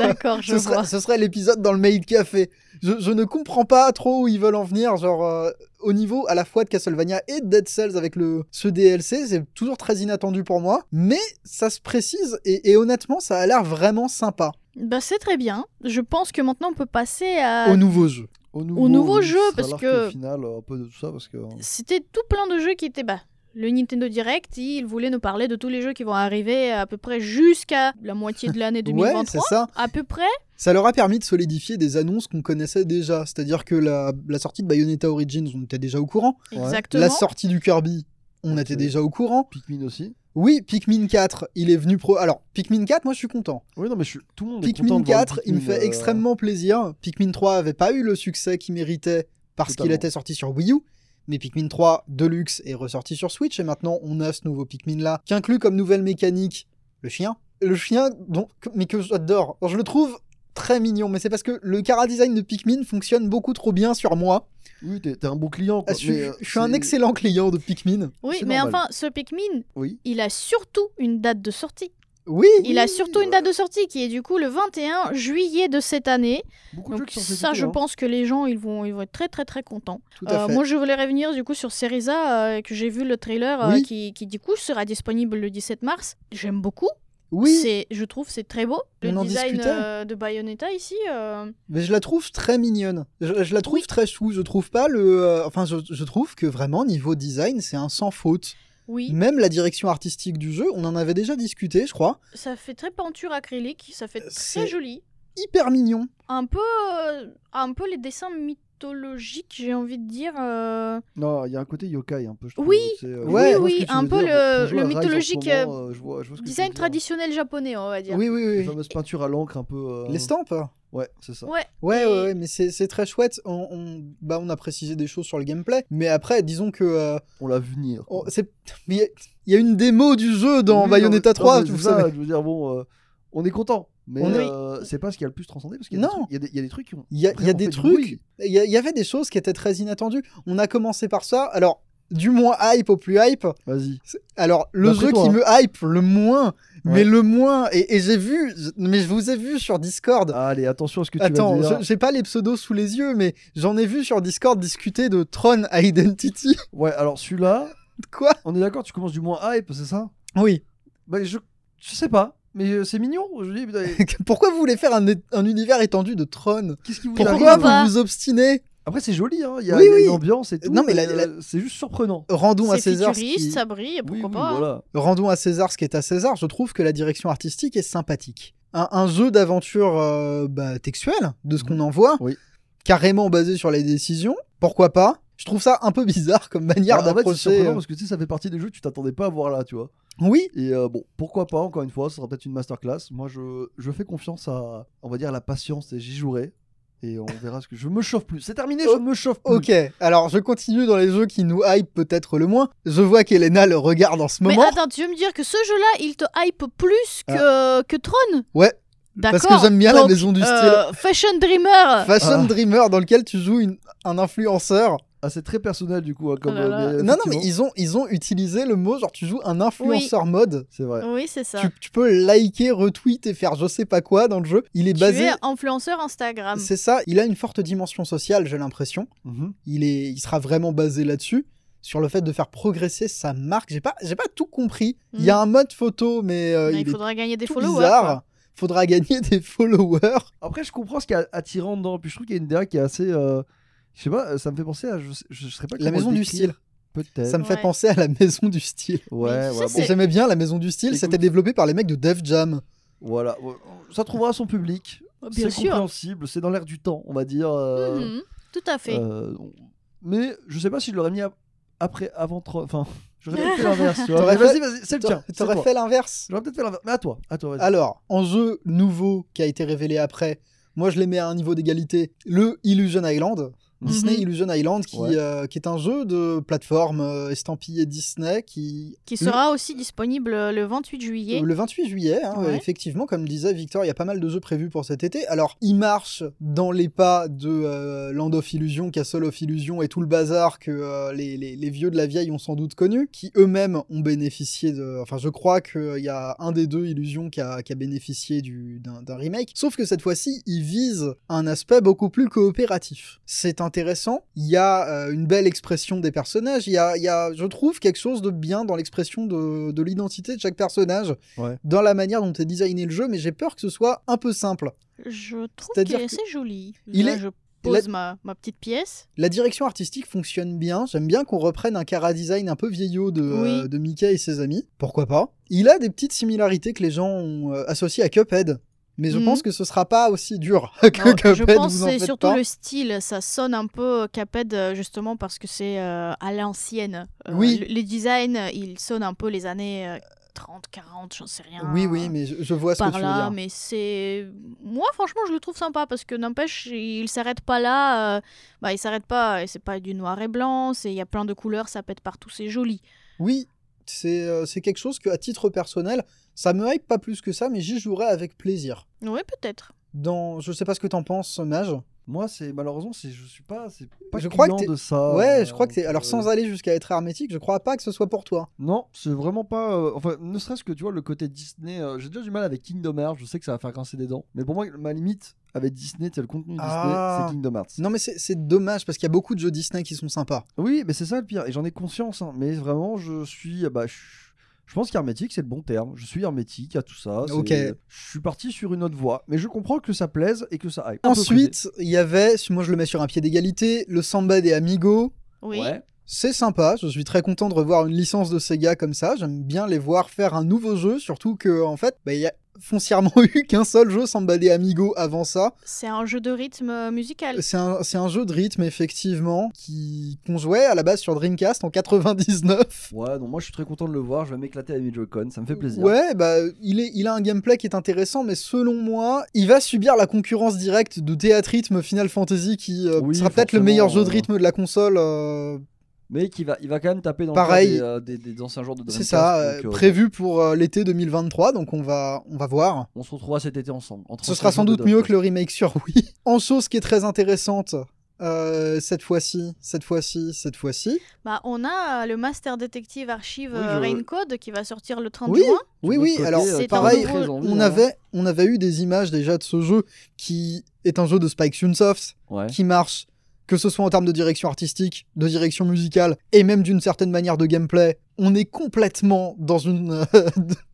D'accord, je Ce vois. serait, ce serait l'épisode dans le mail café. Je, je ne comprends pas trop où ils veulent en venir, genre euh, au niveau à la fois de Castlevania et de Dead Cells avec le ce DLC, c'est toujours très inattendu pour moi, mais ça se précise et, et honnêtement, ça a l'air vraiment sympa Bah, c'est très bien. Je pense que maintenant on peut passer à. au nouveau jeu. Au nouveau jeu, ce sera parce l'arc que- final, euh, un peu de tout ça, parce que. C'était tout plein de jeux qui étaient bas. Le Nintendo Direct, il voulait nous parler de tous les jeux qui vont arriver à peu près jusqu'à la moitié de l'année Ouais, 2023. c'est ça. à peu près. Ça leur a permis de solidifier des annonces qu'on connaissait déjà, c'est-à-dire que la, la sortie de Bayonetta Origins, on était déjà au courant. Ouais. Exactement. La sortie du Kirby, on Ok. était déjà au courant. Pikmin aussi. Oui, Pikmin 4, il est venu pro. Alors, Pikmin 4, moi je suis content. Oui, non, mais je suis... tout le monde est content Pikmin de voir le 4, il me Pikmin, fait euh, extrêmement plaisir. Pikmin 3 avait pas eu le succès qu'il méritait parce qu'il Totalement. était sorti sur Wii U. Mais Pikmin 3 Deluxe est ressorti sur Switch et maintenant on a ce nouveau Pikmin là qui inclut comme nouvelle mécanique le chien. Le chien, donc, mais que j'adore. Alors, Je le trouve très mignon, mais c'est parce que le chara design de Pikmin fonctionne beaucoup trop bien sur moi. Oui, t'es t'es un bon client. Ah, Quoi. je, suis- mais, euh, je suis un c'est- excellent client de Pikmin. Oui, c'est mais normal. enfin, ce Pikmin, Oui. il a surtout une date de sortie. Oui, bah Il a surtout une date de sortie qui est du coup le 21 juillet de cette année. Beaucoup de jeux Donc qui sortent cet ça, été, je hein. pense que les gens, ils vont, ils vont être très très très contents. tout à Euh, fait. moi, je voulais revenir du coup sur Seriza, euh, que j'ai vu le trailer euh, Oui. qui, qui du coup sera disponible le 17 mars. J'aime beaucoup. oui, C'est, je trouve, c'est très beau. Le On en design discutait. euh, de Bayonetta ici. euh, Mais je la trouve très mignonne. Je, je la trouve très chou. Je trouve pas le. euh, enfin, je, je trouve que vraiment, niveau design, c'est un sans faute. Oui, Même la direction artistique du jeu, on en avait déjà discuté, je crois. ça fait très peinture acrylique, ça fait Euh, c'est- très joli. Hyper mignon. Un peu, euh, un peu les dessins mythologiques, j'ai envie de dire. euh, hein. Non, il y a un côté yokai un peu. Je trouve, Oui, c'est, oui, euh, je vois ce oui, que tu un veux peu dire. le- Pour jouer le à Rise en ce mythologique, moment, euh, je vois- je vois ce que tu Design veux dire. traditionnel japonais, on va dire. Oui, oui, Les oui. fameuses peintures à l'encre un peu. euh, Les stampes. Ouais, c'est ça. Ouais. Ouais, Et- ouais, ouais, mais c'est c'est très chouette. On, on- bah, on a précisé des choses sur le gameplay. Mais après, disons que. euh, On l'a venir. on- quoi. c'est- mais Il y a- il y, a une démo du jeu dans Oui, non, Bayonetta mais- 3, non, mais vous c'est ça, savez. Je veux dire, bon, euh, on est content. Mais On est- euh, c'est pas ce qui a le plus transcendé parce qu'il y, a des Non. trucs- il y a des- il y a des trucs qui ont. Il y a, il y a vraiment des fait du trucs. bruit. Il y, a- il y avait des choses qui étaient très inattendues. On a commencé par ça. Alors, du moins hype au plus hype. Vas-y. C'est- Alors, le D'après jeu toi, qui hein. me hype le moins, mais Ouais. le moins, et, et j'ai vu, je- mais je vous ai vu sur Discord. Allez, attention à ce que Ah, tu Attends, vas dire. je- j'ai pas les pseudos sous les yeux, mais j'en ai vu sur Discord discuter de Tron Identity. Ouais, alors celui-là, Quoi on est d'accord, tu commences du moins hype, c'est ça Oui. Bah, je, je sais pas, mais euh, c'est mignon. Je dis, putain, Pourquoi vous voulez faire un, é- un univers étendu de Tron qu'est-ce qui vous Pourquoi arrive pas vous vous obstinez Après, c'est joli, hein, il y a, Oui, il y a oui. une ambiance et tout. Non, mais la- euh, c'est juste surprenant. Rendons à C'est César. ce futuriste, qui- ça brille, et Oui, pourquoi oui, pas voilà. rendons à César ce qui est à César, je trouve que la direction artistique est sympathique. Un, un jeu d'aventure euh, bah, textuel, de ce qu'on en voit, Mmh. Oui. carrément basé sur les décisions, pourquoi pas Je trouve ça un peu bizarre comme manière Bah, en fait, c'est d'approcher. surprenant euh, parce que tu sais, ça fait partie des jeux que tu t'attendais pas à voir là, tu vois. Oui, Et euh, bon, pourquoi pas, encore une fois, ce sera peut-être une masterclass. Moi, je, je fais confiance à, on va dire, à la patience et j'y jouerai. Et on verra ce que. Je me chauffe plus. C'est terminé, Oh, je me chauffe plus. ok. Alors je continue dans les jeux qui nous hype peut-être le moins. Je vois qu'Elena le regarde en ce Mais moment. attends, tu veux me dire que ce jeu-là, il te hype plus que, que Tron Ah. Ouais. D'accord. parce que j'aime bien la Donc, maison du style. euh, Fashion Dreamer Fashion Ah. Dreamer dans lequel tu joues une- un influenceur. Ah, c'est très personnel du coup. hein, comme, Oh là euh, là. mais Non, non, mais effectivement, ils ont, ils ont utilisé le mot genre tu joues un influenceur mode C'est vrai. Oui, c'est ça. Tu, tu peux liker, retweet et faire je sais pas quoi dans le jeu. Il est Tu basé. es influenceur Instagram. C'est ça, il a une forte dimension sociale, j'ai l'impression. Mhm. Il, est, il sera vraiment basé là-dessus. Sur le fait de faire progresser sa marque. J'ai pas, j'ai pas tout compris. Il y a un mode photo, mais euh, Hmm. Mais il, il faudra gagner est des tout followers. bizarre. Faudra gagner des followers. Après, je comprends ce qui est attirant dedans. Puis je trouve qu'il y a une DA qui est assez. euh, Je sais pas, ça me fait penser à. Je, sais- je serais pas La comment maison le du décrire. style. Peut-être. Ça me fait Ouais. penser à la maison du style. Ouais, Mais ça, ouais, bon, c'est- Et j'aimais bien la maison du style. Écoute. C'était développé par les mecs de Def Jam. Voilà. ouais. Ça trouvera son public. quoi. Oh, Bien C'est sûr. compréhensible. C'est dans l'air du temps, on va dire. euh, Mhm, Tout à fait. euh, on- Mais je sais pas si je l'aurais mis ap- après, avant. Tron- Enfin, je J'aurais peut-être fait l'inverse. tu vois. T'aurais Mais Vas-y, fait- vas-y, c'est le T'a- tien. c'est T'aurais toi. fait l'inverse. J'aurais peut-être fait l'inverse. Mais à toi, à toi, vas-y. Alors, en jeu nouveau qui a été révélé après, moi je les mets à un niveau d'égalité. Le Illusion Island, Mhm. Disney Illusion Island, qui, Ouais. euh, qui est un jeu de plateforme euh, estampillé Disney qui. Qui sera aussi disponible le 28 juillet. Le 28 juillet, hein, Ouais. effectivement, comme disait Victor, il y a pas mal de jeux prévus pour cet été. Alors, il marche dans les pas de euh, Land of Illusion, Castle of Illusion et tout le bazar que euh, les, les- les vieux de la vieille ont sans doute connu, qui eux-mêmes ont bénéficié de. Enfin, je crois qu'il y a un des deux Illusion qui a, qui a bénéficié du- d'un d'un remake. Sauf que cette fois-ci, il vise un aspect beaucoup plus coopératif. C'est intéressant. Il y a euh, une belle expression des personnages. Il y a, il y a, je trouve, quelque chose de bien dans l'expression de- de l'identité de chaque personnage dans la manière dont est designé le jeu, mais j'ai peur que ce soit un peu simple. Je trouve que C'est-à-dire c'est que- joli. Il Là, est- Je pose ma, ma petite pièce. La direction artistique fonctionne bien, j'aime bien qu'on reprenne un cara design un peu vieillot de, euh, Oui. de Mickey et ses amis, pourquoi pas. Il a des petites similarités que les gens ont euh, associées à Cuphead, mais je Mhm. pense que ce sera pas aussi dur que Alors, Cuphead, je pense Euh, vous que en c'est faites surtout pas. le style. Ça sonne un peu Caped euh, justement parce que c'est euh, à l'ancienne. Euh, Oui. le- Les designs, euh, ils sonnent un peu les années euh, 30, 40, j'en sais rien. Oui, oui, mais je, je vois ce que par tu veux là, dire. mais c'est moi franchement je le trouve sympa parce que n'empêche il s'arrête pas là, euh, bah il s'arrête pas et c'est pas du noir et blanc, c'est il y a plein de couleurs, ça pète partout, c'est joli. Oui, c'est euh, c'est quelque chose que, à titre personnel, ça me hype pas plus que ça, mais j'y jouerai avec plaisir. Oui peut-être. Dans, je sais pas ce que t'en penses, Mage. Moi, c'est malheureusement, c'est je suis pas, c'est pas Je je crois client que t'es- de ça. ouais, euh, je crois que c'est. donc, Alors, euh, sans aller jusqu'à être hermétique, je crois pas que ce soit pour toi. Non, c'est vraiment pas. euh, enfin, ne serait-ce que tu vois le côté Disney. euh, J'ai déjà du mal avec Kingdom Hearts. Je sais que ça va faire grincer des dents. Mais pour moi, ma limite avec Disney, c'est le contenu Ah. Disney, c'est Kingdom Hearts. Non mais c'est c'est dommage parce qu'il y a beaucoup de jeux Disney qui sont sympas. Oui, mais c'est ça le pire. Et j'en ai conscience. hein, mais vraiment, je suis. Bah, je, je pense qu'hermétique, c'est le bon terme. Je suis hermétique à tout ça. c'est- Ok. Je suis parti sur une autre voie. Mais je comprends que ça plaise et que ça aille. Ensuite, il y avait, moi je le mets sur un pied d'égalité, le Samba des Amigos. Oui. Ouais. C'est sympa, je suis très content de revoir une licence de Sega comme ça, j'aime bien les voir faire un nouveau jeu, surtout que en fait, bah, il y a foncièrement eu qu'un seul jeu Samba des Amigos avant ça. C'est un jeu de rythme euh, musical. C'est un, c'est un jeu de rythme effectivement, qui qu'on jouait à la base sur Dreamcast en 99. Ouais, donc moi, je suis très content de le voir. Je vais m'éclater avec mes Joy-Con. Ça me fait plaisir. Ouais, bah, il, est, il a un gameplay qui est intéressant, mais selon moi, il va subir la concurrence directe de Death Rhythm Final Fantasy, qui euh, Oui, sera peut-être le meilleur jeu de forcément, euh, rythme de la console. euh, Mais qui va, il va quand même taper dans Pareil. le cas des, euh, des, des anciens joueurs de c'est Dreamcast. ça, euh, donc, euh, prévu pour euh, l'été 2023, donc on va, on va voir. On se retrouvera cet été ensemble. entre Ce anciens sera sans joueurs de doute mieux Dreamcast. que le remake sur Wii. En chose qui est très intéressante, euh, cette fois-ci, cette fois-ci, cette fois-ci. Bah on a euh, le Master Detective Archive Oui, euh, je- Raincode qui va sortir le 30 Oui. juin. Oui, De oui, l'autre côté, alors euh, c'est pareil, un très nouveau- envie, on hein. avait, on avait eu des images déjà de ce jeu qui est un jeu de Spike Chunsoft. Ouais. qui marche, que ce soit en termes de direction artistique, de direction musicale, et même d'une certaine manière de gameplay, on est complètement dans une euh,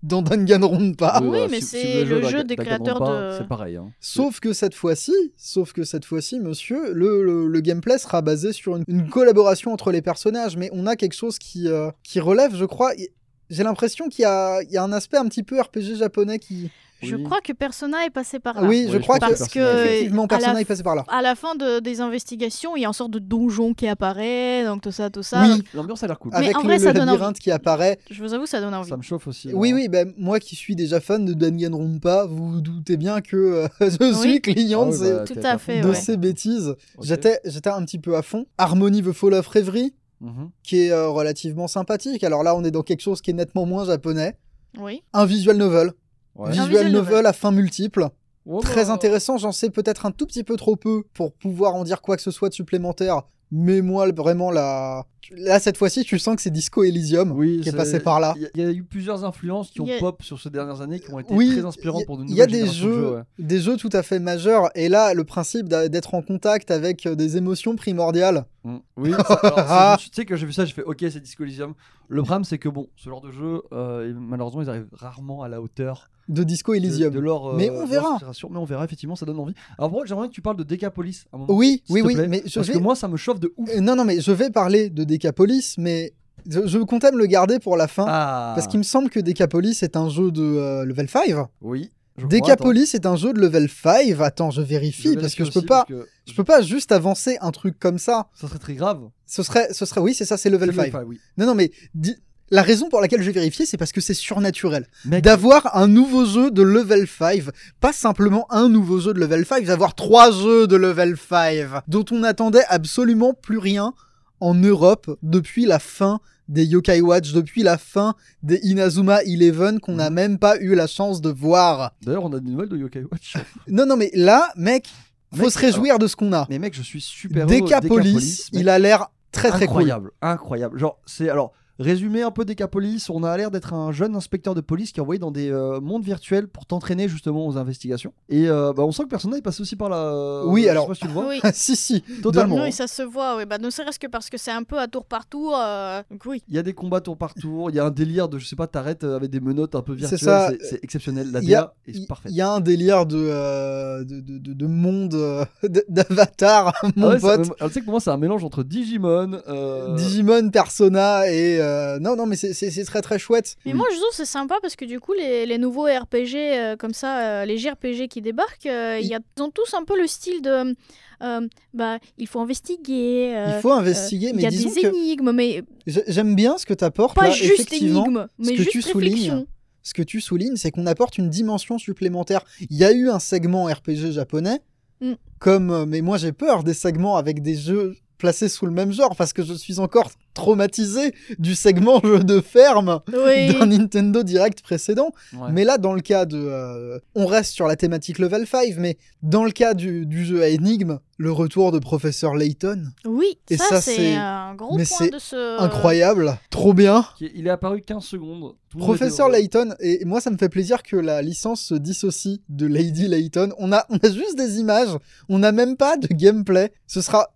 dans Danganronpa. Ah Oui, voilà, mais si- c'est si vous voulez le jouer à jeu Daga- des Danganronpa, créateurs de- C'est pareil. hein. Sauf que cette fois-ci, sauf que cette fois-ci, monsieur, le, le- le gameplay sera basé sur une, une collaboration entre les personnages, mais on a quelque chose qui euh, qui relève, je crois. et J'ai l'impression qu'il y a, il y a un aspect un petit peu RPG japonais qui. Je Oui. crois que Persona est passé par là. Oui, Oui, je je crois pense que. que parce que Persona- Effectivement, à Persona la est passé par là. à la fin de- des investigations, il y a une sorte de donjon qui apparaît, donc tout ça, tout ça. Oui, L'ambiance a l'air cool. Ah, Mais avec en le- vrai, le, ça donne envie. labyrinthe qui apparaît. Je vous avoue, ça donne envie. Ça me chauffe aussi. hein. Oui, là. oui, ben, moi qui suis déjà fan de Danganronpa, vous vous doutez bien que euh, je suis Oui. client Ah de, oui, ces, bah, Tout t'es à pas fait, fou. de ouais. ces bêtises. Ok. J'étais J'étais un petit peu à fond. Harmony the Fall of Reverie, Mhm. qui est euh, relativement sympathique. Alors là, on est dans quelque chose qui est nettement moins japonais. Oui. Un visual novel. Ouais. Un Visual, visual novel, novel. Oh. à fin multiple. Ouais, Très bah, intéressant, j'en sais peut-être un tout petit peu trop peu pour pouvoir en dire quoi que ce soit de supplémentaire. Mais moi, vraiment, là, là cette fois-ci, tu sens que c'est Disco Elysium Oui, qui est c'est- passé par là. Il y a- il y, a eu plusieurs influences qui ont Il y a- pop sur ces dernières années qui ont été Oui, très inspirantes il- pour de il y a nouvelles des générations de jeux, jeux. ouais. des jeux tout à fait majeurs, et là, le principe d'a- d'être en contact avec euh, des émotions primordiales. Mm. Oui, ça- Ah. alors, c'est- tu sais que j'ai vu ça, j'ai fait OK, c'est Disco Elysium. Le problème, c'est que bon, ce genre de jeu, euh, ils- malheureusement, ils arrivent rarement à la hauteur De Disco de, Elysium. de leur. euh, Mais on de leur verra. inspiration. Mais on verra, effectivement, ça donne envie. Alors, pour moi, j'aimerais que tu parles de Decapolis à un moment. Oui, s'il oui, te oui, plaît, mais je Parce vais... que moi, ça me chauffe de ouf. Euh, Non, non, mais je vais parler de Decapolis, mais je, je comptais me le garder pour la fin, Ah, ben, parce qu'il me semble que Decapolis est un jeu de euh, level 5. Oui. je crois, attends. Decapolis est un jeu de level 5. Attends, je vérifie, parce vérifie que je peux aussi, pas... parce que Je peux pas juste avancer un truc comme ça. Ça serait très grave. Ce serait, ce serait, oui, c'est ça, c'est level C'est le 5. Fi, oui. Non, non, mais di- La raison pour laquelle j'ai vérifié, c'est parce que c'est surnaturel. Mec, D'avoir un nouveau jeu de level 5, pas simplement un nouveau jeu de level 5, d'avoir trois jeux de level 5, dont on n'attendait absolument plus rien en Europe depuis la fin des Yokai Watch, depuis la fin des Inazuma Eleven, qu'on Mm. n'a même pas eu la chance de voir. D'ailleurs, on a des nouvelles de Yokai Watch. Non, non, mais là, mec, faut Mec, se réjouir de ce qu'on a. Mais mec, je suis super heureux. Decapolis, mec. il a l'air très très cool. incroyable, incroyable. Genre, c'est alors résumé un peu des cas police. On a l'air d'être un jeune inspecteur de police qui est envoyé dans des euh, mondes virtuels pour t'entraîner justement aux investigations. Et euh, bah, on sent que Persona il passe aussi par là. Oui, je alors- sais pas si tu le vois. Oui. Ah, si, si. Totalement. Oui, ça se voit, oui. Bah, ne serait-ce que parce que c'est un peu à tour par tour. euh, Donc, oui. Il y a des combats tour par tour. Il y a un délire de je sais pas, t'arrêtes euh, avec des menottes un peu virtuelles. ça. C'est- C'est exceptionnel. La Il y a- DA est Il parfaite. il y a un délire de, euh, de, de- de- de monde, euh, d- d'avatar, Ah mon ouais, c'est- pote. euh, Tu sais que pour moi c'est un mélange entre Digimon. euh, Digimon, Persona et... euh, Non, non, mais c'est- c'est c'est très très chouette. Mais Oui. moi, je trouve que c'est sympa parce que du coup, les, les nouveaux RPG euh, comme ça, euh, les JRPG qui débarquent, euh, il y a- ils ont tous un peu le style de. euh, bah, il faut investiguer. euh, Il faut investiguer, il mais y a disons des que énigmes, mais j'ai- j'aime bien ce que tu apportes. pas là, juste effectivement. énigmes, mais que juste tu soulignes, réflexion. Ce que tu soulignes, c'est qu'on apporte une dimension supplémentaire. Il y a eu un segment RPG japonais, Mm. comme... euh, Mais moi j'ai peur des segments avec des jeux placés sous le même genre, parce que je suis encore traumatisé du segment jeu de ferme. Oui. d'un Nintendo Direct précédent. ouais. Mais là, dans le cas de... euh, on reste sur la thématique level 5, mais dans le cas du, du jeu à énigme, le retour de Professeur Layton, Oui, Et ça, ça, c'est c'est- un gros mais point c'est de ce. incroyable, trop bien. qui est- Il est apparu 15 secondes. Tout le monde Professeur était- Layton, et moi ça me fait plaisir que la licence se dissocie de Lady Layton. On a, on a juste des images, on n'a même pas de gameplay. Ce sera,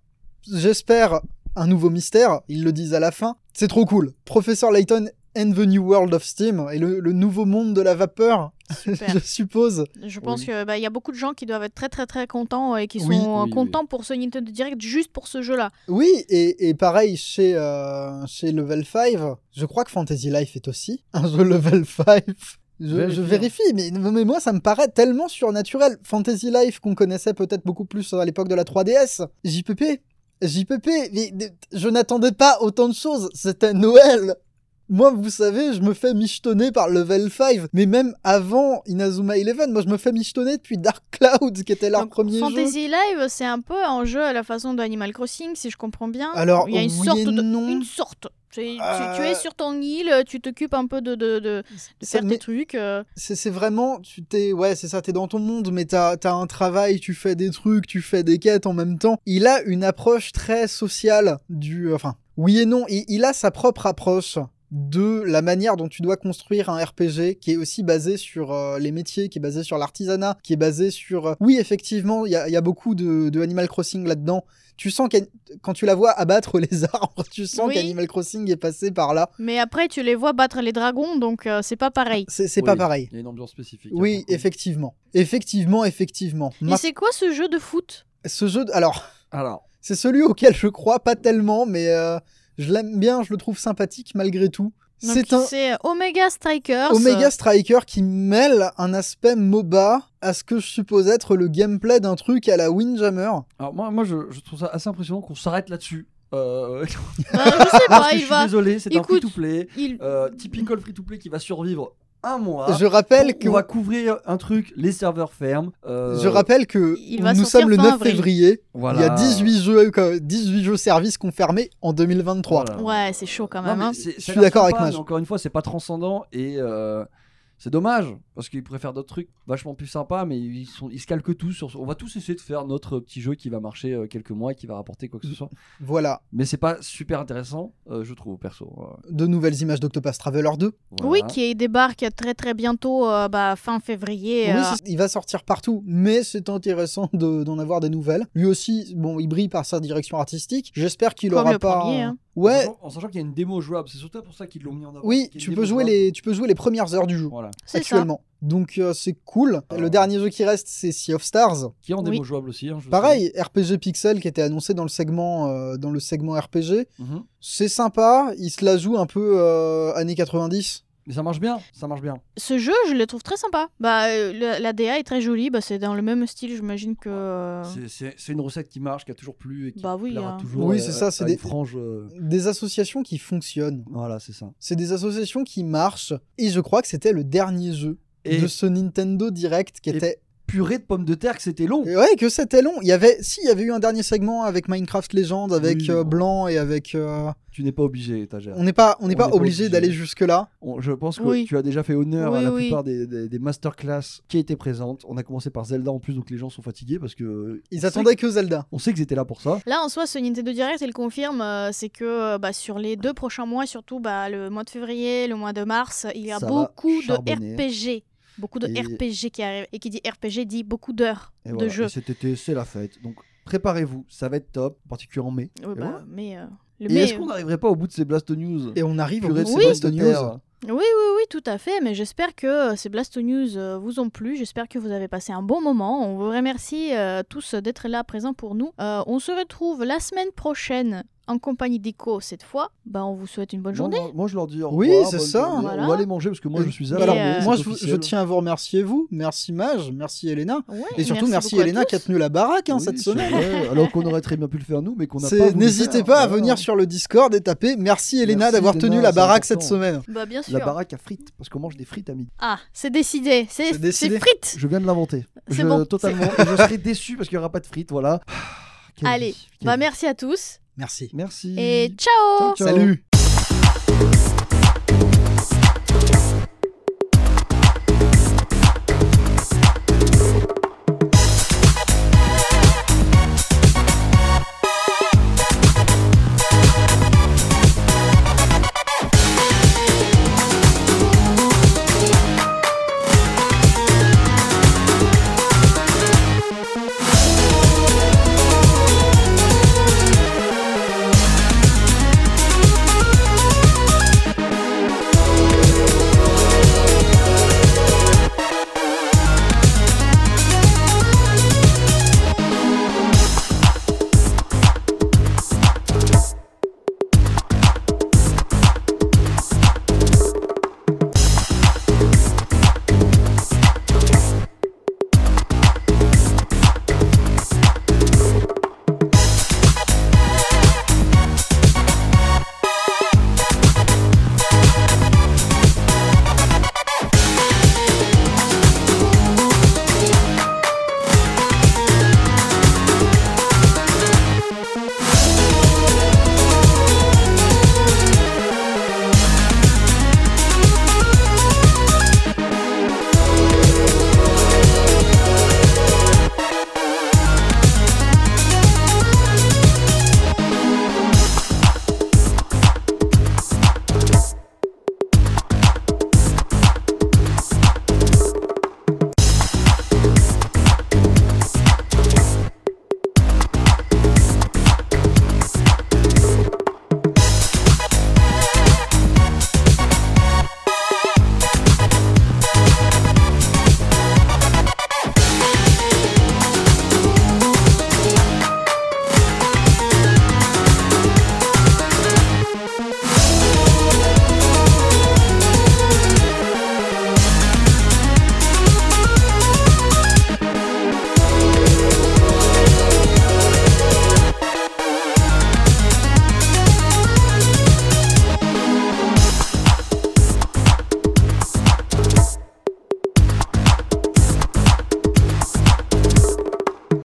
j'espère, un nouveau mystère, ils le disent à la fin. C'est trop cool. Professeur Layton and the New World of Steam, et le, le nouveau monde de la vapeur, Super. je suppose. Je pense Oui. qu'il bah, il y a beaucoup de gens qui doivent être très très très contents et qui sont Oui, euh, oui, contents pour ce Nintendo Direct juste pour ce jeu-là. Oui, et, et pareil chez, euh, chez Level 5, je crois que Fantasy Life est aussi un jeu Level 5. Je, je Vérifie, hein. vérifie, mais, mais moi ça me paraît tellement surnaturel. Fantasy Life qu'on connaissait peut-être beaucoup plus à l'époque de la 3DS. JPP, JPP, mais, mais, je n'attendais pas autant de choses, c'était Noël. Moi, vous savez, je me fais michetonner par Level 5, mais même avant Inazuma Eleven, moi je me fais michetonner depuis Dark Cloud, qui était leur Donc, premier jeu. Fantasy Live, c'est un peu un jeu à la façon de Animal Crossing, si je comprends bien. Alors, il y a une oui sorte et de. non. Une sorte. Tu, tu- tu Euh. es sur ton île, tu t'occupes un peu de, de, de, de Ça faire m'est- tes trucs. euh. C'est c'est vraiment, tu t'es, ouais, c'est ça, t'es dans ton monde, mais t'as as un travail, tu fais des trucs, tu fais des quêtes en même temps. Il a une approche très sociale du, euh, enfin, oui et non, il, il a sa propre approche de la manière dont tu dois construire un RPG qui est aussi basé sur euh, les métiers, qui est basé sur l'artisanat, qui est basé sur... euh, Oui, effectivement, il y a, il y a beaucoup de, de Animal Crossing là-dedans. Tu sens qu'An- quand tu la vois abattre les arbres, tu sens Oui. qu'Animal Crossing est passé par là. Mais après, tu les vois battre les dragons, donc euh, c'est pas pareil. C'est c'est Oui. pas pareil. Il y a une ambiance spécifique. hein, Oui, pour le coup. effectivement. Effectivement, effectivement. Et c'est quoi ce jeu de foot Ce jeu, de- alors, Alors, c'est celui auquel je crois pas tellement, mais euh, je l'aime bien, je le trouve sympathique malgré tout. Donc, C'est un C'est Omega Strikers. euh, Omega Striker qui mêle un aspect MOBA à ce que je suppose être le gameplay d'un truc à la Windjammer. Alors moi, moi je, je trouve ça assez impressionnant qu'on s'arrête là-dessus. Euh, Euh, je sais parce pas, que je il suis va. désolé, c'est un Écoute. free-to-play, Il... euh, typical free-to-play qui va survivre un mois. Ah. je rappelle Donc, que on va couvrir un truc, les serveurs ferment. euh, je rappelle que Il va nous sortir sommes le fin 9 avril. février. voilà. Il y a 18 jeux, euh, 18 jeux services confirmés en 2023. Voilà. Ouais, c'est chaud quand Euh, Non, même. mais hein. c'est- ça suis a l'air d'accord sympa, avec Maj. mais Encore une fois, c'est pas transcendant et euh, c'est dommage parce qu'ils préfèrent d'autres trucs vachement plus sympas, mais ils, sont, ils se calquent tous sur. On va tous essayer de faire notre petit jeu qui va marcher euh, quelques mois et qui va rapporter quoi que ce soit. Voilà, Mais c'est pas super intéressant, euh, je trouve, perso. Euh, de nouvelles images d'Octopus Traveler 2. voilà. Oui, qui débarque très très bientôt, euh, bah, fin février. Oui, euh, c'est- il va sortir partout, mais c'est intéressant de- d'en avoir des nouvelles. Lui aussi, bon, il brille par sa direction artistique. J'espère qu'il Comme aura le pas. premier, hein. En Ouais, sachant- En sachant qu'il y a une démo jouable, c'est surtout pour ça qu'ils l'ont mis en avant. oui, qu'il y a une tu démo peux jouer jouable. les, tu peux jouer les premières heures du jeu Voilà. c'est ça. actuellement. Donc euh, c'est cool. Le Euh. dernier jeu qui reste, c'est Sea of Stars. Qui est en Oui. démo jouable aussi. hein, je Pareil, RPG Pixel qui était annoncé dans le segment, euh, dans le segment RPG. sais. Mhm. C'est sympa. Il se la joue un peu euh, années 90. Mais ça marche bien, ça marche bien. Ce jeu, je le trouve très sympa. Bah, euh, la, la DA est très jolie, bah, c'est dans le même style, j'imagine que. euh, C'est- C'est c'est une recette qui marche, qui a toujours plu et qui Bah oui, plaira hein. toujours. Oui, à- c'est ça, à- c'est à des- une frange. euh, Des associations qui fonctionnent. Voilà, c'est ça. C'est des associations qui marchent. Et je crois que c'était le dernier jeu Et de ce Nintendo Direct qui et- était. purée de pommes de terre, que c'était long. Et Ouais, que c'était long. Il y avait, si, il y avait eu un dernier segment avec Minecraft Legends, avec Oui. euh, Blanc et avec. euh, Tu n'es pas obligé, étagère. On n'est pas, on n'est On pas n'est pas obligé obligé. d'aller jusque là. On- je pense que Oui. tu as déjà fait honneur à Oui, la oui. plupart des, des, des masterclass qui étaient présentes. On a commencé par Zelda en plus, donc les gens sont fatigués parce que euh, on Ils sait- attendaient que Zelda. On sait qu'ils étaient là pour ça. Là, en soi, ce Nintendo Direct, il confirme, euh, c'est que euh, bah, sur les deux prochains mois, surtout bah, le mois de février, le mois de mars, il y a Ça va beaucoup charbonner. de RPG. Beaucoup de Et- RPG qui arrivent. Et qui dit RPG dit beaucoup d'heures Et de voilà. jeu. Et cet été, c'est la fête. Donc préparez-vous, ça va être top, en particulier en mai. Ouais, bah, Et voilà. mais, euh, le Et mais, est-ce qu'on n'arriverait pas au bout de ces Blast News Et on arrive au Purée bout de de ces ces Blast Blast News. News. Oui, oui, oui, tout à fait. Mais j'espère que euh, ces Blasto News euh, vous ont plu. J'espère que vous avez passé un bon moment. On vous remercie euh, tous d'être là présents pour nous. Euh, on se retrouve la semaine prochaine en compagnie d'Eco cette fois. Bah, on vous souhaite une bonne journée. Moi, moi, je leur dis au Oui, revoir, c'est bonne ça. journée. Voilà. On va aller manger parce que moi, je suis à la Et, Alors, euh, journée, moi, c'est je, je officiel. tiens à vous remercier, vous. Merci Mage, merci Elena. Ouais, Et surtout, merci, beaucoup à Elena tous. qui a tenu la baraque hein, Oui, cette c'est semaine. vrai, alors qu'on aurait très bien pu le faire nous, mais qu'on n'a C'est- pas. voulu N'hésitez faire. pas à Voilà. venir sur le Discord et taper merci Elena Merci, d'avoir Elena, tenu la c'est baraque cette important. semaine. Bah, bien sûr. La baraque à frites, parce qu'on mange des frites à midi. Ah, c'est décidé. C'est C'est c'est décidé. frites. Je viens de l'inventer. C'est Je- bon. Totalement. Et je serai déçu parce qu'il n'y aura pas de frites, voilà. Ah, Quelle Allez, vie, quelle Bah, vie. merci à tous. Merci. Merci. Et Ciao, ciao. Salut.